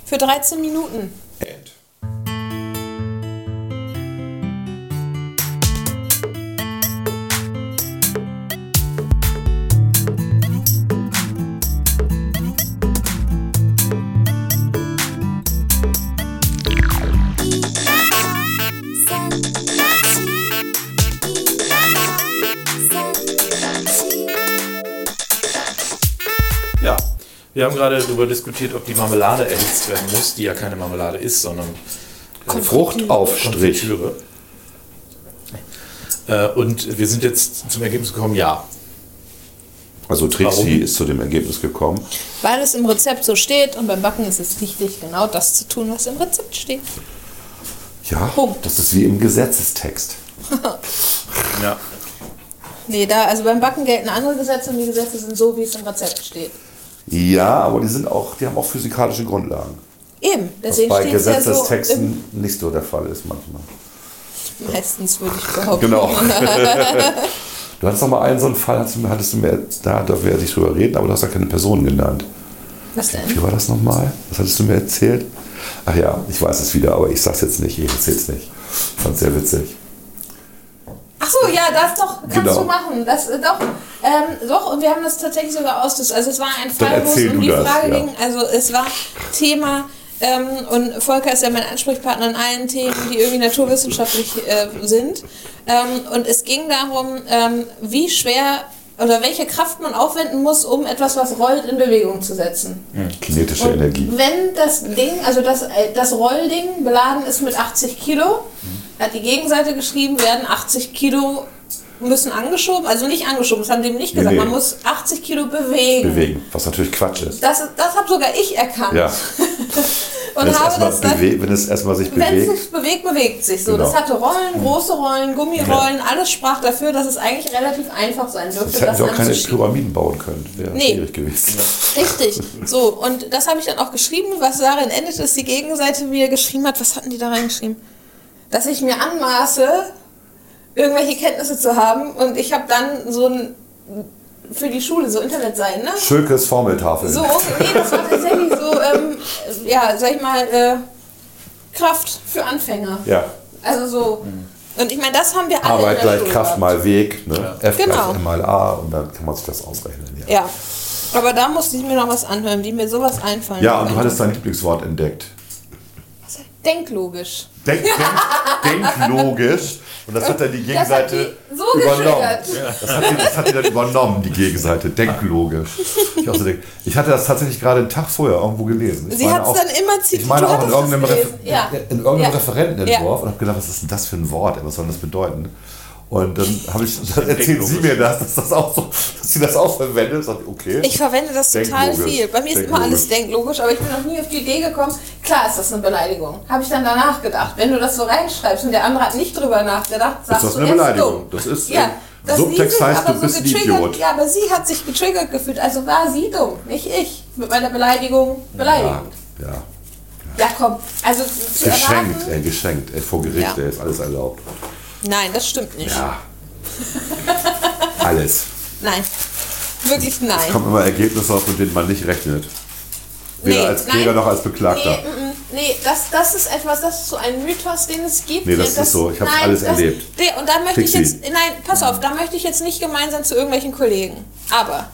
S4: für 13 Minuten.
S3: End.
S2: Ja. Wir haben gerade darüber diskutiert, ob die Marmelade erhitzt werden muss, die ja keine Marmelade ist, sondern äh,
S3: Fruchtaufstrich.
S2: Konfitüre. Äh, und wir sind jetzt zum Ergebnis gekommen, ja.
S3: Also Trixie
S2: Warum?
S3: ist zu dem Ergebnis gekommen.
S4: Weil es im Rezept so steht und beim Backen ist es wichtig, genau das zu tun, was im Rezept steht.
S3: Ja,
S4: Punkt.
S3: das ist wie im Gesetzestext.
S2: Ja.
S4: Nee, da, also beim Backen gelten andere Gesetze und die Gesetze sind so, wie es im Rezept steht.
S3: Ja, aber die sind auch, die haben auch physikalische Grundlagen.
S4: Eben,
S3: Was
S4: deswegen
S3: bei
S4: steht es ja so
S3: Gesetzestexten
S4: im,
S3: nicht so der Fall ist manchmal.
S4: meistens, würde ich behaupten.
S3: Genau. du hattest noch mal einen so einen Fall, hattest du mir, hattest du mir da dürfen wir ja nicht drüber reden, aber du hast ja keine Person genannt.
S4: Was denn?
S3: Wie war das nochmal? Was hattest du mir erzählt? Ach ja, ich weiß es wieder, aber ich sag's jetzt nicht, ich erzähl's nicht. Ich fand's sehr witzig.
S4: Achso, ja, das doch, kannst
S3: Genau.
S4: du machen. Das äh, doch, ähm, doch, und wir haben das tatsächlich sogar ausges... Also es war ein Fall, wo es
S3: erzähl
S4: um
S3: du
S4: die
S3: das,
S4: Frage
S3: ja.
S4: ging, also es war Thema... Ähm, und Volker ist ja mein Ansprechpartner in allen Themen, die irgendwie naturwissenschaftlich äh, sind. Ähm, und es ging darum, ähm, wie schwer oder welche Kraft man aufwenden muss, um etwas, was rollt, in Bewegung zu setzen.
S3: Kinetische Energie.
S4: Wenn das Ding, also das, äh, das Rollding beladen ist mit 80 Kilo,
S3: Mhm.
S4: hat die Gegenseite geschrieben, werden 80 Kilo müssen angeschoben, also nicht angeschoben, das haben die eben nicht
S3: Nee,
S4: gesagt,
S3: nee.
S4: man muss 80 Kilo bewegen.
S3: Bewegen, was natürlich Quatsch ist.
S4: Das, das habe sogar ich erkannt.
S3: Ja. Wenn
S4: Und
S3: es
S4: habe
S3: erstmal
S4: das dann,
S3: bewe- wenn es erstmal sich
S4: wenn es
S3: bewegt.
S4: sich bewegt, bewegt sich so.
S3: Genau.
S4: Das hatte Rollen, große Rollen, Gummirollen, alles sprach dafür, dass es eigentlich relativ einfach sein dürfte,
S3: Jetzt hätten sie auch keine
S4: anzuschieben.
S3: Pyramiden bauen können. Wäre
S4: Nee.
S3: schwierig gewesen.
S4: Richtig. So, und das habe ich dann auch geschrieben. Was darin endet, dass die Gegenseite mir geschrieben hat, was hatten die da reingeschrieben? Dass ich mir anmaße, irgendwelche Kenntnisse zu haben. Und ich habe dann so ein, für die Schule so Internetseiten, ne?
S3: Schökes Formeltafel.
S4: So, nee, das war tatsächlich so, ähm, ja, sag ich mal, äh, Kraft für Anfänger.
S3: Ja. Mhm.
S4: Also so. Und ich meine, das haben wir alle
S3: Arbeit
S4: in der
S3: gleich
S4: Schule
S3: Kraft
S4: gehabt.
S3: mal Weg. Ne? F
S4: Genau.
S3: gleich M mal A. Und dann kann man sich das ausrechnen. Ja.
S4: Ja. Aber da musste ich mir noch was anhören, wie mir sowas einfallen
S3: Ja, und du
S4: würde.
S3: hattest dein Lieblingswort entdeckt.
S4: Denklogisch.
S3: Denk, denk, denk logisch. Und das hat dann die
S4: Das hat
S3: Gegenseite
S4: die so
S3: übernommen.
S4: geschildert.
S3: Das hat, die, das hat die dann übernommen, die Gegenseite. Denk logisch. Ich, auch so denk, ich hatte das tatsächlich gerade einen Tag vorher irgendwo gelesen. Ich
S4: Sie
S3: meine
S4: hat's
S3: auch-
S4: dann immer zitiert.
S3: Ich meine
S4: Du
S3: auch in
S4: hattest das
S3: irgendeinem, Ref
S4: gelesen. Ja.
S3: in irgendeinem
S4: Ja.
S3: Referentenentwurf
S4: Ja.
S3: und habe gedacht, was ist denn das für ein Wort? ey, Was soll denn das bedeuten? Und dann, habe ich, dann erzählen sie mir das, dass, das auch so, dass sie das auch verwendet. Sag ich, okay.
S4: Ich verwende das total
S3: Denklogisch.
S4: viel. Bei mir ist immer
S3: Denklogisch.
S4: alles denklogisch, aber ich bin noch nie auf die Idee gekommen. Klar ist das eine Beleidigung. Habe ich dann danach gedacht. Wenn du das so reinschreibst und der andere hat nicht drüber nachgedacht, sagst
S3: das
S4: du,
S3: eine
S4: er
S3: Beleidigung?
S4: dumm.
S3: Das ist,
S4: ja,
S3: ähm,
S4: das
S3: Subtext
S4: sie sich
S3: heißt,
S4: aber
S3: du bist ein
S4: getriggert-
S3: Idiot.
S4: Ja, aber sie hat sich getriggert gefühlt. Also war sie dumm, nicht ich. Mit meiner Beleidigung
S3: ja,
S4: beleidigend.
S3: ja.
S4: Ja, komm. Also zu
S3: Geschenkt,
S4: erwarten.
S3: ey, geschenkt. Ey, vor Gericht,
S4: Ja.
S3: ey, ist alles erlaubt.
S4: Nein, das stimmt nicht.
S3: Ja. alles.
S4: Nein. Wirklich nein.
S3: Es kommen immer Ergebnisse raus, mit denen man nicht rechnet. Weder als Kläger
S4: nein.
S3: noch als Beklagter.
S4: Nee, mm, mm, nee das, das ist etwas, das ist so ein Mythos, den es gibt.
S3: Nee, das ist so. Ich hab's
S4: nein,
S3: alles erlebt.
S4: Nee, und da möchte ich
S3: Pixi.
S4: jetzt, nein, pass auf, da möchte ich jetzt nicht gemein sein zu irgendwelchen Kollegen. Aber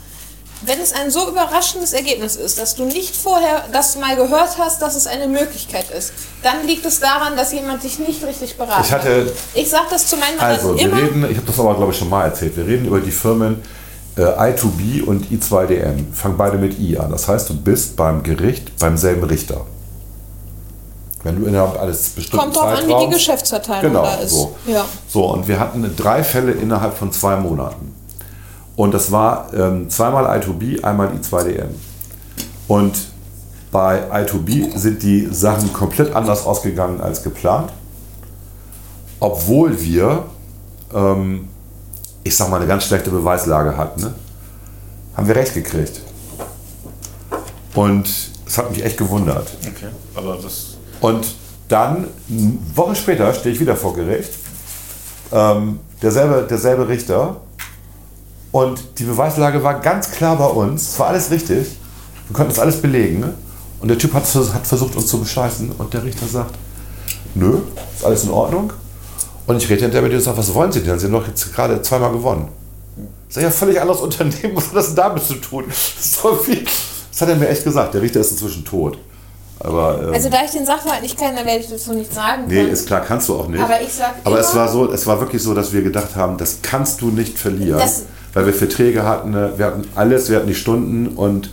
S4: wenn es ein so überraschendes Ergebnis ist, dass du nicht vorher das mal gehört hast, dass es eine Möglichkeit ist, dann liegt es daran, dass jemand dich nicht richtig beraten
S3: Ich hatte
S4: hat. Ich sage das zu meinen
S3: Also,
S4: Mandanten
S3: wir
S4: immer.
S3: reden, ich habe das aber, glaube ich, schon mal erzählt, wir reden über die Firmen äh, I2B und I2DM. Fangen beide mit I an. Das heißt, du bist beim Gericht beim selben Richter. Wenn du innerhalb eines bestimmten
S4: Kommt drauf an, wie die
S3: Zeitraums-
S4: Geschäftsverteilung
S3: genau,
S4: da ist.
S3: So.
S4: Ja.
S3: so, und wir hatten drei Fälle innerhalb von zwei Monaten. Und das war ähm, zweimal I2B, einmal I2DM. Und bei I2B sind die Sachen komplett anders ausgegangen als geplant obwohl wir, ähm, ich sag mal, eine ganz schlechte Beweislage hatten, ne? haben wir recht gekriegt. Und es hat mich echt gewundert.
S5: Okay. Aber das.
S3: Und dann, eine Woche später, stehe ich wieder vor Gericht. Ähm, derselbe, derselbe Richter. Und die Beweislage war ganz klar bei uns. Es war alles richtig. Wir konnten das alles belegen. Und der Typ hat, vers- hat versucht, uns zu bescheißen. Und der Richter sagt, nö, ist alles in Ordnung. Und ich rede hinterher mit ihm und sage, was wollen Sie denn? Sie haben doch jetzt gerade zweimal gewonnen. Das ist ja ein völlig anderes Unternehmen, was hat das denn damit zu tun? Das, ist doch viel. das hat er mir echt gesagt. Der Richter ist inzwischen tot. Aber, ähm,
S4: Also da ich den Sachverhalt nicht kenne, werde ich dazu nichts sagen
S3: Nee,
S4: können.
S3: ist klar, kannst du auch nicht.
S4: Aber ich sag
S3: Aber es
S4: immer-
S3: war so, es war wirklich so, dass wir gedacht haben, das kannst du nicht verlieren.
S4: Das-
S3: weil wir Verträge hatten, ne, wir hatten alles, wir hatten die Stunden und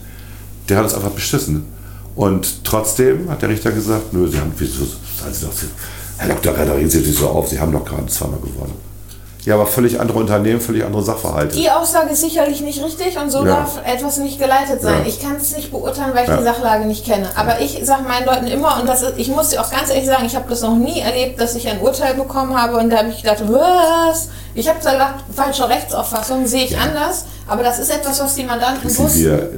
S3: der hat uns einfach beschissen. Und trotzdem hat der Richter gesagt, nö, sie haben, wieso, sagen sie doch, Sie- Herr Dr. Renner, regen Sie sich so auf, Sie haben doch gerade zweimal gewonnen. Ja, aber völlig andere Unternehmen, völlig andere Sachverhalte.
S4: Die Aussage ist sicherlich nicht richtig und so
S3: Ja.
S4: darf etwas nicht geleitet sein.
S3: Ja.
S4: Ich kann es nicht beurteilen, weil ich
S3: Ja.
S4: die Sachlage nicht kenne. Aber ich sage meinen Leuten immer, und das ist, ich muss dir auch ganz ehrlich sagen, ich habe das noch nie erlebt, dass ich ein Urteil bekommen habe und da habe ich gedacht, was? Ich habe da gedacht, falsche Rechtsauffassung sehe ich anders, aber das ist etwas, was die Mandanten
S3: Wissen
S4: wussten.
S3: wir,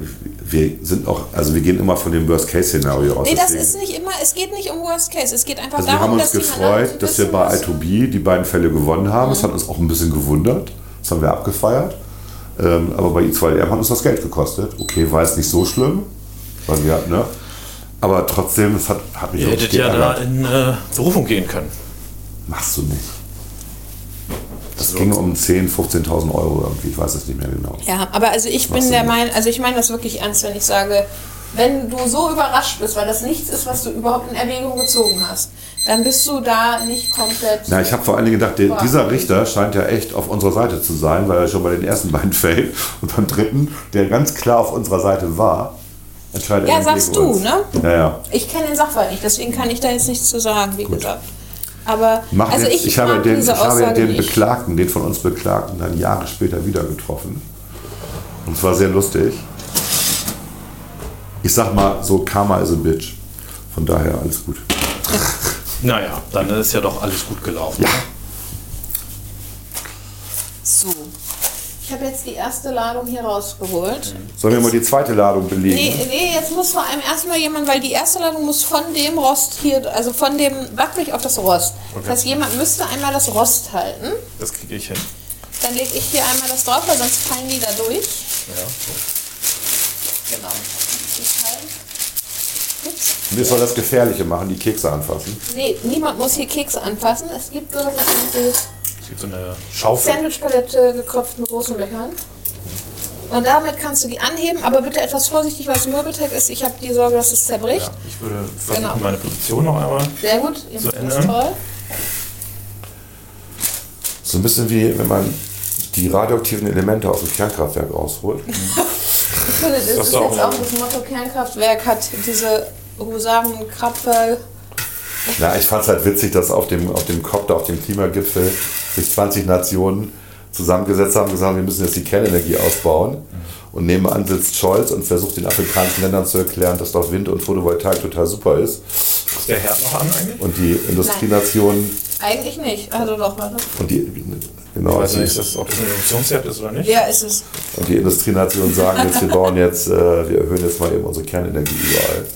S3: wir sind auch, also wir gehen immer von dem Worst-Case-Szenario aus.
S4: Nee, das
S3: deswegen-
S4: ist nicht immer, es geht nicht um Worst Case, es geht einfach
S3: Also wir
S4: darum,
S3: haben uns
S4: dass die Mandanten
S3: gefreut, dass wir
S4: wissen,
S3: bei
S4: was-
S3: I2B die beiden Fälle gewonnen haben. Das hat uns auch ein bisschen gewundert. Das haben wir abgefeiert. Ähm, aber bei I2M hat uns das Geld gekostet. Okay, war jetzt nicht so schlimm. Weil wir, ne? Aber trotzdem, das hat, hat mich
S2: Ihr hättet
S3: wirklich
S2: ja da
S3: geärgert.
S2: in äh, Berufung gehen können.
S3: Machst du nicht. Das ging um 10.000, 15.000 Euro irgendwie. Ich weiß es nicht mehr genau.
S4: Ja, aber also ich
S3: Machst
S4: bin
S3: du
S4: der
S3: nicht.
S4: Meinung, also ich meine das wirklich ernst, wenn ich sage, wenn du so überrascht bist, weil das nichts ist, was du überhaupt in Erwägung gezogen hast, dann bist du da nicht komplett.
S3: Na, ich habe vor allen Dingen gedacht, der, dieser Richter scheint ja echt auf unserer Seite zu sein, weil er schon bei den ersten beiden Fällen und beim dritten, der ganz klar auf unserer Seite war, entscheidet
S4: Ja,
S3: er dann
S4: sagst
S3: gegen
S4: du,
S3: uns.
S4: ne?
S3: Ja, ja.
S4: Ich kenne den Sachverhalt nicht, deswegen kann ich da jetzt nichts zu sagen, wie gesagt. Aber
S3: Mach
S4: also
S3: jetzt, ich,
S4: ich,
S3: habe
S4: mag
S3: den,
S4: diese
S3: ich habe
S4: Aussage
S3: den
S4: nicht.
S3: Beklagten, den von uns Beklagten, dann Jahre später wieder getroffen. Und es war sehr lustig. Ich sag mal, so Karma is a bitch. Von daher alles gut.
S2: Naja, dann ist ja doch alles gut gelaufen. ne?
S1: So.
S4: Ich habe jetzt die erste Ladung hier rausgeholt.
S3: Sollen wir mal die zweite Ladung belegen?
S4: Nee, nee, jetzt muss vor allem erstmal jemand, weil die erste Ladung muss von dem Rost hier, also von dem Backblech auf das Rost. Das heißt, jemand müsste einmal das Rost halten.
S2: Das kriege ich hin.
S4: Dann lege ich hier einmal das drauf, weil sonst fallen die da durch. Ja. Genau. Ich halte. Ups.
S3: Wir sollen das Gefährliche machen, die Kekse anfassen.
S4: Nee, niemand muss hier Kekse anfassen. Es gibt sowas wie diese
S2: Es gibt so eine Schaufel.
S4: Sandwichpalette geköpft mit großen Löchern. Und damit kannst du die anheben, aber bitte etwas vorsichtig, weil es Möbelteig ist. Ich habe die Sorge, dass es zerbricht.
S2: Ja, ich würde versuchen,
S4: Genau.
S2: meine Position noch einmal.
S4: Sehr gut, ihr
S2: So,
S4: macht das
S2: ne?
S4: toll.
S3: So ein bisschen wie wenn man die radioaktiven Elemente aus dem Kernkraftwerk rausholt.
S2: Mhm.
S4: Ich finde, das, ist
S2: doch
S4: jetzt
S2: auch-
S4: auch das Motto Kernkraftwerk hat diese Husarenkrapfe.
S3: Na, ich fand es halt witzig, dass auf dem, auf dem COP, da auf dem Klimagipfel, sich 20 Nationen zusammengesetzt haben und gesagt haben, wir müssen jetzt die Kernenergie
S2: Mhm.
S3: ausbauen. Und nebenan sitzt Scholz und versucht den afrikanischen Ländern zu erklären, dass doch Wind und Photovoltaik total super ist.
S2: Ist der Herd noch an eigentlich?
S3: Und die Industrienationen
S4: Eigentlich nicht. Also doch, warte.
S3: und die genau,
S2: Ich weiß
S3: die-
S2: nicht, Also ist das, ob das ein Reduktionsherd ist oder nicht.
S4: Ja, ist es.
S3: Und die Industrienationen sagen jetzt, wir bauen jetzt, äh, wir erhöhen jetzt mal eben unsere Kernenergie überall.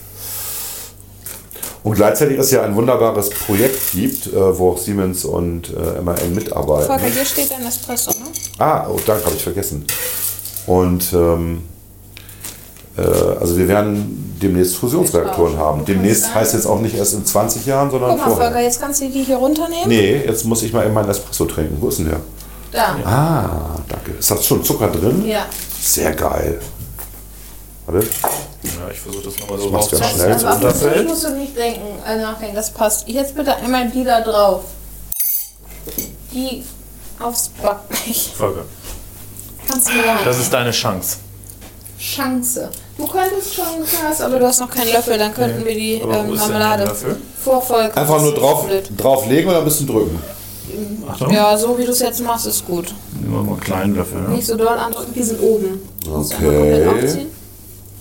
S3: Und gleichzeitig ist ja ein wunderbares Projekt gibt, äh, wo auch Siemens und äh, MAN mitarbeiten.
S4: Volker, hier steht ein Espresso, ne?
S3: Ah, oh, danke, habe ich vergessen. Und ähm, äh, also wir werden demnächst Fusionsreaktoren haben. Demnächst heißt jetzt auch nicht erst in 20 Jahren, sondern
S4: Guck mal, Volker,
S3: vorher.
S4: jetzt kannst du die hier runternehmen.
S3: Nee, jetzt muss ich mal eben meinen Espresso trinken. Wo ist denn der?
S4: Da.
S3: Ah, danke. Ist das schon Zucker drin?
S4: Ja.
S3: Sehr geil. Warte.
S2: Ja, ich versuche das nochmal so
S3: machst du ja
S2: rauszuholen.
S3: schnell.
S4: Also auf das
S2: Unterfeld.
S4: Bild musst du nicht denken, äh, nachdenken, das passt. Jetzt bitte einmal die da drauf. Die aufs Backblech.
S2: Volker,
S4: Kannst du mir da
S2: das ist deine Chance.
S4: Chance. Du könntest schon Glas, aber du hast noch keinen Löffel, dann könnten wir die
S2: Aber wo
S4: ähm,
S2: ist denn der
S4: Marmelade
S2: Löffel?
S4: vorfolgen.
S3: Einfach nur drauf,
S4: Blöd.
S3: drauflegen oder ein bisschen drücken?
S2: Achtung.
S4: Ja, so wie du es jetzt machst, ist gut.
S2: Immer mal einen kleinen Löffel. Ne?
S4: Nicht so doll andrücken, die sind oben. Musst du einmal
S3: Okay.
S4: komplett aufziehen.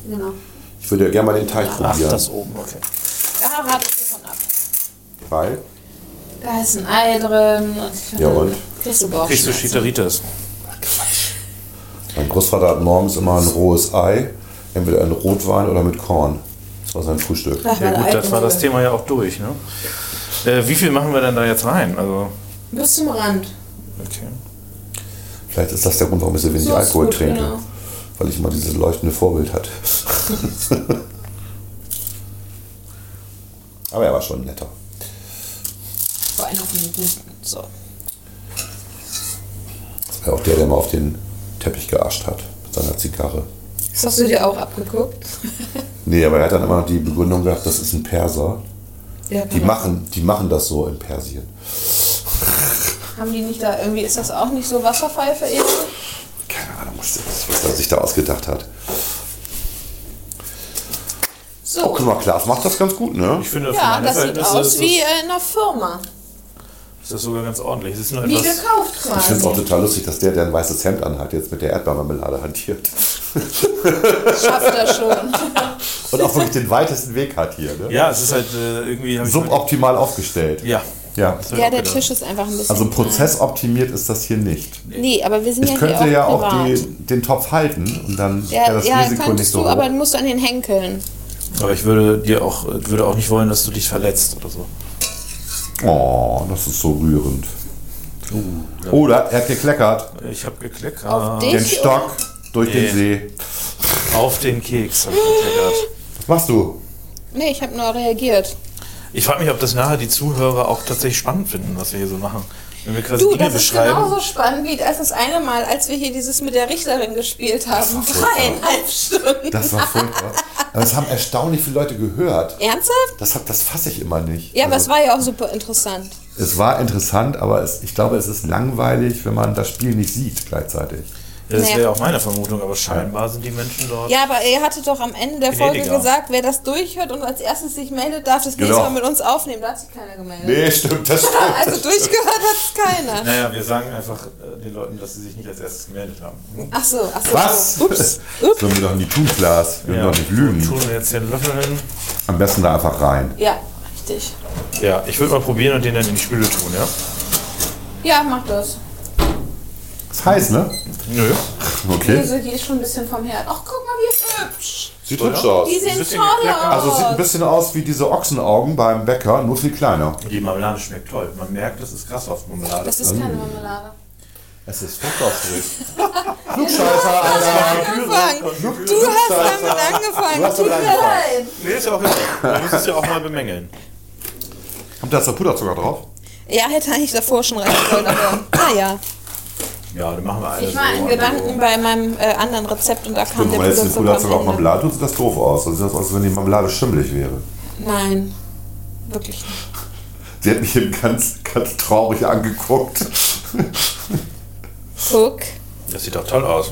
S4: Genau.
S3: Ich würde ja gerne mal den Teig
S2: Ach,
S3: probieren.
S2: das oben, okay.
S4: Da rate ich davon ab.
S3: Weil,
S4: Da ist ein Ei drin. Und
S3: Ja, und?
S4: Kriegst du Bauch.
S2: Kriegst du Schiteritis?
S3: mein Großvater hat morgens immer ein rohes Ei, entweder in Rotwein oder mit Korn. Das war sein Frühstück.
S2: Ja gut, das war das Thema ja auch durch, ne? Äh, wie viel machen wir denn da jetzt rein? Also,
S4: Bis zum Rand.
S2: okay.
S3: Vielleicht ist das der Grund, warum ich so wenig
S4: So ist
S3: Alkohol
S4: gut,
S3: trinke.
S4: genau.
S3: Weil ich immer dieses leuchtende Vorbild hatte. Aber er war schon netter.
S4: Vor allem auf den guten. So.
S3: Das war auch der, der mal auf den Teppich geascht hat mit seiner Zigarre.
S4: Das hast du dir auch abgeguckt.
S3: Nee, aber er hat dann immer noch die Begründung gehabt, das ist ein Perser.
S4: Ja,
S3: Die
S4: genau.
S3: machen, die machen das so in Persien.
S4: Haben die nicht da irgendwie, ist das auch nicht so Wasserpfeife eben?
S3: Keine Ahnung, was, das, was er sich da ausgedacht hat.
S4: So.
S3: Oh, Guck mal, Klaas macht das ganz gut, ne?
S2: Ich finde, für
S4: Ja,
S2: meine
S4: das sieht
S2: Verhältnisse
S4: aus
S2: ist,
S4: wie
S2: das,
S4: äh, in einer Firma.
S2: ist das sogar ganz ordentlich. Es ist nur
S4: Wie
S2: etwas.
S4: gekauft
S3: Ich finde es auch
S4: quasi.
S3: total lustig, dass der, der ein weißes Hemd anhat, jetzt mit der Erdbeermarmelade hantiert.
S4: Schafft er schon.
S3: Und auch wirklich den weitesten Weg hat hier, ne?
S2: Ja, es ist halt äh, irgendwie. hab ich-
S3: Suboptimal aufgestellt.
S2: Ja. genau.
S3: Ja.
S2: Das hab ich
S4: Ja,
S2: auch
S4: der
S2: gedacht.
S4: Tisch ist einfach ein bisschen.
S3: Also prozessoptimiert ist das hier nicht.
S4: Nee, aber wir sind
S3: Ich
S4: ja
S3: könnte
S4: hier
S3: ja
S4: auch
S3: auch
S4: privat.
S3: die, den Topf halten und dann
S4: ja,
S3: wäre das
S4: ja,
S3: Risiko
S4: kannst
S3: nicht so
S4: du, aber
S3: hoch.
S4: musst du an den Henkeln.
S2: Aber ich würde dir auch, äh, würde auch nicht wollen, dass du dich verletzt oder so.
S3: Oh, das ist so rührend. Oh, da, er hat gekleckert.
S2: Ich habe gekleckert.
S4: Auf dich
S3: Den Stock durch
S2: Nee.
S3: den See.
S2: Auf den Keks hab ich gekleckert.
S3: Was machst du?
S4: Oder? Nee, ich habe nur reagiert.
S2: Ich frage mich, ob das nachher die Zuhörer auch tatsächlich spannend finden, was wir hier so machen. Wenn wir
S3: Also
S2: quasi
S4: Du,
S2: Dinge
S4: das ist
S2: beschreiben.
S4: genauso spannend wie als das eine Mal, als wir hier dieses mit der Richterin gespielt haben. Dreieinhalb Stunden.
S3: Das war furchtbar. Aber es haben erstaunlich viele Leute gehört.
S4: Ernsthaft?
S3: Das, hab- das fasse ich immer nicht.
S4: Ja, aber es
S3: Also,
S4: war ja auch super interessant.
S3: es war interessant, aber es, ich glaube, es ist langweilig, wenn man das Spiel nicht sieht gleichzeitig.
S2: Ja, das
S4: Naja.
S2: wäre ja auch meine Vermutung, aber scheinbar sind die Menschen dort.
S4: Ja, aber ihr hattet doch am Ende der Folge
S2: Gnädiger.
S4: gesagt, wer das durchhört und als erstes sich meldet, darf das nächste
S3: Genau.
S4: Mal mit uns aufnehmen. Da hat sich keiner gemeldet.
S3: Nee, stimmt, das stimmt.
S4: Also durchgehört hat es keiner.
S2: Naja, wir sagen einfach äh, den Leuten, dass sie sich nicht als erstes gemeldet haben. Hm?
S4: Ach so, ach so.
S3: Was?
S4: Ups.
S3: Das sollen wir doch nie tun, Klaas. Wir
S2: Ja.
S3: wollen doch nicht lügen.
S2: Tun wir jetzt den Löffel hin.
S3: Am besten da einfach rein.
S4: Ja, richtig.
S2: Ja, ich würde mal probieren und den dann in die Spüle tun, ja?
S4: Ja, mach das.
S3: Ist heiß, ne?
S2: Nö.
S3: Okay.
S4: Diese, die ist schon ein bisschen vom Herd. Ach, guck mal, wie hübsch.
S3: Sieht hübsch aus.
S4: Die sehen
S2: bisschen
S4: toll
S2: gekleckert.
S4: aus.
S3: Also sieht ein bisschen aus wie diese Ochsenaugen beim Bäcker, nur viel kleiner.
S2: Die Marmelade schmeckt toll. Man merkt, das ist Grassaftmarmelade.
S4: das ist keine
S3: Also
S4: Marmelade.
S3: Es ist Fruchtaufstrich. Klugscheißer, Alter.
S7: Du hast damit angefangen.
S3: Du hast
S7: Tut
S3: damit
S7: mir leid.
S4: Nein.
S2: Nee, ist ja auch egal. Man muss es ja auch mal bemängeln.
S3: Kommt da jetzt der Puderzucker drauf?
S7: Ja, hätte eigentlich davor schon rein sollen, aber naja.
S2: Ja, dann machen wir
S3: Also,
S2: eine.
S4: Ich war
S3: oh.
S4: in Gedanken bei meinem äh, anderen Rezept und da kam
S3: Wenn
S4: der
S3: man jetzt den Puderzucker
S4: Puderzucker
S3: auf
S4: am Ende.
S3: Marmelade tut, sieht das doof aus. Dann sieht das aus, als wenn die Marmelade schimmelig wäre.
S4: Nein, wirklich nicht.
S3: Sie hat mich eben ganz, ganz traurig angeguckt.
S7: Guck.
S2: Das sieht doch toll aus.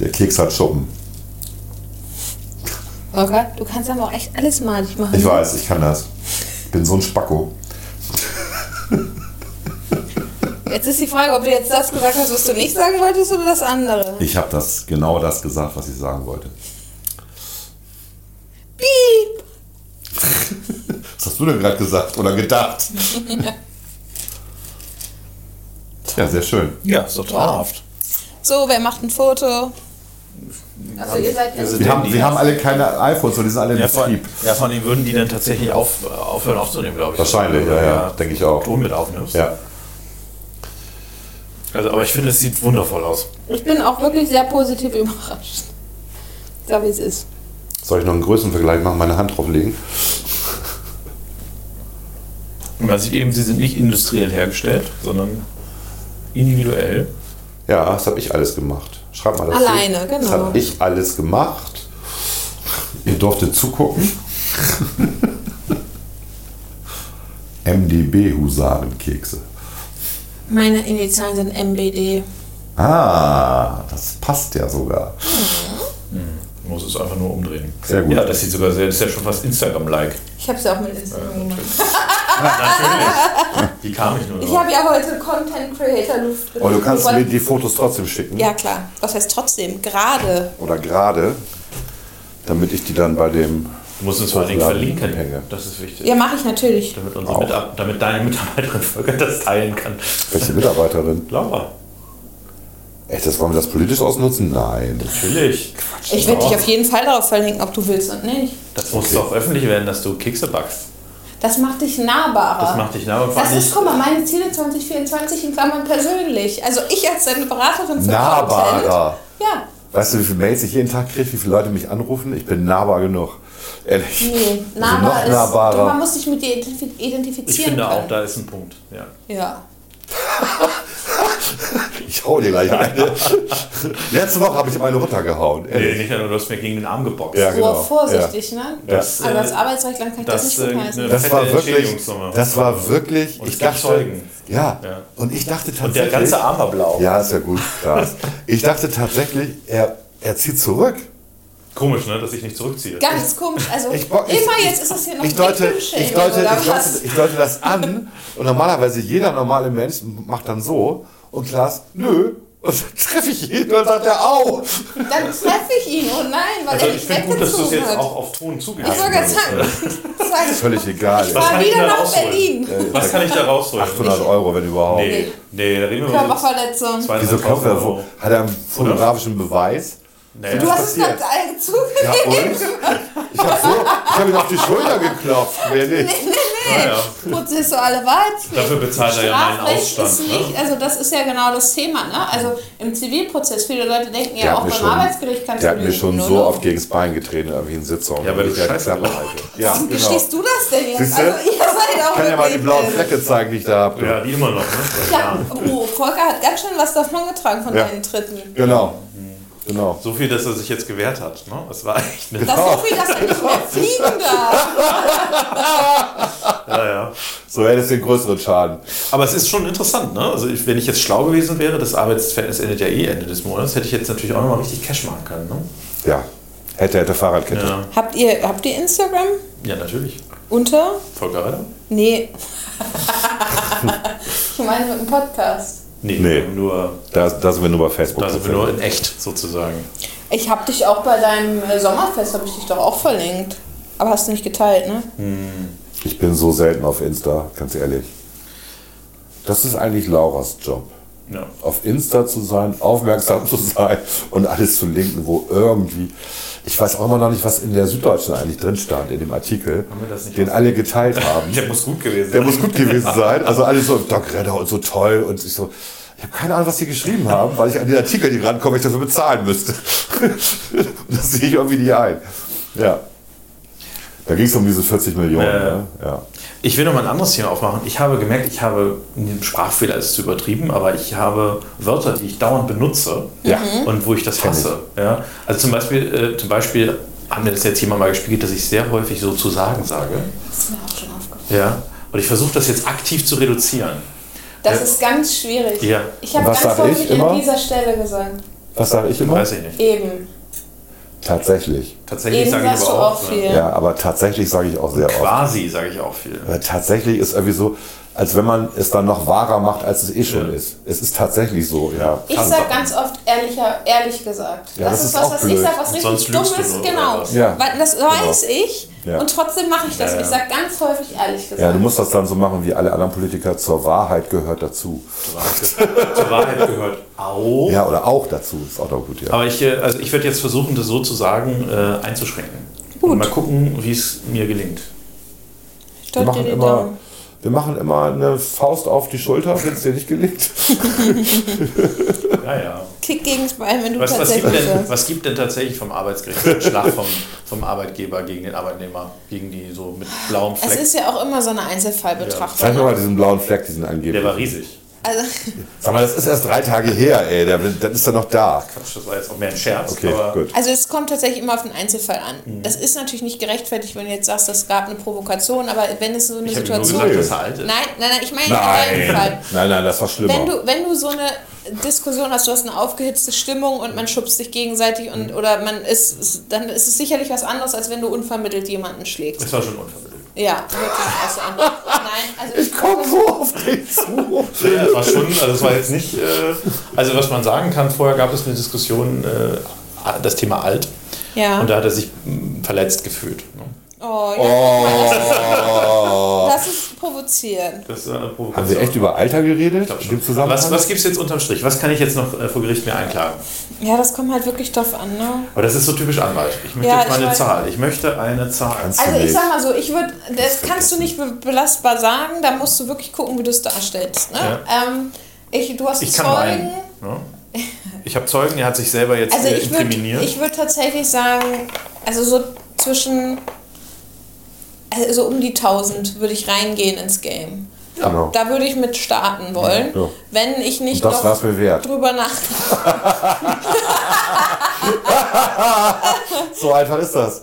S3: Der Keks hat Schuppen.
S7: Okay.
S4: Du kannst aber auch echt alles malig machen.
S3: Ich weiß, ich kann das. Ich bin so ein Spacko.
S7: Jetzt ist die Frage, ob du jetzt das gesagt hast, was du nicht sagen wolltest oder das andere.
S3: Ich habe das genau das gesagt, was ich sagen wollte.
S7: Piep.
S3: Was hast du denn gerade gesagt oder gedacht? ja, sehr schön.
S2: Ja, ist doch traumhaft.
S7: So, wer macht ein Foto?
S4: Also ihr seid jetzt
S3: Wir haben, wir haben alle keine iPhones, sondern die sind alle im
S2: ja, von,
S3: Betrieb.
S2: ja, von denen würden die dann tatsächlich auf, äh, aufhören aufzunehmen, glaube ich.
S3: Wahrscheinlich, ja, ja, denke ich auch.
S2: Ton mit aufnimmst.
S3: Ja.
S2: Also, aber ich finde, es sieht wundervoll aus.
S4: Ich bin auch wirklich sehr positiv überrascht. So wie es ist.
S3: Soll ich noch einen Größenvergleich machen, meine Hand drauflegen?
S2: Und man sieht eben, sie sind nicht industriell hergestellt, sondern individuell.
S3: Ja, das habe ich alles gemacht. Schreib mal das.
S7: Alleine,
S3: hier.
S7: genau.
S3: Das habe ich alles gemacht. Ihr durftet zugucken. MDB-Husarenkekse.
S4: Meine Initialen sind MBD.
S3: Ah, das passt ja sogar.
S2: Man muss es einfach nur umdrehen.
S3: Sehr gut.
S2: Ja, das sieht sogar sehr, das ist ja schon fast Instagram-like.
S4: Ich habe es ja auch mit Instagram gemacht.
S2: Wie kam ich nur
S4: Ich habe ja heute Content Creator
S2: Oh,
S4: Luft
S3: Aber du kannst mir
S4: bekommen.
S3: die Fotos trotzdem schicken.
S7: Ja, klar. Was heißt trotzdem? Gerade.
S3: Oder gerade, damit ich die dann bei dem.
S2: Du musst uns vor allen Dingen
S3: Hochladen
S2: verlinken.
S3: hänge.
S2: Das ist wichtig.
S4: Ja, mache ich natürlich.
S2: Damit, unsere Mitar- damit deine Mitarbeiterin Volker das teilen kann.
S3: Welche Mitarbeiterin?
S2: Laura,
S3: Echt, das wollen wir das politisch ausnutzen? Nein.
S2: natürlich.
S7: Ich
S2: werd
S7: werde
S2: dich
S7: dich
S2: auf
S7: auf jeden Fall darauf verlinken, ob du willst und nicht.
S2: Das muss doch öffentlich werden, dass du Kekse backst.
S4: Das macht dich nahbarer.
S2: Das macht dich nahbar. Vor
S4: Das
S2: allen
S4: ist,
S2: Dingen-
S4: guck mal, meine Ziele 2024 in Klammern persönlich. Also ich als deine Beraterin für Content.
S3: Nahbarer.
S4: Ja,
S3: Weißt du, wie viele Mails ich jeden Tag kriege, wie viele Leute mich anrufen? Ich bin nahbar genug. Ehrlich.
S4: nee,
S3: also
S4: nahbar
S3: noch
S4: ist, du, man
S3: nahbarer.
S4: muss dich mit dir identif- identifizieren
S2: ich finde
S4: können.
S2: auch, da ist ein Punkt. Ja.
S7: Ja.
S3: Ich hau dir gleich eine. Letzte Woche habe ich eine runtergehauen.
S2: Nee,
S3: Ehrlich.
S2: nicht nur, du hast mir gegen den Arm geboxt.
S3: Äh, Ja,
S4: Vor-
S3: genau.
S4: vorsichtig, ne?
S2: Das,
S4: Aber das
S2: äh,
S4: Arbeitsrechtland kann ich das,
S2: das,
S4: nicht
S2: äh,
S4: gutheißen.
S2: ne-
S3: Das war
S2: Fette
S3: wirklich,
S2: Entschädigungssumme.
S3: das war wirklich,
S2: Und
S3: ich
S2: es gab
S3: dachte,
S2: Zeugen.
S3: ja,
S2: Ja.
S3: und ich dachte tatsächlich,
S2: Und der ganze Arm war blau.
S3: ja, ist ja gut, krass. Ich dachte tatsächlich, er, er zieht zurück.
S2: Komisch, ne, dass ich nicht zurückziehe.
S4: Ganz komisch, also
S3: Ich bo- ich-
S4: immer jetzt ist das hier noch
S3: Ich deute,
S4: Victim-Shaming
S3: ich, deute,
S4: oder
S3: ich, deute,
S4: was?
S3: ich deute das an und normalerweise jeder normale Mensch macht dann so und Klaas, nö. Und dann treffe ich ihn und sagt er, au.
S4: Dann treffe ich ihn, oh nein, weil
S2: Also
S4: er
S2: ich
S4: mich
S2: finde gut, dass du es
S4: weggezogen
S2: jetzt
S4: hat.
S2: auch auf Ton zugehst
S4: ich wollte gerade sagen, das war
S3: Völlig egal.
S2: Was
S4: Mal
S2: kann ich
S4: wieder
S2: da
S4: nach
S2: rausholen?
S4: Berlin.
S2: Was kann ich da rausholen?
S3: 800 Euro, wenn überhaupt.
S2: Nee, nee, da reden wir
S4: Körperverletzung.
S3: Wieso kauft er wo? Hat er einen fotografischen Beweis?
S2: Naja,
S4: Du hast es
S3: passiert?
S4: gerade allen zugegeben.
S3: Ich habe so, ich hab ihm auf die Schulter geklopft. Mehr nicht.
S2: naja.
S4: Prozessuale Wahrheitspflicht.
S2: Ah, Dafür bezahlt er ja meinen
S4: Strafrecht
S2: Ausstand.
S4: ist
S2: ne?
S4: nicht, also das ist ja genau das Thema, ne? Also im Zivilprozess, viele Leute denken ja
S3: Der
S4: auch
S3: hat mir
S4: beim
S3: schon,
S4: Arbeitsgericht kannst
S3: der
S4: du
S3: hat mir
S4: lügen,
S3: schon
S4: nur
S3: so
S4: noch.
S3: oft gegens Bein getreten in irgendwelchen Sitzungen.
S2: Ja, weil
S3: Wenn
S2: du
S3: die
S2: Scheiße
S3: Klappe
S2: laufst.
S3: halte. Ja,
S7: Wie
S3: genau.
S7: stehst du das denn jetzt?
S3: Siehste?
S7: Also, ihr seid auch
S3: Ich kann ja mal
S7: wirklich-
S3: die blauen Flecke zeigen, die ich da habe.
S2: Ja, die immer noch. Ne?
S4: Ja, oh, Volker hat ganz schön was davon getragen von
S3: Ja.
S4: deinen Tritten.
S3: Genau. Genau.
S2: So viel, dass er sich jetzt gewehrt hat. Ne? Das war echt eine.
S4: Das ist so viel, dass er nicht mehr fliegen darf.
S2: Ja, ja.
S3: So hättest du den größeren Schaden.
S2: Aber es ist schon interessant. Ne? Also ich, wenn ich jetzt schlau gewesen wäre, das Arbeitsverhältnis endet ja eh Ende des Monats, hätte ich jetzt natürlich auch nochmal richtig Cash machen können. Ne?
S3: Ja. Hätte, hätte Fahrradkette.
S2: Ja.
S7: Habt ihr, habt ihr Instagram?
S2: ja, natürlich.
S7: Unter?
S2: Volker Reiter?
S7: Nee.
S4: Ich meine mit dem Podcast.
S2: Nee,
S3: Nee.
S2: nur,
S3: Da, da sind wir nur bei Facebook.
S2: da sind wir nur in echt sozusagen.
S4: Ich habe dich auch bei deinem äh, Sommerfest, habe ich dich doch auch verlinkt. Aber hast du nicht geteilt, ne?
S3: Ich bin so selten auf Insta, ganz ehrlich. Das ist eigentlich Lauras Job.
S2: Ja.
S3: Auf Insta zu sein, aufmerksam zu sein und alles zu linken, wo irgendwie. Ich weiß auch immer noch nicht, was in der Süddeutschen eigentlich drin stand, in dem Artikel,
S2: wir das nicht
S3: den alle geteilt haben.
S2: Der muss gut gewesen
S3: Der
S2: sein.
S3: muss gut gewesen sein. Also alles so Doc Redder und so toll und ich so. Ich habe keine Ahnung, was die geschrieben haben, weil ich an den Artikel, die rankommen, ich dafür bezahlen müsste. und das sehe ich irgendwie nicht ein. Ja. Da ging es um diese 40 Millionen.
S2: Ja, ja.
S3: Ne? Ja.
S2: Ich will noch mal ein anderes Thema aufmachen. Ich habe gemerkt, ich habe, Sprachfehler ist zu übertrieben, aber ich habe Wörter, die ich dauernd benutze
S3: Ja.
S2: und wo ich das hasse. Ja? Also zum Beispiel, äh, zum Beispiel haben wir das jetzt hier mal gespiegelt, dass ich sehr häufig so zu sagen sage.
S4: Das ist mir auch schon aufgefallen.
S2: Ja? Und ich versuche das jetzt aktiv zu reduzieren.
S4: Das
S2: Ja.
S4: ist ganz schwierig.
S2: Ja.
S4: Ich habe
S3: Was
S4: ganz
S3: sag ich
S4: häufig
S3: immer?
S4: an dieser Stelle gesagt.
S3: Was sage ich immer?
S2: Weiß ich nicht.
S4: Eben.
S3: Tatsächlich.
S2: Tatsächlich
S4: Eben
S2: sage ich
S4: sagst
S2: aber
S4: du
S2: auch,
S4: auch
S2: ne?
S4: viel.
S3: Ja, aber tatsächlich sage ich auch sehr oft.
S2: Quasi sage ich auch viel.
S3: Aber tatsächlich ist irgendwie so, als wenn man es dann noch wahrer macht, als es eh schon ist. Es ist tatsächlich so, ja.
S4: Ich sag ganz oft ehrlicher, ehrlich gesagt.
S3: Ja, das
S4: das, ist
S3: ist
S4: was,
S3: auch
S4: was ich
S3: blöd.
S4: sag, was
S2: Sonst
S4: richtig dumm
S2: lügst du
S4: ist.
S2: nur,
S4: Genau.
S2: oder was?
S3: Ja.
S4: Weil Das weiß ich
S3: Ja.
S4: und trotzdem mache ich das.
S2: Ja,
S4: Und Ich
S2: ja.
S4: sag ganz häufig ehrlich gesagt.
S3: Ja, du musst das dann so machen wie alle anderen Politiker. Zur Wahrheit gehört dazu.
S2: Zur Wahrheit gehört auch.
S3: Ja, oder auch dazu. Ist auch noch gut, ja.
S2: Aber ich, äh, also ich werde jetzt versuchen, das so zu sagen, äh, einzuschränken. Und mal gucken, wie es mir gelingt.
S3: Wir
S4: Tut dir
S3: machen
S4: die
S3: immer,
S4: Daumen.
S3: wir machen immer eine Faust auf die Schulter, wenn es dir nicht gelingt.
S2: Ja, ja.
S8: Kick gegens Bein, wenn du
S2: Was, was, gibt
S8: tatsächlich
S2: denn,
S8: sagst.
S2: was gibt denn tatsächlich vom Arbeitsgericht einen Schlag vom, vom Arbeitgeber gegen den Arbeitnehmer, gegen die so mit blauem
S4: Es
S2: Fleck?
S4: ist ja auch immer so eine
S3: Zeig mir
S4: Einzelfallbetrachtung.
S3: mal diesen blauen Fleck, diesen angeblich.
S2: Der war riesig.
S8: Also,
S3: Sag mal, das ist erst drei Tage her, ey. Der, dann ist er noch da.
S2: Das war jetzt auch mehr ein Scherz.
S3: Okay,
S2: aber
S3: gut.
S4: Also es kommt tatsächlich immer auf den Einzelfall an.
S2: Mhm.
S4: Das ist natürlich nicht gerechtfertigt, wenn du jetzt sagst, es gab eine Provokation, aber wenn es so eine
S2: Ich habe nur
S4: Situation
S2: gesagt, dass er alt ist.
S4: Nein, nein, nein, ich meine im
S3: Nein. Genau.
S4: Fall.
S3: Nein, nein, das war schlimmer.
S4: Wenn du, wenn du so eine Diskussion hast, du hast eine aufgehitzte Stimmung und man schubst sich gegenseitig und oder man ist, ist- dann ist es sicherlich was anderes, als wenn du unvermittelt jemanden schlägst.
S2: Das war schon unvermittelt.
S4: Ja, wirklich. Also, nein, also
S3: ich komme so auf den zu.
S2: Ja, das war schon, also das war jetzt nicht. Äh, also was man sagen kann, vorher gab es eine Diskussion, äh, das Thema alt.
S4: Ja.
S2: Und da hat er sich mh, verletzt gefühlt. Ne?
S4: Oh, ja, oh. Lass es provozieren.
S2: Das äh, ist eine Provokation.
S3: Haben wir echt über Alter geredet? In dem Zusammenhang?
S2: was, was gibt es jetzt unterm Strich? Was kann ich jetzt noch äh, vor Gericht mir einklagen?
S4: Ja, das kommt halt wirklich drauf an, ne?
S2: Aber das ist so typisch Anwalt. Ich möchte
S4: Ja,
S2: jetzt mal
S4: ich
S2: eine
S4: weiß.
S2: Zahl. Ich möchte eine Zahl.
S3: Kannst du
S4: Also ich
S3: nicht.
S4: sag mal so, ich würde, das kannst du nicht be- belastbar sagen, da musst du wirklich gucken, wie du es darstellst. Ne?
S2: Ja.
S4: Ähm, ich, du hast
S2: Ich kann nur einen.
S4: Zeugen.
S2: Ne? Ich habe Zeugen, der hat sich selber jetzt
S4: Also
S2: äh,
S4: ich würde
S2: inkriminiert.
S4: ich würd tatsächlich sagen, also so zwischen, also so um die 1000 würde ich reingehen ins Game.
S3: genau.
S4: Da würde ich mit starten wollen,
S3: Ja.
S4: wenn ich nicht
S3: Und das
S4: noch
S3: war's mir wert.
S4: drüber nach...
S3: So einfach ist das.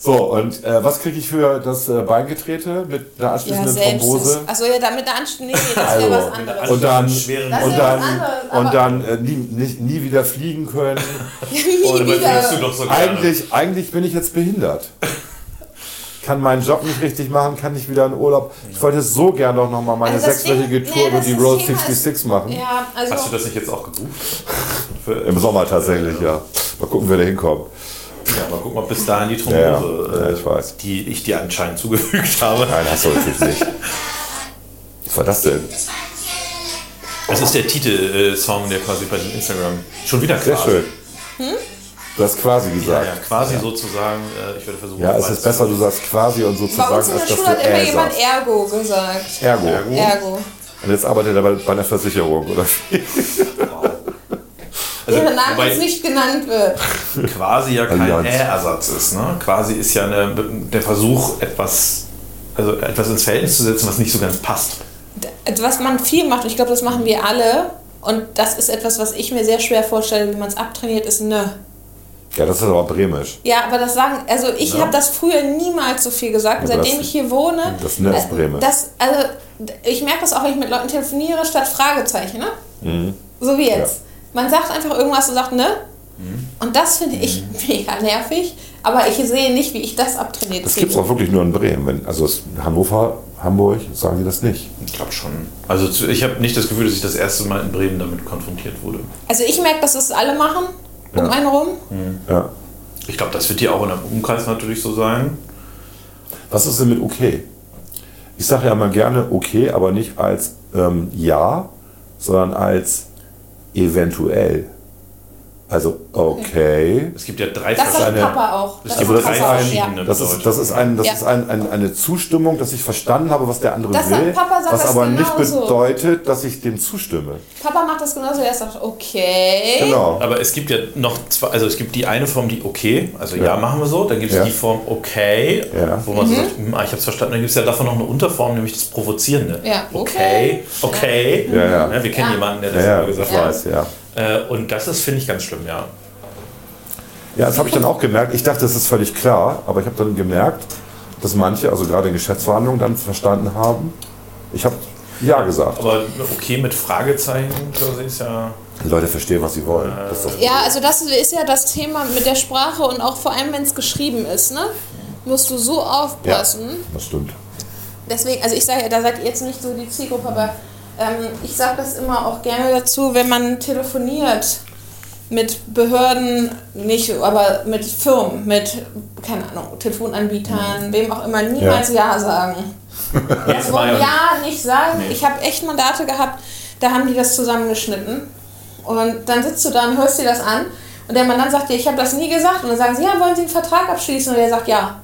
S3: So, und äh, was kriege ich für das äh, Beingetrete mit einer
S4: Ja,
S3: anschließenden
S4: selbst.
S3: Thrombose?
S4: Achso, ja, damit der Anstieg, nee, nee, das
S3: Also,
S4: wäre was anderes.
S3: Und dann,
S2: Schweren
S4: Das ist
S3: und
S4: ja
S3: dann,
S4: was anderes, aber-
S3: und dann äh, nie, nicht, nie wieder fliegen können.
S2: Oder
S4: Nie
S2: willst du
S4: wieder.
S2: doch so gerne.
S3: eigentlich, eigentlich bin ich jetzt behindert. Kann meinen Job nicht richtig machen, kann nicht wieder in Urlaub. Ich wollte so gern doch nochmal meine
S4: Also das Ding-
S3: sechswöchige
S4: nee,
S3: Tour über
S4: das
S3: die
S4: ist-
S3: Road
S4: Thema ist-
S3: 66 machen.
S4: Ja, also...
S2: Hast du das nicht jetzt auch gebucht? Für,
S3: Im Sommer tatsächlich, ja. Mal gucken, wer da hinkommt.
S2: ja, mal gucken, ob bis dahin die
S3: Ja,
S2: Thrombose,
S3: ja,
S2: äh,
S3: ich weiß.
S2: die ich dir anscheinend zugefügt habe.
S3: Nein, hast du natürlich nicht. Was war das denn?
S2: Das ist der Titelsong, der quasi bei dem Instagram schon wieder
S3: Sehr
S2: quasi.
S3: schön.
S4: Hm?
S3: Du hast quasi gesagt.
S2: Ja, ja, quasi sozusagen. Äh, ich werde versuchen.
S3: Ja, es ist besser, du sagst quasi und sozusagen,
S4: Bei uns
S3: als
S4: in der
S3: dass du
S4: Schule hat immer
S3: äh
S4: jemand
S3: sagst.
S4: Ergo gesagt.
S3: Ergo.
S4: Ergo.
S3: Und jetzt arbeitet er bei, bei einer Versicherung, oder? wie?
S2: Also,
S4: Deren Name
S2: wobei
S4: jetzt nicht genannt wird.
S2: quasi ja kein
S3: Allianz.
S2: Äh-Ersatz ist. Ne? Quasi ist ja eine, der Versuch, etwas, also etwas ins Verhältnis zu setzen, was nicht so ganz passt.
S4: Was man viel macht, und ich glaube, das machen wir alle, und das ist etwas, was ich mir sehr schwer vorstelle, wie man es abtrainiert, ist ne.
S3: Ja, das ist aber bremisch.
S4: Ja, aber das sagen, also ich habe das früher niemals so viel gesagt,
S3: Aber
S4: seitdem
S3: das-
S4: ich hier wohne.
S3: das Ne ist
S4: äh,
S3: Bremen.
S4: Das, also, d- ich merke das auch, wenn ich mit Leuten telefoniere, statt Fragezeichen, ne?
S3: Mhm.
S4: So wie jetzt. Man sagt einfach irgendwas und sagt ne.
S3: Mhm.
S4: Und das finde ich mega nervig, aber ich sehe nicht, wie ich das abtrainiert
S3: Das
S4: kriege.
S3: gibt es auch wirklich nur in Bremen. Wenn, also es- in Hannover, Hamburg sagen die das nicht.
S2: Ich glaube schon. Also zu- ich habe nicht das Gefühl, dass ich das erste Mal in Bremen damit konfrontiert wurde.
S4: Also ich merke, dass das alle machen um
S3: Ja.
S4: einen rum.
S3: Ja.
S2: Ich glaube, das wird hier auch in einem Umkreis natürlich so sein.
S3: Was ist denn mit okay? Ich sage ja immer gerne okay, aber nicht als ähm, ja, sondern als eventuell. Also okay.
S2: Es gibt ja drei
S4: Das sagt
S3: eine-
S4: Papa auch.
S2: Es
S3: Also
S2: gibt
S3: das
S2: drei
S3: ist ein,
S2: verschiedene
S3: das ist, das ist, ein, das
S4: Ja.
S3: ist ein, ein, eine Zustimmung, dass ich verstanden habe, was der andere
S4: Das sagt
S3: will,
S4: Papa, sagt
S3: was
S4: das
S3: aber nicht
S4: genauso.
S3: bedeutet, dass ich dem zustimme.
S4: Papa macht das genauso, er sagt, okay.
S3: Genau.
S2: Aber es gibt ja noch zwei, also es gibt die eine Form, die okay, also ja,
S3: Ja.
S2: machen wir so, dann gibt es
S3: Ja.
S2: die Form okay,
S3: Ja.
S2: wo man so sagt, hm, ah, ich habe es verstanden, dann gibt es ja davon noch eine Unterform, nämlich das Provozierende.
S4: Ja,
S2: Okay, okay.
S3: Ja, ja.
S2: wir kennen
S4: Ja.
S2: jemanden, der das
S3: Ja,
S2: immer
S3: ja,
S2: gesagt
S3: ich
S2: hat.
S3: weiß, ja.
S2: Äh, und das ist, finde ich, ganz schlimm, ja.
S3: Ja, das habe ich dann auch gemerkt. Ich dachte, das ist völlig klar, aber ich habe dann gemerkt, dass manche, also gerade in Geschäftsverhandlungen, dann verstanden haben. Ich habe ja gesagt.
S2: Aber okay mit Fragezeichen, quasi ist ja.
S3: Die Leute verstehen, was sie wollen. Das ist das
S4: Ja, also das ist ja das Thema mit der Sprache und auch vor allem, wenn es geschrieben ist, ne? Musst du so
S3: ja,
S4: aufpassen.
S3: das stimmt.
S4: Deswegen, also ich sage ja, da seid ihr jetzt nicht so die Zielgruppe, aber ähm, ich sage das immer auch gerne dazu, wenn man telefoniert mit Behörden, nicht, aber mit Firmen, mit, keine Ahnung, Telefonanbietern, wem auch immer, niemals Ja, sagen.
S2: war
S4: Das wollen
S2: ja-
S4: Ja nicht sagen.
S2: Nee.
S4: Ich habe echt Mandate gehabt, da haben die das zusammengeschnitten. Und dann sitzt du da und hörst dir das an. Und der Mandant sagt dir, ich habe das nie gesagt. Und dann sagen sie, ja, wollen Sie einen Vertrag abschließen? Und er sagt, ja.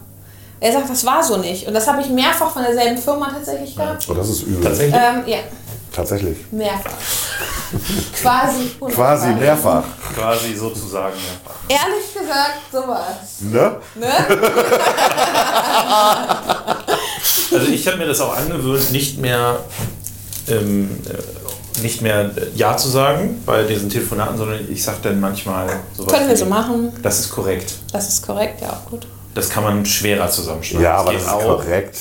S4: Er sagt, das war so nicht. Und das habe ich mehrfach von derselben Firma tatsächlich gehabt.
S3: Und Oh, das ist übel.
S2: Tatsächlich.
S4: Ähm, ja,
S3: Tatsächlich.
S4: mehrfach. Quasi. hundertmal.
S3: Quasi mehrfach.
S2: Quasi sozusagen. Ja.
S4: Ehrlich gesagt, sowas.
S3: Ne?
S2: Also ich habe mir das auch angewöhnt, nicht mehr, ähm, äh, nicht mehr äh, Ja zu sagen bei diesen Telefonaten, sondern ich sage dann manchmal sowas.
S4: Können wir so
S2: wie,
S4: machen.
S2: Das ist korrekt.
S4: Das ist korrekt, ja, auch gut.
S2: Das kann man schwerer zusammenschneiden.
S3: Ja, aber
S2: geht
S3: das ist
S2: auch.
S3: korrekt.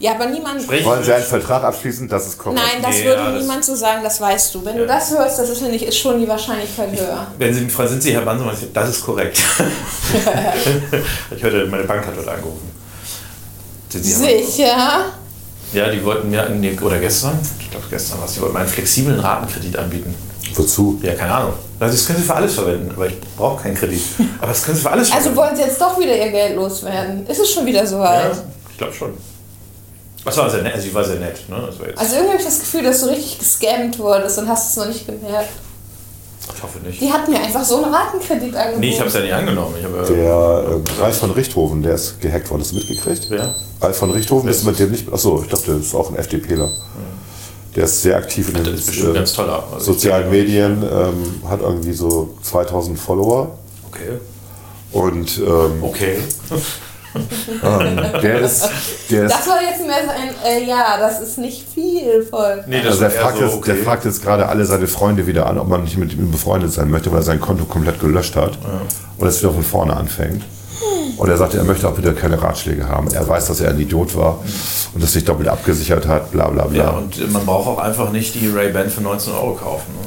S4: Ja, aber niemand.
S2: Sprich-
S3: Wollen Sie einen Vertrag abschließen? Das ist korrekt.
S4: Nein, das
S2: Nee,
S4: würde
S2: ja, das-
S4: niemand so sagen, das weißt du. Wenn du das hörst, das ist, finde ich, ist schon die Wahrscheinlichkeit höher.
S2: Wenn Sie mich fragen, sind Sie Herr Bansemann? Ich sag, Das ist korrekt. ich hörte, meine Bank hat heute angerufen. Sind Sie Herr Bansemann?
S4: Sicher.
S2: Ja, die wollten mir, nee, oder gestern, ich glaube gestern was, die wollten mir einen flexiblen Ratenkredit anbieten.
S3: Wozu?
S2: Ja, keine Ahnung. Also das können Sie für alles verwenden, aber ich brauche keinen Kredit. Aber das können Sie für alles
S4: Also
S2: verwenden.
S4: wollen sie jetzt doch wieder ihr Geld loswerden. Ist es schon wieder soweit?
S2: ja, ich glaube schon. Das war sehr nett, also sie war sehr nett. Ne? Also jetzt,
S4: Also irgendwie habe ich das Gefühl, dass du richtig gescammt wurdest und hast es noch nicht gemerkt.
S2: ich hoffe nicht.
S4: Die hat mir einfach so einen Ratenkredit angeboten.
S2: Nee, ich habe es ja nicht angenommen. Ich habe ja.
S3: Der äh, Ralf von Richthofen, der ist gehackt worden. Hast du mitgekriegt?
S2: Wer?
S3: Ralf von Richthofen ist mit dem nicht. Achso, ich dachte, das ist auch ein FDPler. Der ist sehr aktiv in
S2: Das
S3: den
S2: ist bestimmt
S3: äh,
S2: ganz toller. Also,
S3: sozialen Medien, ähm, hat irgendwie so 2000 Follower.
S2: okay.
S3: Und ähm,
S2: Okay.
S3: der ist. Der ist
S4: Das war jetzt mehr so ein, äh, ja, das ist nicht viel, Volk.
S2: Nee, das
S3: also
S2: war
S3: der,
S2: eher
S3: fragt
S2: so,
S3: jetzt,
S2: okay.
S3: der fragt jetzt gerade alle seine Freunde wieder an, ob man nicht mit ihm befreundet sein möchte, weil er sein Konto komplett gelöscht hat und es wieder von vorne anfängt. Und er sagte, er möchte auch wieder keine Ratschläge haben. Er weiß, dass er ein Idiot war und dass sich doppelt abgesichert hat, bla bla bla.
S2: ja, und man braucht auch einfach nicht die Ray-Ban für 19 Euro kaufen. Ne?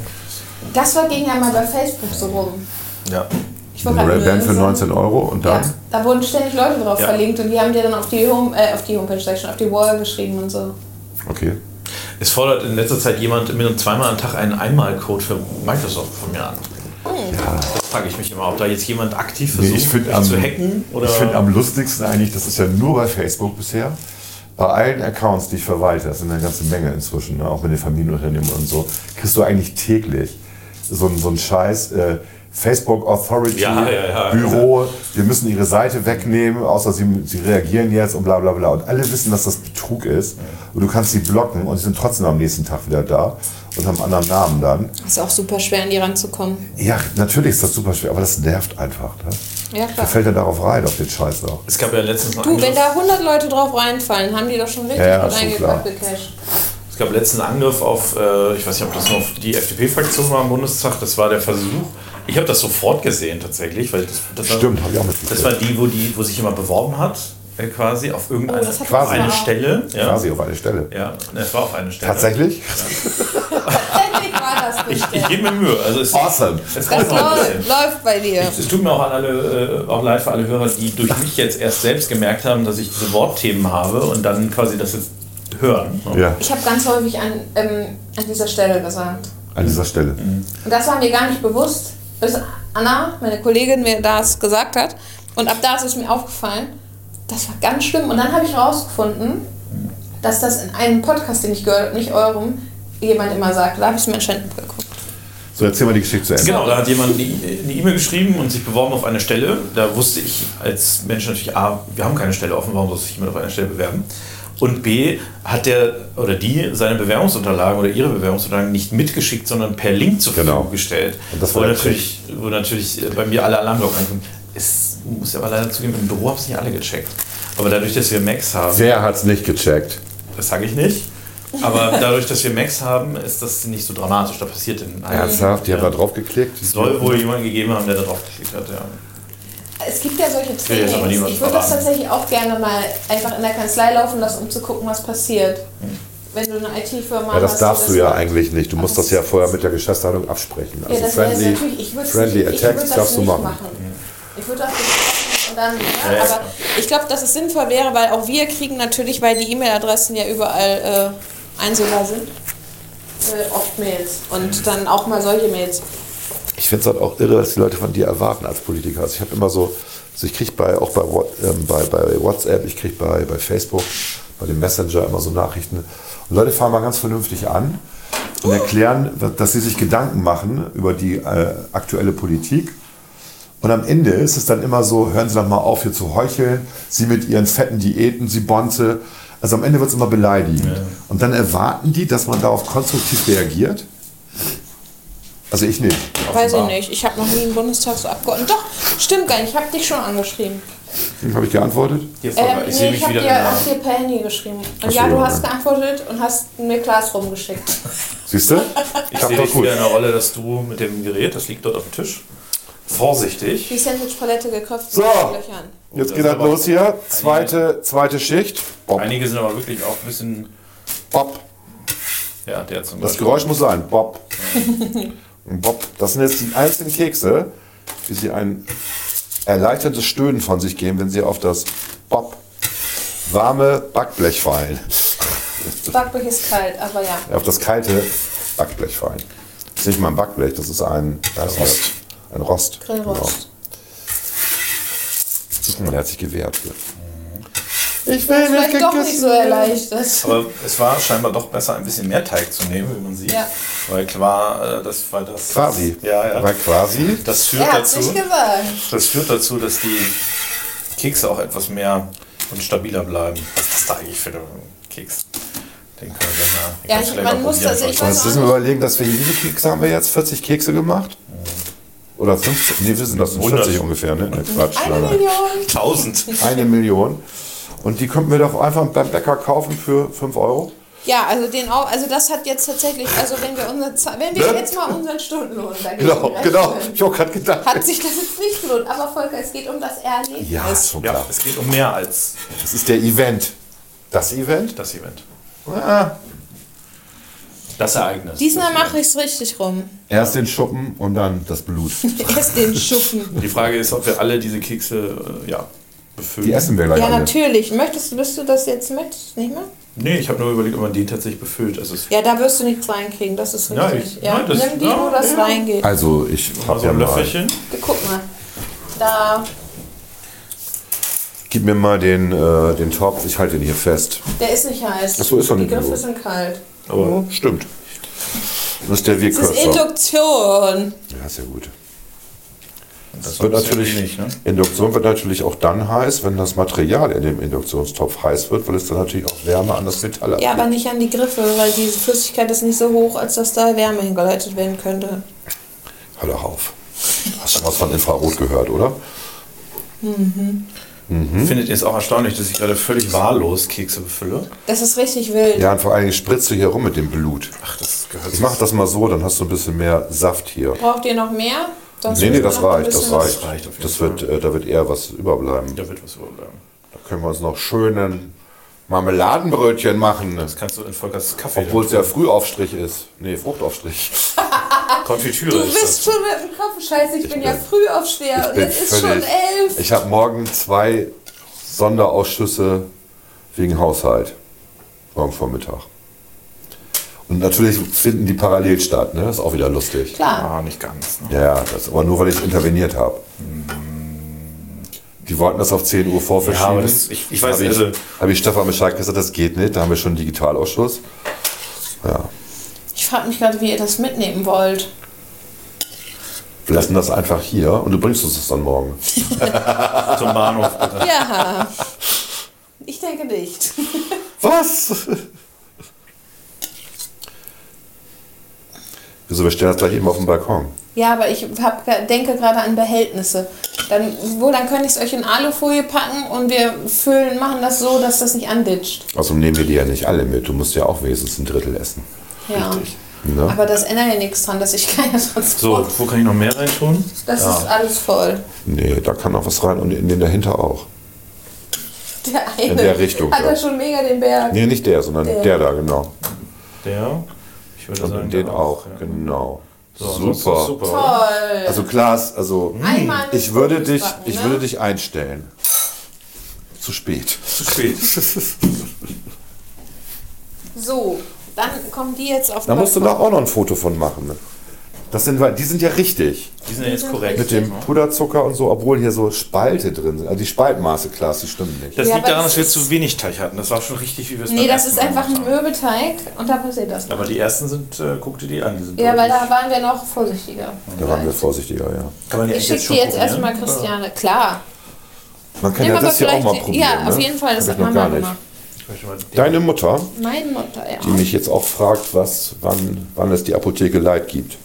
S4: Das war ging ja mal bei Facebook so rum.
S2: Ja.
S4: Ich wollte
S3: Eine
S4: gerade
S3: Ray-Ban für
S4: sagen.
S3: 19 Euro und
S4: Ja,
S3: dann?
S4: da wurden ständig Leute drauf
S2: Ja.
S4: verlinkt und die haben dir dann auf die, Home, äh, auf die Homepage, sag ich schon, auf die Wall geschrieben und so.
S3: Okay.
S2: Es fordert in letzter Zeit jemand mir zweimal am Tag einen Einmalcode für Microsoft von mir an.
S4: Hm.
S2: Das frage ich mich immer, ob da jetzt jemand aktiv versucht,
S3: Nee, ich finde
S2: mich
S3: am,
S2: zu hacken oder
S3: ich find am lustigsten eigentlich, das ist ja nur bei Facebook bisher, bei allen Accounts, die ich verwalte, das sind eine ganze Menge inzwischen, ne? auch mit den Familienunternehmen und so, kriegst du eigentlich täglich so, einen- so einen Scheiß. Äh, Facebook Authority,
S2: Ja, ja, ja.
S3: Büro, wir müssen ihre Seite wegnehmen, außer sie, sie reagieren jetzt und bla bla bla. Und alle wissen, dass das Betrug ist. Und du kannst sie blocken und sie sind trotzdem am nächsten Tag wieder da und haben einen anderen Namen dann.
S4: Ist auch super schwer, an die ranzukommen.
S3: Ja, natürlich ist das super schwer, aber das nervt einfach. Ne?
S4: Ja,
S3: Da
S4: klar.
S3: fällt er darauf rein, auf den Scheiß auch.
S2: es gab ja letztens einen
S4: Du, wenn
S2: Angriff,
S4: da 100 Leute drauf reinfallen, haben die doch schon richtig
S3: Also Ja, ja,
S4: gut
S3: schon
S4: eingepackt
S3: klar.
S4: gecasht.
S2: es gab letzten Angriff auf, äh, ich weiß nicht, ob das nur auf die FDP-Fraktion war am Bundestag, das war der Versuch. Ich habe das sofort gesehen tatsächlich, weil das, das,
S3: Stimmt,
S2: war,
S3: hab ich auch
S2: das
S3: mitgekriegt.
S2: war die, wo die, wo sich jemand beworben hat, äh, quasi auf irgendeine
S4: Oh, das hat
S2: auf eine
S4: Quasi.
S2: Stelle. Ja,
S3: Quasi auf eine Stelle.
S2: ja, es war auf eine Stelle.
S3: Tatsächlich?
S4: Tatsächlich war das
S2: Ich,
S4: nicht
S2: ich
S4: der.
S2: gebe mir Mühe. Also es,
S3: Awesome.
S2: es kommt
S4: Das
S2: noch ein bisschen.
S4: läuft, läuft bei dir.
S2: Es tut mir auch, an alle, äh, auch leid für alle Hörer, die durch mich jetzt erst selbst gemerkt haben, dass ich diese Wortthemen habe und dann quasi das jetzt hören.
S3: Ja,
S4: Ich habe ganz häufig an, ähm, an dieser Stelle gesagt.
S3: an dieser Stelle.
S4: Und das war mir gar nicht bewusst, bis Anna, meine Kollegin, mir das gesagt hat. Und ab da ist es mir aufgefallen.
S9: Das war ganz schlimm. Und dann habe ich rausgefunden, dass das in einem Podcast, den ich gehört habe, nicht eurem, jemand immer sagt. Da habe ich es mir anscheinend abgeguckt.
S3: Äh, So, erzähl mal die Geschichte zu Ende.
S2: Genau, da hat jemand eine E- eine E-Mail geschrieben und sich beworben auf eine Stelle. Da wusste ich als Mensch natürlich, A, wir haben keine Stelle offen, warum soll sich jemand auf eine Stelle bewerben? Und B, hat der oder die seine Bewerbungsunterlagen oder ihre Bewerbungsunterlagen nicht mitgeschickt, sondern per Link zur
S3: Genau.
S2: Verfügung gestellt.
S3: Und das
S2: wo,
S3: war der
S2: natürlich, wo natürlich äh, bei mir alle Alarmglocken ankommen. Es muss ja aber leider zugeben, im Büro haben es nicht alle gecheckt. Aber dadurch, dass wir Max haben,
S3: Wer hat's nicht gecheckt?
S2: das sage ich nicht, aber dadurch, dass wir Max haben, ist das nicht so dramatisch. Da passiert in einem
S3: Ernsthaft? Die haben da drauf geklickt?
S2: es soll wohl jemanden gegeben haben, der da drauf geklickt hat, ja.
S9: Es gibt ja solche
S2: will jetzt aber
S9: Trainings.
S2: niemanden
S9: Ich würde das
S2: verraten.
S9: tatsächlich auch gerne mal einfach in der Kanzlei laufen lassen, um zu gucken, was passiert.
S2: Mhm.
S9: Wenn du eine IT-Firma
S3: Ja, das
S9: hast.
S3: darfst
S9: die
S3: du ja
S9: macht.
S3: eigentlich nicht. Du musst
S9: Aber
S3: das ja
S9: das-
S3: vorher mit der Geschäftsleitung absprechen.
S9: Ja,
S3: Also
S9: das wäre jetzt
S3: friendly,
S9: natürlich, ich würde
S3: friendly
S9: ich würd
S3: Attacks
S9: das
S3: darfst du
S9: nicht
S3: machen.
S9: Ich würde das nicht machen und dann,
S2: Mhm. Ja,
S9: ja,
S2: ja,
S9: aber
S2: klar.
S4: Ich glaube, dass es sinnvoll wäre, weil auch wir kriegen natürlich, weil die E-Mail-Adressen ja überall äh, einsehbar sind.
S9: äh, oft Mails
S2: Mhm.
S9: und dann auch mal solche Mails.
S3: Ich finde es halt auch irre, was die Leute von dir erwarten als Politiker. Also ich habe immer so, also ich kriege bei, auch bei, What- ähm, bei, bei WhatsApp, ich kriege bei, bei Facebook, bei dem Messenger immer so Nachrichten. Und Leute fangen mal ganz vernünftig an und erklären, dass sie sich Gedanken machen über die äh, aktuelle Politik. Und am Ende ist es dann immer so, hören Sie doch mal auf, hier zu heucheln, Sie mit Ihren fetten Diäten, Sie Bonze. Also am Ende wird es immer beleidigend. Und dann erwarten die, dass man darauf konstruktiv reagiert. Also ich nicht.
S4: Weiß ich nicht. Ich habe noch nie einen Bundestagsabgeordneten. Doch, stimmt gar nicht. Ich habe dich schon angeschrieben.
S3: Habe ich geantwortet?
S2: Hier Volker,
S9: Ähm,
S2: ich
S9: nee,
S2: sehe
S9: ich
S2: mich
S9: habe
S2: wieder in
S9: dir,
S2: der
S9: hab dir per Handy geschrieben. Und
S3: so,
S9: ja, du
S3: ja.
S9: hast geantwortet und hast mir Classroom geschickt.
S3: Siehst du?
S2: Ich
S3: Klappt
S2: sehe
S3: doch
S2: dich
S3: gut.
S2: wieder in der Rolle, dass du mit dem Gerät, das liegt dort auf dem Tisch, vorsichtig.
S4: Die Sandwich-Palette geköpft
S3: So.
S4: mit Löchern.
S3: Jetzt geht das los hier. Zweite, zweite Schicht. Bob,
S2: Einige sind aber wirklich auch ein bisschen.
S3: bob.
S2: Ja, der zum
S3: Das Geräusch muss sein. Bob. Und bob. Das sind jetzt die einzelnen Kekse, wie sie ein erleichtertes Stöhnen von sich geben, wenn sie auf das Bob warme Backblech fallen. Äh,
S9: Backblech ist kalt, aber ja.
S3: Auf das kalte Backblech fallen. Das ist nicht mal ein Backblech, das ist ein, das Rost. ein Rost.
S9: Grillrost.
S3: Genau. Man hat sich gewehrt. Ich
S9: Mhm. Das
S3: will
S9: ist vielleicht doch nicht
S3: gegessen
S9: so erleichtert.
S2: Aber es war scheinbar doch besser, ein bisschen mehr Teig zu nehmen, wie man sieht.
S9: Ja.
S2: Weil klar, äh, das war das.
S3: Quasi.
S2: Ja, ja.
S3: War quasi.
S2: Das führt,
S9: Er hat es
S2: dazu,
S9: nicht gesagt.
S2: das führt dazu, dass die Kekse auch etwas mehr und stabiler bleiben. Was ist das da eigentlich für ein Keks? Den können wir gleich mal. den
S4: Ja,
S2: kannst du
S4: ich-
S2: gleich mal
S4: man muss
S2: probieren,
S4: das- ich
S2: Volker.
S4: weiß-
S3: Jetzt müssen wir überlegen, dass wir hier, wie viele Kekse haben wir jetzt? 40 Kekse gemacht? Oder 50? Nee, wir sind das sind
S2: 100.
S3: 40 ungefähr, ne? ne Quatsch. Eine
S4: Million.
S2: 1000.
S3: Eine Million. Und die könnten wir doch einfach beim Bäcker kaufen für 5 Euro.
S4: Ja, also den auch, also das hat jetzt tatsächlich, also wenn wir unser Za- wenn wir
S3: Ne?
S4: jetzt
S9: Jetzt mal unseren Stundenlohn. da geht's
S3: Genau,
S9: direkt
S3: genau.
S9: hin.
S3: Ich habe gerade gedacht.
S4: hat sich
S9: Das
S4: das
S9: ist nicht gelohnt, aber Volker, es geht um das Erlebnis.
S3: ja, ist schon
S2: Ja,
S3: klar.
S2: es geht um mehr als
S3: Das ist der Event. Das Event?
S2: das Event.
S3: Ah.
S2: Das Ereignis.
S4: diesmal mache ich es richtig rum.
S3: Erst den Schuppen und dann das Blut.
S4: Erst den Schuppen.
S2: Die Frage ist, ob wir alle diese Kekse äh, ja, befüllen.
S3: Die essen wir gleich
S4: Ja,
S3: alle.
S4: natürlich. Möchtest du, bist du das jetzt möchtest du nicht mehr?
S2: Nee, ich habe nur überlegt, ob man die tatsächlich befüllt. Also es
S4: Ja, da wirst du nichts reinkriegen, das ist
S2: Ja,
S4: richtig.
S2: ich-
S4: Ja,
S2: nein, das-
S4: Nimm die,
S2: ja,
S4: wo das
S2: ja.
S4: reingeht.
S3: Also, ich
S2: war
S3: habe
S2: so
S3: ja
S2: ein
S3: mal...
S2: Löffelchen.
S9: Guck mal. Da,
S3: Gib mir mal den, äh, den Topf. Ich halte ihn hier fest.
S9: der ist nicht heiß.
S3: Ach so, ist doch
S9: Die
S3: nicht
S9: Griffe
S3: so.
S9: sind kalt.
S3: Aber stimmt. Das ist der
S4: Das ist
S3: Wirkürzer.
S4: Induktion.
S3: Ja, ist ja gut.
S2: Das
S3: Wird
S2: weiß ich
S3: natürlich,
S2: nicht, ne?
S3: Induktion wird natürlich auch dann heiß, wenn das Material in dem Induktionstopf heiß wird, weil es dann natürlich auch Wärme an das Metall
S4: Ja,
S3: abgibt.
S4: aber nicht an die Griffe, weil diese Flüssigkeit ist nicht so hoch, als dass da Wärme hingeleitet werden könnte.
S3: Hör doch auf. Hast du was von Infrarot gehört, oder? Hm?
S2: Findet ihr es auch erstaunlich, dass ich gerade völlig wahllos Kekse befülle?
S4: Das ist richtig wild.
S3: Ja, und vor allen Dingen spritzt du hier rum mit dem Blut.
S2: Ach, das gehört
S3: Ich mach das mal so, dann hast du ein bisschen mehr Saft hier.
S4: Braucht ihr noch mehr? Sonst
S3: Nee, nee,
S4: müssen wir
S3: das
S4: noch ein
S3: reicht, das
S4: bisschen was-
S3: reicht.
S2: Das reicht auf jeden
S3: Das wird, äh, da wird eher was überbleiben.
S2: Da wird was überbleiben.
S3: Da können wir uns noch schönen Marmeladenbrötchen machen.
S2: Das kannst du in Volkers Kaffee.
S3: Obwohl es ja Frühaufstrich ist. Nee, Fruchtaufstrich.
S2: Konfitüre
S4: Du
S2: ist
S4: bist
S2: das.
S4: schon mit dem Kopf, scheiße, ich, bin, ja früh aufsteher und
S3: bin
S4: es ist schon
S3: völlig-
S4: elf.
S3: Ich habe morgen zwei Sonderausschüsse wegen Haushalt. Morgen Vormittag. Und natürlich finden die parallel statt, ne? Ist auch wieder lustig.
S9: Klar.
S2: Ah, nicht ganz. Ne?
S3: Ja, ja, das aber nur weil ich interveniert habe. Die wollten das auf 10 Uhr vorverschieben.
S2: Ja, aber das- ich- ich weiß,
S3: habe ich,
S2: also-
S3: habe ich Stefan Bescheid gesagt, das geht nicht, da haben wir schon einen Digitalausschuss. Ja,
S4: Ich frage mich gerade, wie ihr das mitnehmen wollt.
S3: wir lassen das einfach hier und du bringst uns das dann morgen.
S2: Zum Bahnhof.
S4: Ja. Ich denke nicht.
S3: Was? Wieso, wir stellen das gleich eben auf den Balkon.
S4: Ja, aber ich hab, denke gerade an Behältnisse. Dann, wo, dann könnte ich es euch in Alufolie packen und wir füllen, machen das so, dass das nicht anditscht.
S3: Außerdem nehmen wir die ja nicht alle mit, du musst ja auch wenigstens ein Drittel essen.
S4: Ja.
S3: Ne?
S4: Aber das ändert ja nichts dran, dass ich keine sonst
S2: So, wo kann ich noch mehr reintun?
S4: Das ist alles voll.
S3: Nee, da kann auch was rein und in den dahinter auch.
S4: Der eine
S3: In der Richtung,
S4: hat
S3: ja.
S4: ja schon mega den Berg.
S3: Nee, nicht der, sondern der,
S4: Der.
S3: da, genau.
S2: Der. Ich würde
S3: Und
S2: sagen,
S3: in den
S2: der
S3: auch,
S2: ja.
S3: genau.
S2: So,
S3: super.
S2: super. oder?
S4: Toll.
S3: Also Klaas, also
S4: Einmal mit
S3: ich würde
S4: Pommes
S3: dich,
S4: backen,
S3: ich
S4: ne?
S3: würde dich einstellen. Zu spät.
S2: Zu spät.
S4: So, dann kommen die jetzt auf
S3: Da
S4: den
S3: musst du
S4: Balkon.
S3: doch auch noch ein Foto von machen. ne? Das sind, weil- die sind ja richtig.
S2: Die sind ja jetzt korrekt.
S3: Mit dem Puderzucker und so, obwohl hier so Spalte drin sind. Also die Spaltmaße, Klaas, die stimmen nicht.
S2: Das
S4: Ja,
S2: liegt
S4: aber
S2: daran,
S4: das
S2: dass wir
S4: ist-
S2: zu wenig Teig hatten. Das war schon richtig, wie wir es
S4: Nee,
S2: beim
S4: das
S2: ersten
S4: ist
S2: Mal
S4: einfach ein
S2: gemacht haben.
S4: Mürbeteig und da passiert das.
S2: Aber die ersten sind, äh, guck dir die an. Die sind
S4: Ja, weil
S2: deutlich-
S4: da waren wir noch vorsichtiger.
S3: Da waren wir vorsichtiger, ja.
S2: kann man die
S4: Ich
S2: echt
S4: schicke
S2: schon
S4: dir jetzt
S2: probieren?
S4: erstmal Christiane. Klar.
S3: Man kann
S4: Nimm
S3: ja
S4: aber
S3: das hier auch
S4: vielleicht
S3: mal
S4: die-
S3: probieren.
S4: ja, auf
S3: ne?
S4: jeden Fall, das
S3: Hab
S4: hat
S3: ich noch
S4: meine
S3: gar
S4: Mama
S3: nicht.
S4: gemacht.
S3: Deine Mutter,
S4: Meine Mutter, ja.
S3: die mich jetzt auch fragt, was, wann, wann es die Apotheke Light gibt.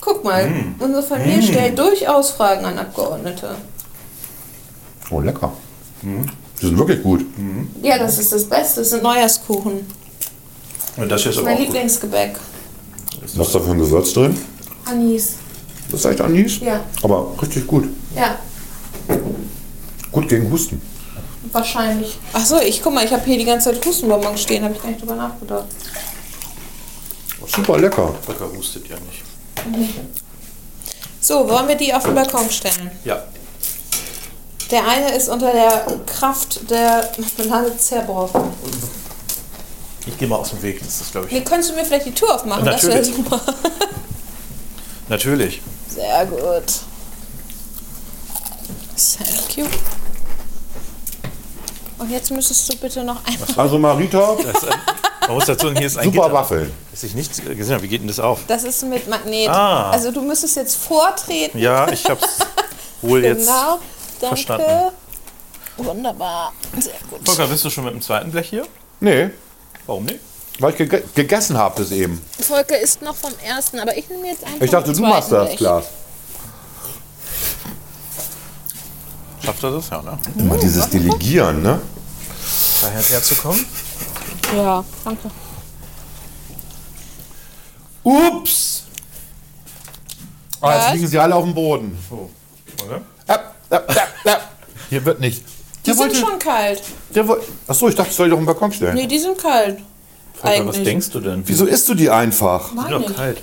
S4: Guck mal,
S2: Hm.
S4: unsere Familie stellt durchaus Fragen an Abgeordnete.
S3: Oh, lecker.
S4: Hm?
S3: Die sind wirklich gut.
S4: Ja, das ist das Beste. Das sind Neujahrskuchen.
S2: Und das hier ist aber
S4: Mein
S2: auch gut.
S4: Lieblingsgebäck.
S3: Was ist da für ein Gewürz drin?
S4: Anis.
S3: Das ist echt Anis.
S4: Ja.
S3: Aber richtig gut.
S4: Ja,
S3: Gut gegen Husten.
S4: wahrscheinlich. Achso, ich guck mal, ich habe hier die ganze Zeit Hustenbonbons stehen, habe ich gar nicht drüber nachgedacht.
S3: Super lecker.
S2: Böcker hustet ja nicht.
S4: So, wollen wir die auf den Balkon stellen?
S2: Ja.
S4: Der eine ist unter der Kraft der Lade zerbrochen.
S2: Oh. Ich gehe mal aus dem Weg. Das ist, glaube ich.
S4: Nee, könntest du mir vielleicht die Tür aufmachen? Das
S2: Natürlich.
S4: wäre super.
S2: Natürlich.
S4: Sehr gut. Thank you. Und jetzt müsstest du bitte noch einmal.
S3: Also Marita,
S2: Man muss dazu sagen, hier ist ein
S3: super
S2: Gitter,
S3: Waffeln.
S2: dass ich nicht äh, gesehen habe. Wie geht denn das auf?
S4: Das ist mit Magnet.
S2: Ah.
S4: Also du müsstest jetzt vortreten.
S2: Ja, ich habe es wohl jetzt.
S4: genau. Danke.
S2: verstanden.
S4: Wunderbar. Sehr gut.
S2: Volker, bist du schon mit dem zweiten Blech hier?
S3: Nee,
S2: Warum nicht?
S3: weil ich gege gegessen habe das eben.
S4: Volker ist noch vom ersten, aber ich nehme jetzt einfach.
S3: Ich dachte, du machst das, Glas.
S2: Schafft er das? Ja, ne?
S4: Uh,
S3: Immer dieses Delegieren, ne?
S2: Daher herzukommen.
S4: Ja, danke.
S3: Ups! Ah,
S4: Was?
S3: jetzt liegen sie alle auf dem Boden.
S2: Oder?
S3: Ab, ab, ab, ab. Hier wird nicht.
S4: Die
S3: Der
S4: sind
S3: wollte-
S4: schon kalt.
S3: Der wollte. Achso, ich dachte, ich soll die doch im Balkon stellen.
S4: Nee, die sind kalt.
S2: Volker, was
S4: Eigentlich.
S2: denkst du denn?
S3: Wieso isst du die einfach?
S2: Die
S4: Mag
S2: sind doch
S4: nicht.
S2: kalt.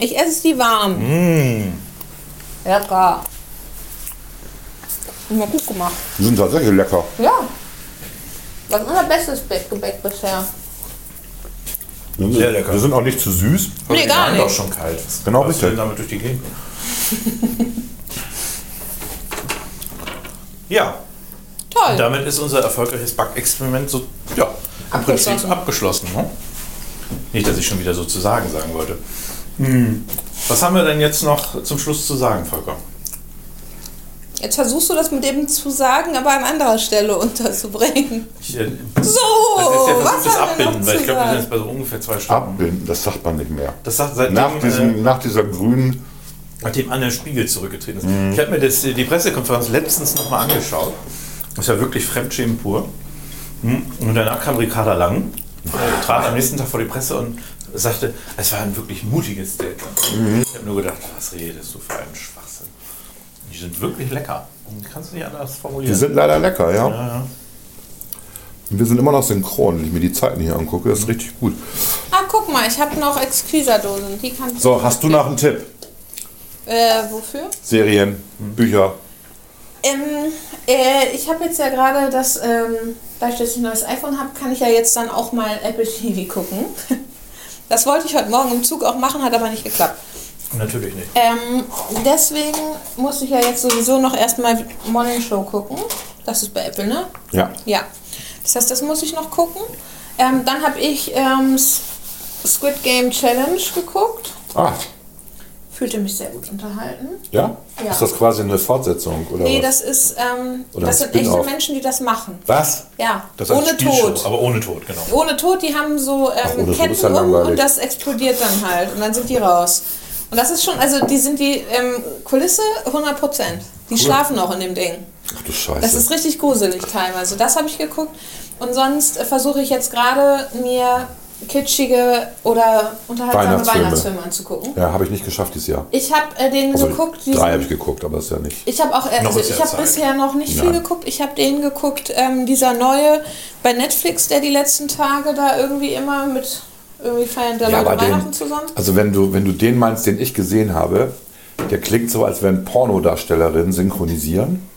S4: Ich esse die warm. Mm. Lecker. Immer gut gemacht.
S3: Die sind tatsächlich lecker.
S4: Ja. Das ist unser bestes Be- Gebäck bisher.
S3: Sehr lecker. Die sind auch nicht zu süß.
S4: Nee, gar
S2: Die waren doch
S4: nicht.
S2: schon kalt.
S3: Genau,
S2: Was
S3: bitte.
S2: denn damit durch die Gegend? ja,
S4: Toll.
S2: damit ist unser erfolgreiches Backexperiment so, ja, im
S4: Abgeschlossen.
S2: Prinzip abgeschlossen. Ne? Nicht, dass ich schon wieder sozusagen sagen wollte. Hm. Was haben wir denn jetzt noch zum Schluss zu sagen, Volker?
S4: Jetzt versuchst du das mit dem zu sagen, aber an anderer Stelle unterzubringen.
S2: Ich, äh,
S4: So,
S2: das ist der Versuch
S4: was
S2: des
S4: haben wir noch
S2: Abbinden, weil
S4: zu
S2: ich glaube, wir sind
S4: sagen?
S2: jetzt bei so ungefähr zwei Stunden.
S3: Abbinden, das sagt man nicht mehr.
S2: Das sagt seitdem,
S3: Nach, diesem,
S2: äh,
S3: nach dieser grünen.
S2: nachdem Anne Spiegel zurückgetreten ist.
S3: Mhm.
S2: Ich habe mir das, äh, die Pressekonferenz letztens nochmal angeschaut. Das ist ja wirklich Fremdschämen pur. Hm, Und danach kam Ricarda Lang, äh, trat am nächsten Tag vor die Presse und sagte, es war ein wirklich mutiges Statement.
S3: Mhm.
S2: Ich habe nur gedacht, was redest du für einen Schwachsinn. Die sind wirklich lecker. Kannst du nicht anders
S3: Die
S2: formulieren.
S3: sind leider lecker, ja.
S2: ja, ja.
S3: Wir sind immer noch synchron, wenn ich mir die Zeiten hier angucke. Das ist richtig gut.
S4: Ah, guck mal, ich habe noch Exquisa-Dosen. Die kann ich.
S3: So, hast du noch einen Tipp?
S4: Äh, wofür?
S3: Serien, Bücher.
S4: Ähm, äh, ich habe jetzt ja gerade das, ähm, da ich jetzt ein neues iPhone habe, kann ich ja jetzt dann auch mal Apple TV gucken. Das wollte ich heute Morgen im Zug auch machen, hat aber nicht geklappt.
S10: Natürlich nicht.
S4: Ähm, deswegen muss ich ja jetzt sowieso noch erstmal Morning Show gucken. Das ist bei Apple, ne?
S3: Ja.
S4: Ja. Das heißt, das muss ich noch gucken. Ähm, dann habe ich ähm, S- Squid Game Challenge geguckt.
S3: Ah,
S4: Fühlte mich sehr gut unterhalten.
S3: ja?
S4: Ja.
S3: Ist das quasi eine Fortsetzung? Oder
S4: Nee,
S3: was?
S4: das ist, ähm,
S3: Oder
S4: das
S3: ein
S4: sind echte
S3: Spin-off.
S4: Menschen, die das machen.
S3: Was?
S4: Ja,
S10: Das ist eine
S4: ohne
S10: Spielshow,
S4: Tod.
S10: Aber ohne Tod, genau.
S4: Ohne Tod, die haben so ähm,
S3: ohne Tod
S4: Ketten
S3: oh, ist ja
S4: um
S3: langweilig.
S4: und das explodiert dann halt und dann sind die raus. Und das ist schon, also die sind die ähm, Kulisse 100 Prozent. Die schlafen auch in dem Ding.
S3: Ach du Scheiße.
S4: Das ist richtig gruselig teilweise. Das habe ich geguckt. Und sonst äh, versuche ich jetzt gerade mir kitschige oder unterhaltsame
S3: Weihnachtsfilme.
S4: Weihnachtsfilme, anzugucken.
S3: ja, habe ich nicht geschafft dieses Jahr.
S4: Ich habe äh, den
S3: Also,
S4: geguckt. diesen-
S3: drei habe ich geguckt, aber das ist ja nicht.
S4: ich habe auch, äh,
S10: Noch
S4: also
S10: ist ja
S4: ich habe
S10: Zeit.
S4: bisher noch nicht viel
S3: Nein.
S4: geguckt. Ich habe den geguckt, ähm, dieser neue bei Netflix, der die letzten Tage da irgendwie immer mit irgendwie feiern der Leute Weihnachten zusammen.
S3: also wenn du, wenn du den meinst, den ich gesehen habe, der klingt so, als wenn Pornodarstellerinnen synchronisieren.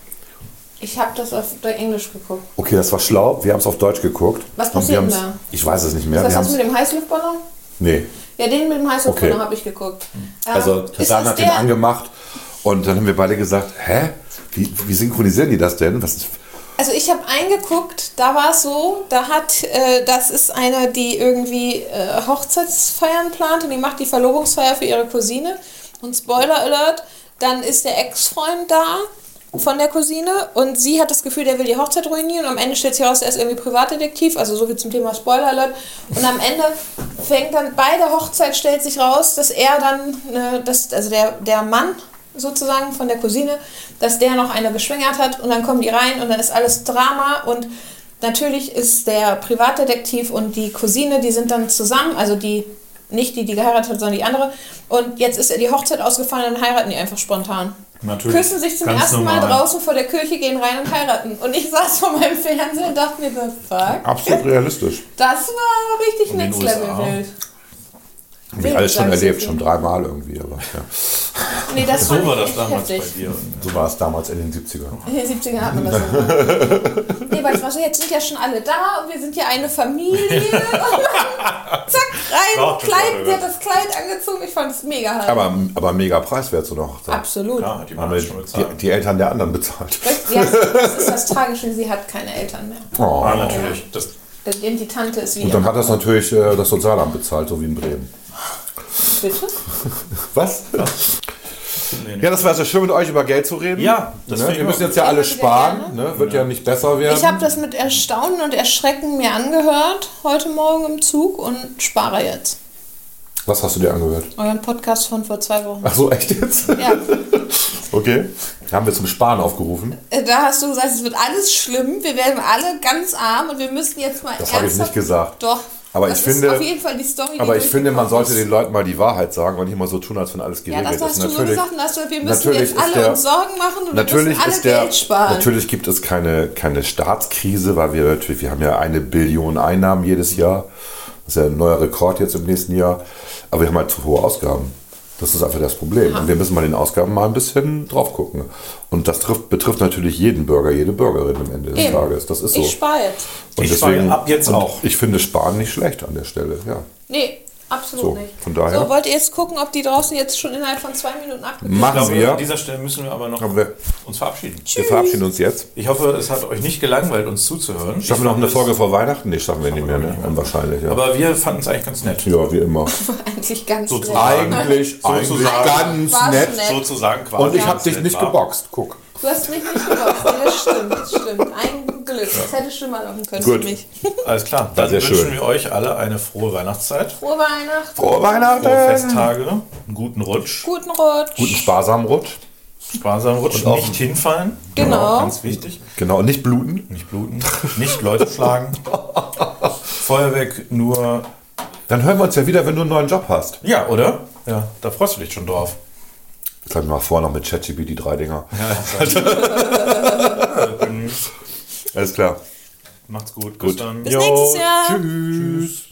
S4: Ich habe das auf Englisch geguckt.
S3: Okay, das war schlau. Wir haben es auf Deutsch geguckt.
S4: Was
S3: Und wir
S4: passiert denn
S3: haben's-
S4: da?
S3: Ich weiß es nicht mehr.
S4: Ist das
S3: Wir
S4: das mit
S3: haben's,
S4: dem Heißluftballon?
S3: nee,
S4: Ja, den mit dem Heißluftballon
S3: Okay.
S4: habe ich geguckt. Ähm,
S3: also
S4: ist
S3: Susanne
S4: das
S3: hat den
S4: der-
S3: angemacht und dann haben wir beide gesagt, hä? Wie, wie synchronisieren die das denn? Was ist,
S4: Also ich habe eingeguckt, da war es so, da hat, äh, das ist eine, die irgendwie äh, Hochzeitsfeiern plant und die macht die Verlobungsfeier für ihre Cousine. Und Spoiler Alert, dann ist der Ex-Freund da von der Cousine und sie hat das Gefühl, der will die Hochzeit ruinieren. Und am Ende stellt sich heraus, er ist irgendwie Privatdetektiv, also so wie zum Thema Spoiler Alert. Und am Ende fängt dann bei der Hochzeit stellt sich raus, dass er dann, ne, dass, also der, der Mann sozusagen von der Cousine, dass der noch eine geschwängert hat und dann kommen die rein und dann ist alles Drama und natürlich ist der Privatdetektiv und die Cousine, die sind dann zusammen, also die nicht die, die geheiratet hat, sondern die andere und jetzt ist die Hochzeit ausgefallen und dann heiraten die einfach spontan.
S2: Natürlich.
S4: Küssen sich zum
S2: Ganz
S4: ersten Mal
S2: normal.
S4: draußen vor der Kirche, gehen rein und heiraten. Und ich saß vor meinem Fernseher und dachte mir, the fuck,
S3: absolut realistisch.
S4: das war richtig
S10: den
S4: Next
S10: USA.
S4: Level Bild.
S3: Habe ich alles schon
S4: Sag ich
S3: erlebt,
S4: so
S3: schon
S4: viel.
S3: dreimal irgendwie. Aber, ja.
S4: Nee, das
S2: So
S4: fand
S2: war
S4: ich
S2: das
S4: echt
S2: damals
S4: heftig.
S2: bei dir.
S3: So war es damals in den 70ern.
S4: In den 70ern hat man das so gemacht. Nee, weil es war so, jetzt sind ja schon alle da und wir sind ja eine Familie. Und dann, zack, rein,
S2: Gott, oh Gott, oh
S4: Kleid, sie
S2: Gott.
S4: hat das Kleid angezogen. Ich fand es mega halt.
S3: Aber, aber mega preiswert so noch.
S4: Absolut.
S2: Ja, die
S3: Haben wir
S2: machen schon bezahlt.
S3: die, die Eltern der anderen bezahlt.
S4: Sie hat, das ist das Tragische, sie hat keine Eltern mehr.
S3: Oh.
S2: Ah, natürlich. Das,
S4: Und die Tante ist wie
S3: Und dann hat das natürlich äh, das Sozialamt bezahlt, so wie in Bremen.
S4: Bitte?
S3: Was? Ja, das war so schön, mit euch über Geld zu reden.
S2: Ja, das
S3: ne?
S2: finde
S3: Wir
S2: ich
S3: müssen
S2: auch.
S3: jetzt ja alle sparen. Ne? Wird ja. nicht besser werden.
S4: Ich habe das mit Erstaunen und Erschrecken mir angehört heute Morgen im Zug und spare jetzt.
S3: Was hast du dir angehört?
S4: Euren Podcast von vor zwei Wochen.
S3: Ach so, echt jetzt?
S4: Ja.
S3: Okay. Da haben wir zum Sparen aufgerufen.
S4: Äh, Da hast du gesagt, es wird alles schlimm, wir werden alle ganz arm und wir müssen jetzt mal
S3: Das habe ich nicht gesagt.
S4: Doch.
S3: Aber
S4: das
S3: ich
S4: ist
S3: finde-
S4: auf jeden Fall die Story, die
S3: Aber ich finde, man
S4: durchgekommen
S3: sollte
S4: ist.
S3: den Leuten mal die Wahrheit sagen und nicht immer so tun, als wenn alles
S4: Ja,
S3: geregelt
S4: das hast
S3: ist.
S4: du so gesagt, und hast du, wir müssen
S3: natürlich
S4: jetzt
S3: ist
S4: alle
S3: der-
S4: uns Sorgen machen und wir
S3: Natürlich,
S4: müssen alle
S3: ist der,
S4: Geld sparen.
S3: natürlich gibt es keine, keine Staatskrise, weil wir natürlich, wir haben ja eine Billion Einnahmen jedes Jahr. Das ist ja ein neuer Rekord jetzt im nächsten Jahr. Aber wir haben halt zu hohe Ausgaben. Das ist einfach das Problem. Und wir müssen bei den Ausgaben mal ein bisschen drauf gucken. Und das trifft, betrifft natürlich jeden Bürger, jede Bürgerin am Ende des
S4: Eben.
S3: Tages. Das ist so.
S4: Ich spare jetzt.
S3: Und
S10: Ich spare ab jetzt
S3: und
S10: auch.
S3: Ich finde Sparen nicht schlecht an der Stelle. Ja.
S4: Nee, absolut
S3: So,
S4: nicht.
S3: von daher-
S4: So, wollt ihr jetzt gucken, ob die draußen jetzt schon innerhalb von zwei Minuten abgegeben
S3: Machen
S2: Ich glaube,
S3: wir.
S2: an dieser Stelle müssen wir aber noch
S3: Aber wir,
S2: uns verabschieden.
S3: wir verabschieden uns jetzt.
S2: Ich hoffe, es hat euch nicht gelangweilt, uns zuzuhören.
S3: Schaffen wir noch eine
S2: Ich fand
S3: Folge vor Weihnachten? Nee, schaffen wir nicht mehr, ne? Unwahrscheinlich, ja.
S2: es- Aber wir fanden es eigentlich ganz nett.
S3: ja, wie immer.
S4: Eigentlich ganz
S2: So
S4: nett.
S2: zu-
S3: Eigentlich, eigentlich
S2: Sozusagen.
S3: ganz
S4: War's
S3: nett.
S4: nett.
S2: Sozusagen quasi.
S3: Und ich
S2: Ja.
S3: habe dich nicht geboxt. Guck.
S4: Du hast mich nicht geboxt. Nee, das stimmt, das stimmt. Ein Glück. Das hätte schlimmer laufen können
S3: Gut.
S4: für mich.
S2: Alles klar. Dann
S3: sehr
S2: wünschen
S3: schön.
S2: wir euch alle eine frohe Weihnachtszeit,
S4: Frohe Weihnachten,
S3: Frohe
S2: frohe
S3: Weihnachten.
S2: Festtage, einen guten Rutsch,
S4: guten Rutsch.
S3: Guten sparsamen Rutsch.
S2: sparsamen Rutsch,
S3: auch-
S2: nicht hinfallen.
S4: Genau.
S2: Ganz wichtig.
S3: Genau, und nicht bluten.
S2: Nicht bluten, nicht Leute schlagen. Feuerwerk nur.
S3: Dann hören wir uns ja wieder, wenn du einen neuen Job hast.
S2: Ja, oder? Ja, da freust du dich schon drauf.
S3: Jetzt habe ich mal vor noch mit ChatGPT die drei Dinger. Alles klar. Äh,
S2: Macht's gut. Bis dann.
S4: Bis nächstes Jahr.
S3: Tschüss.
S2: äh.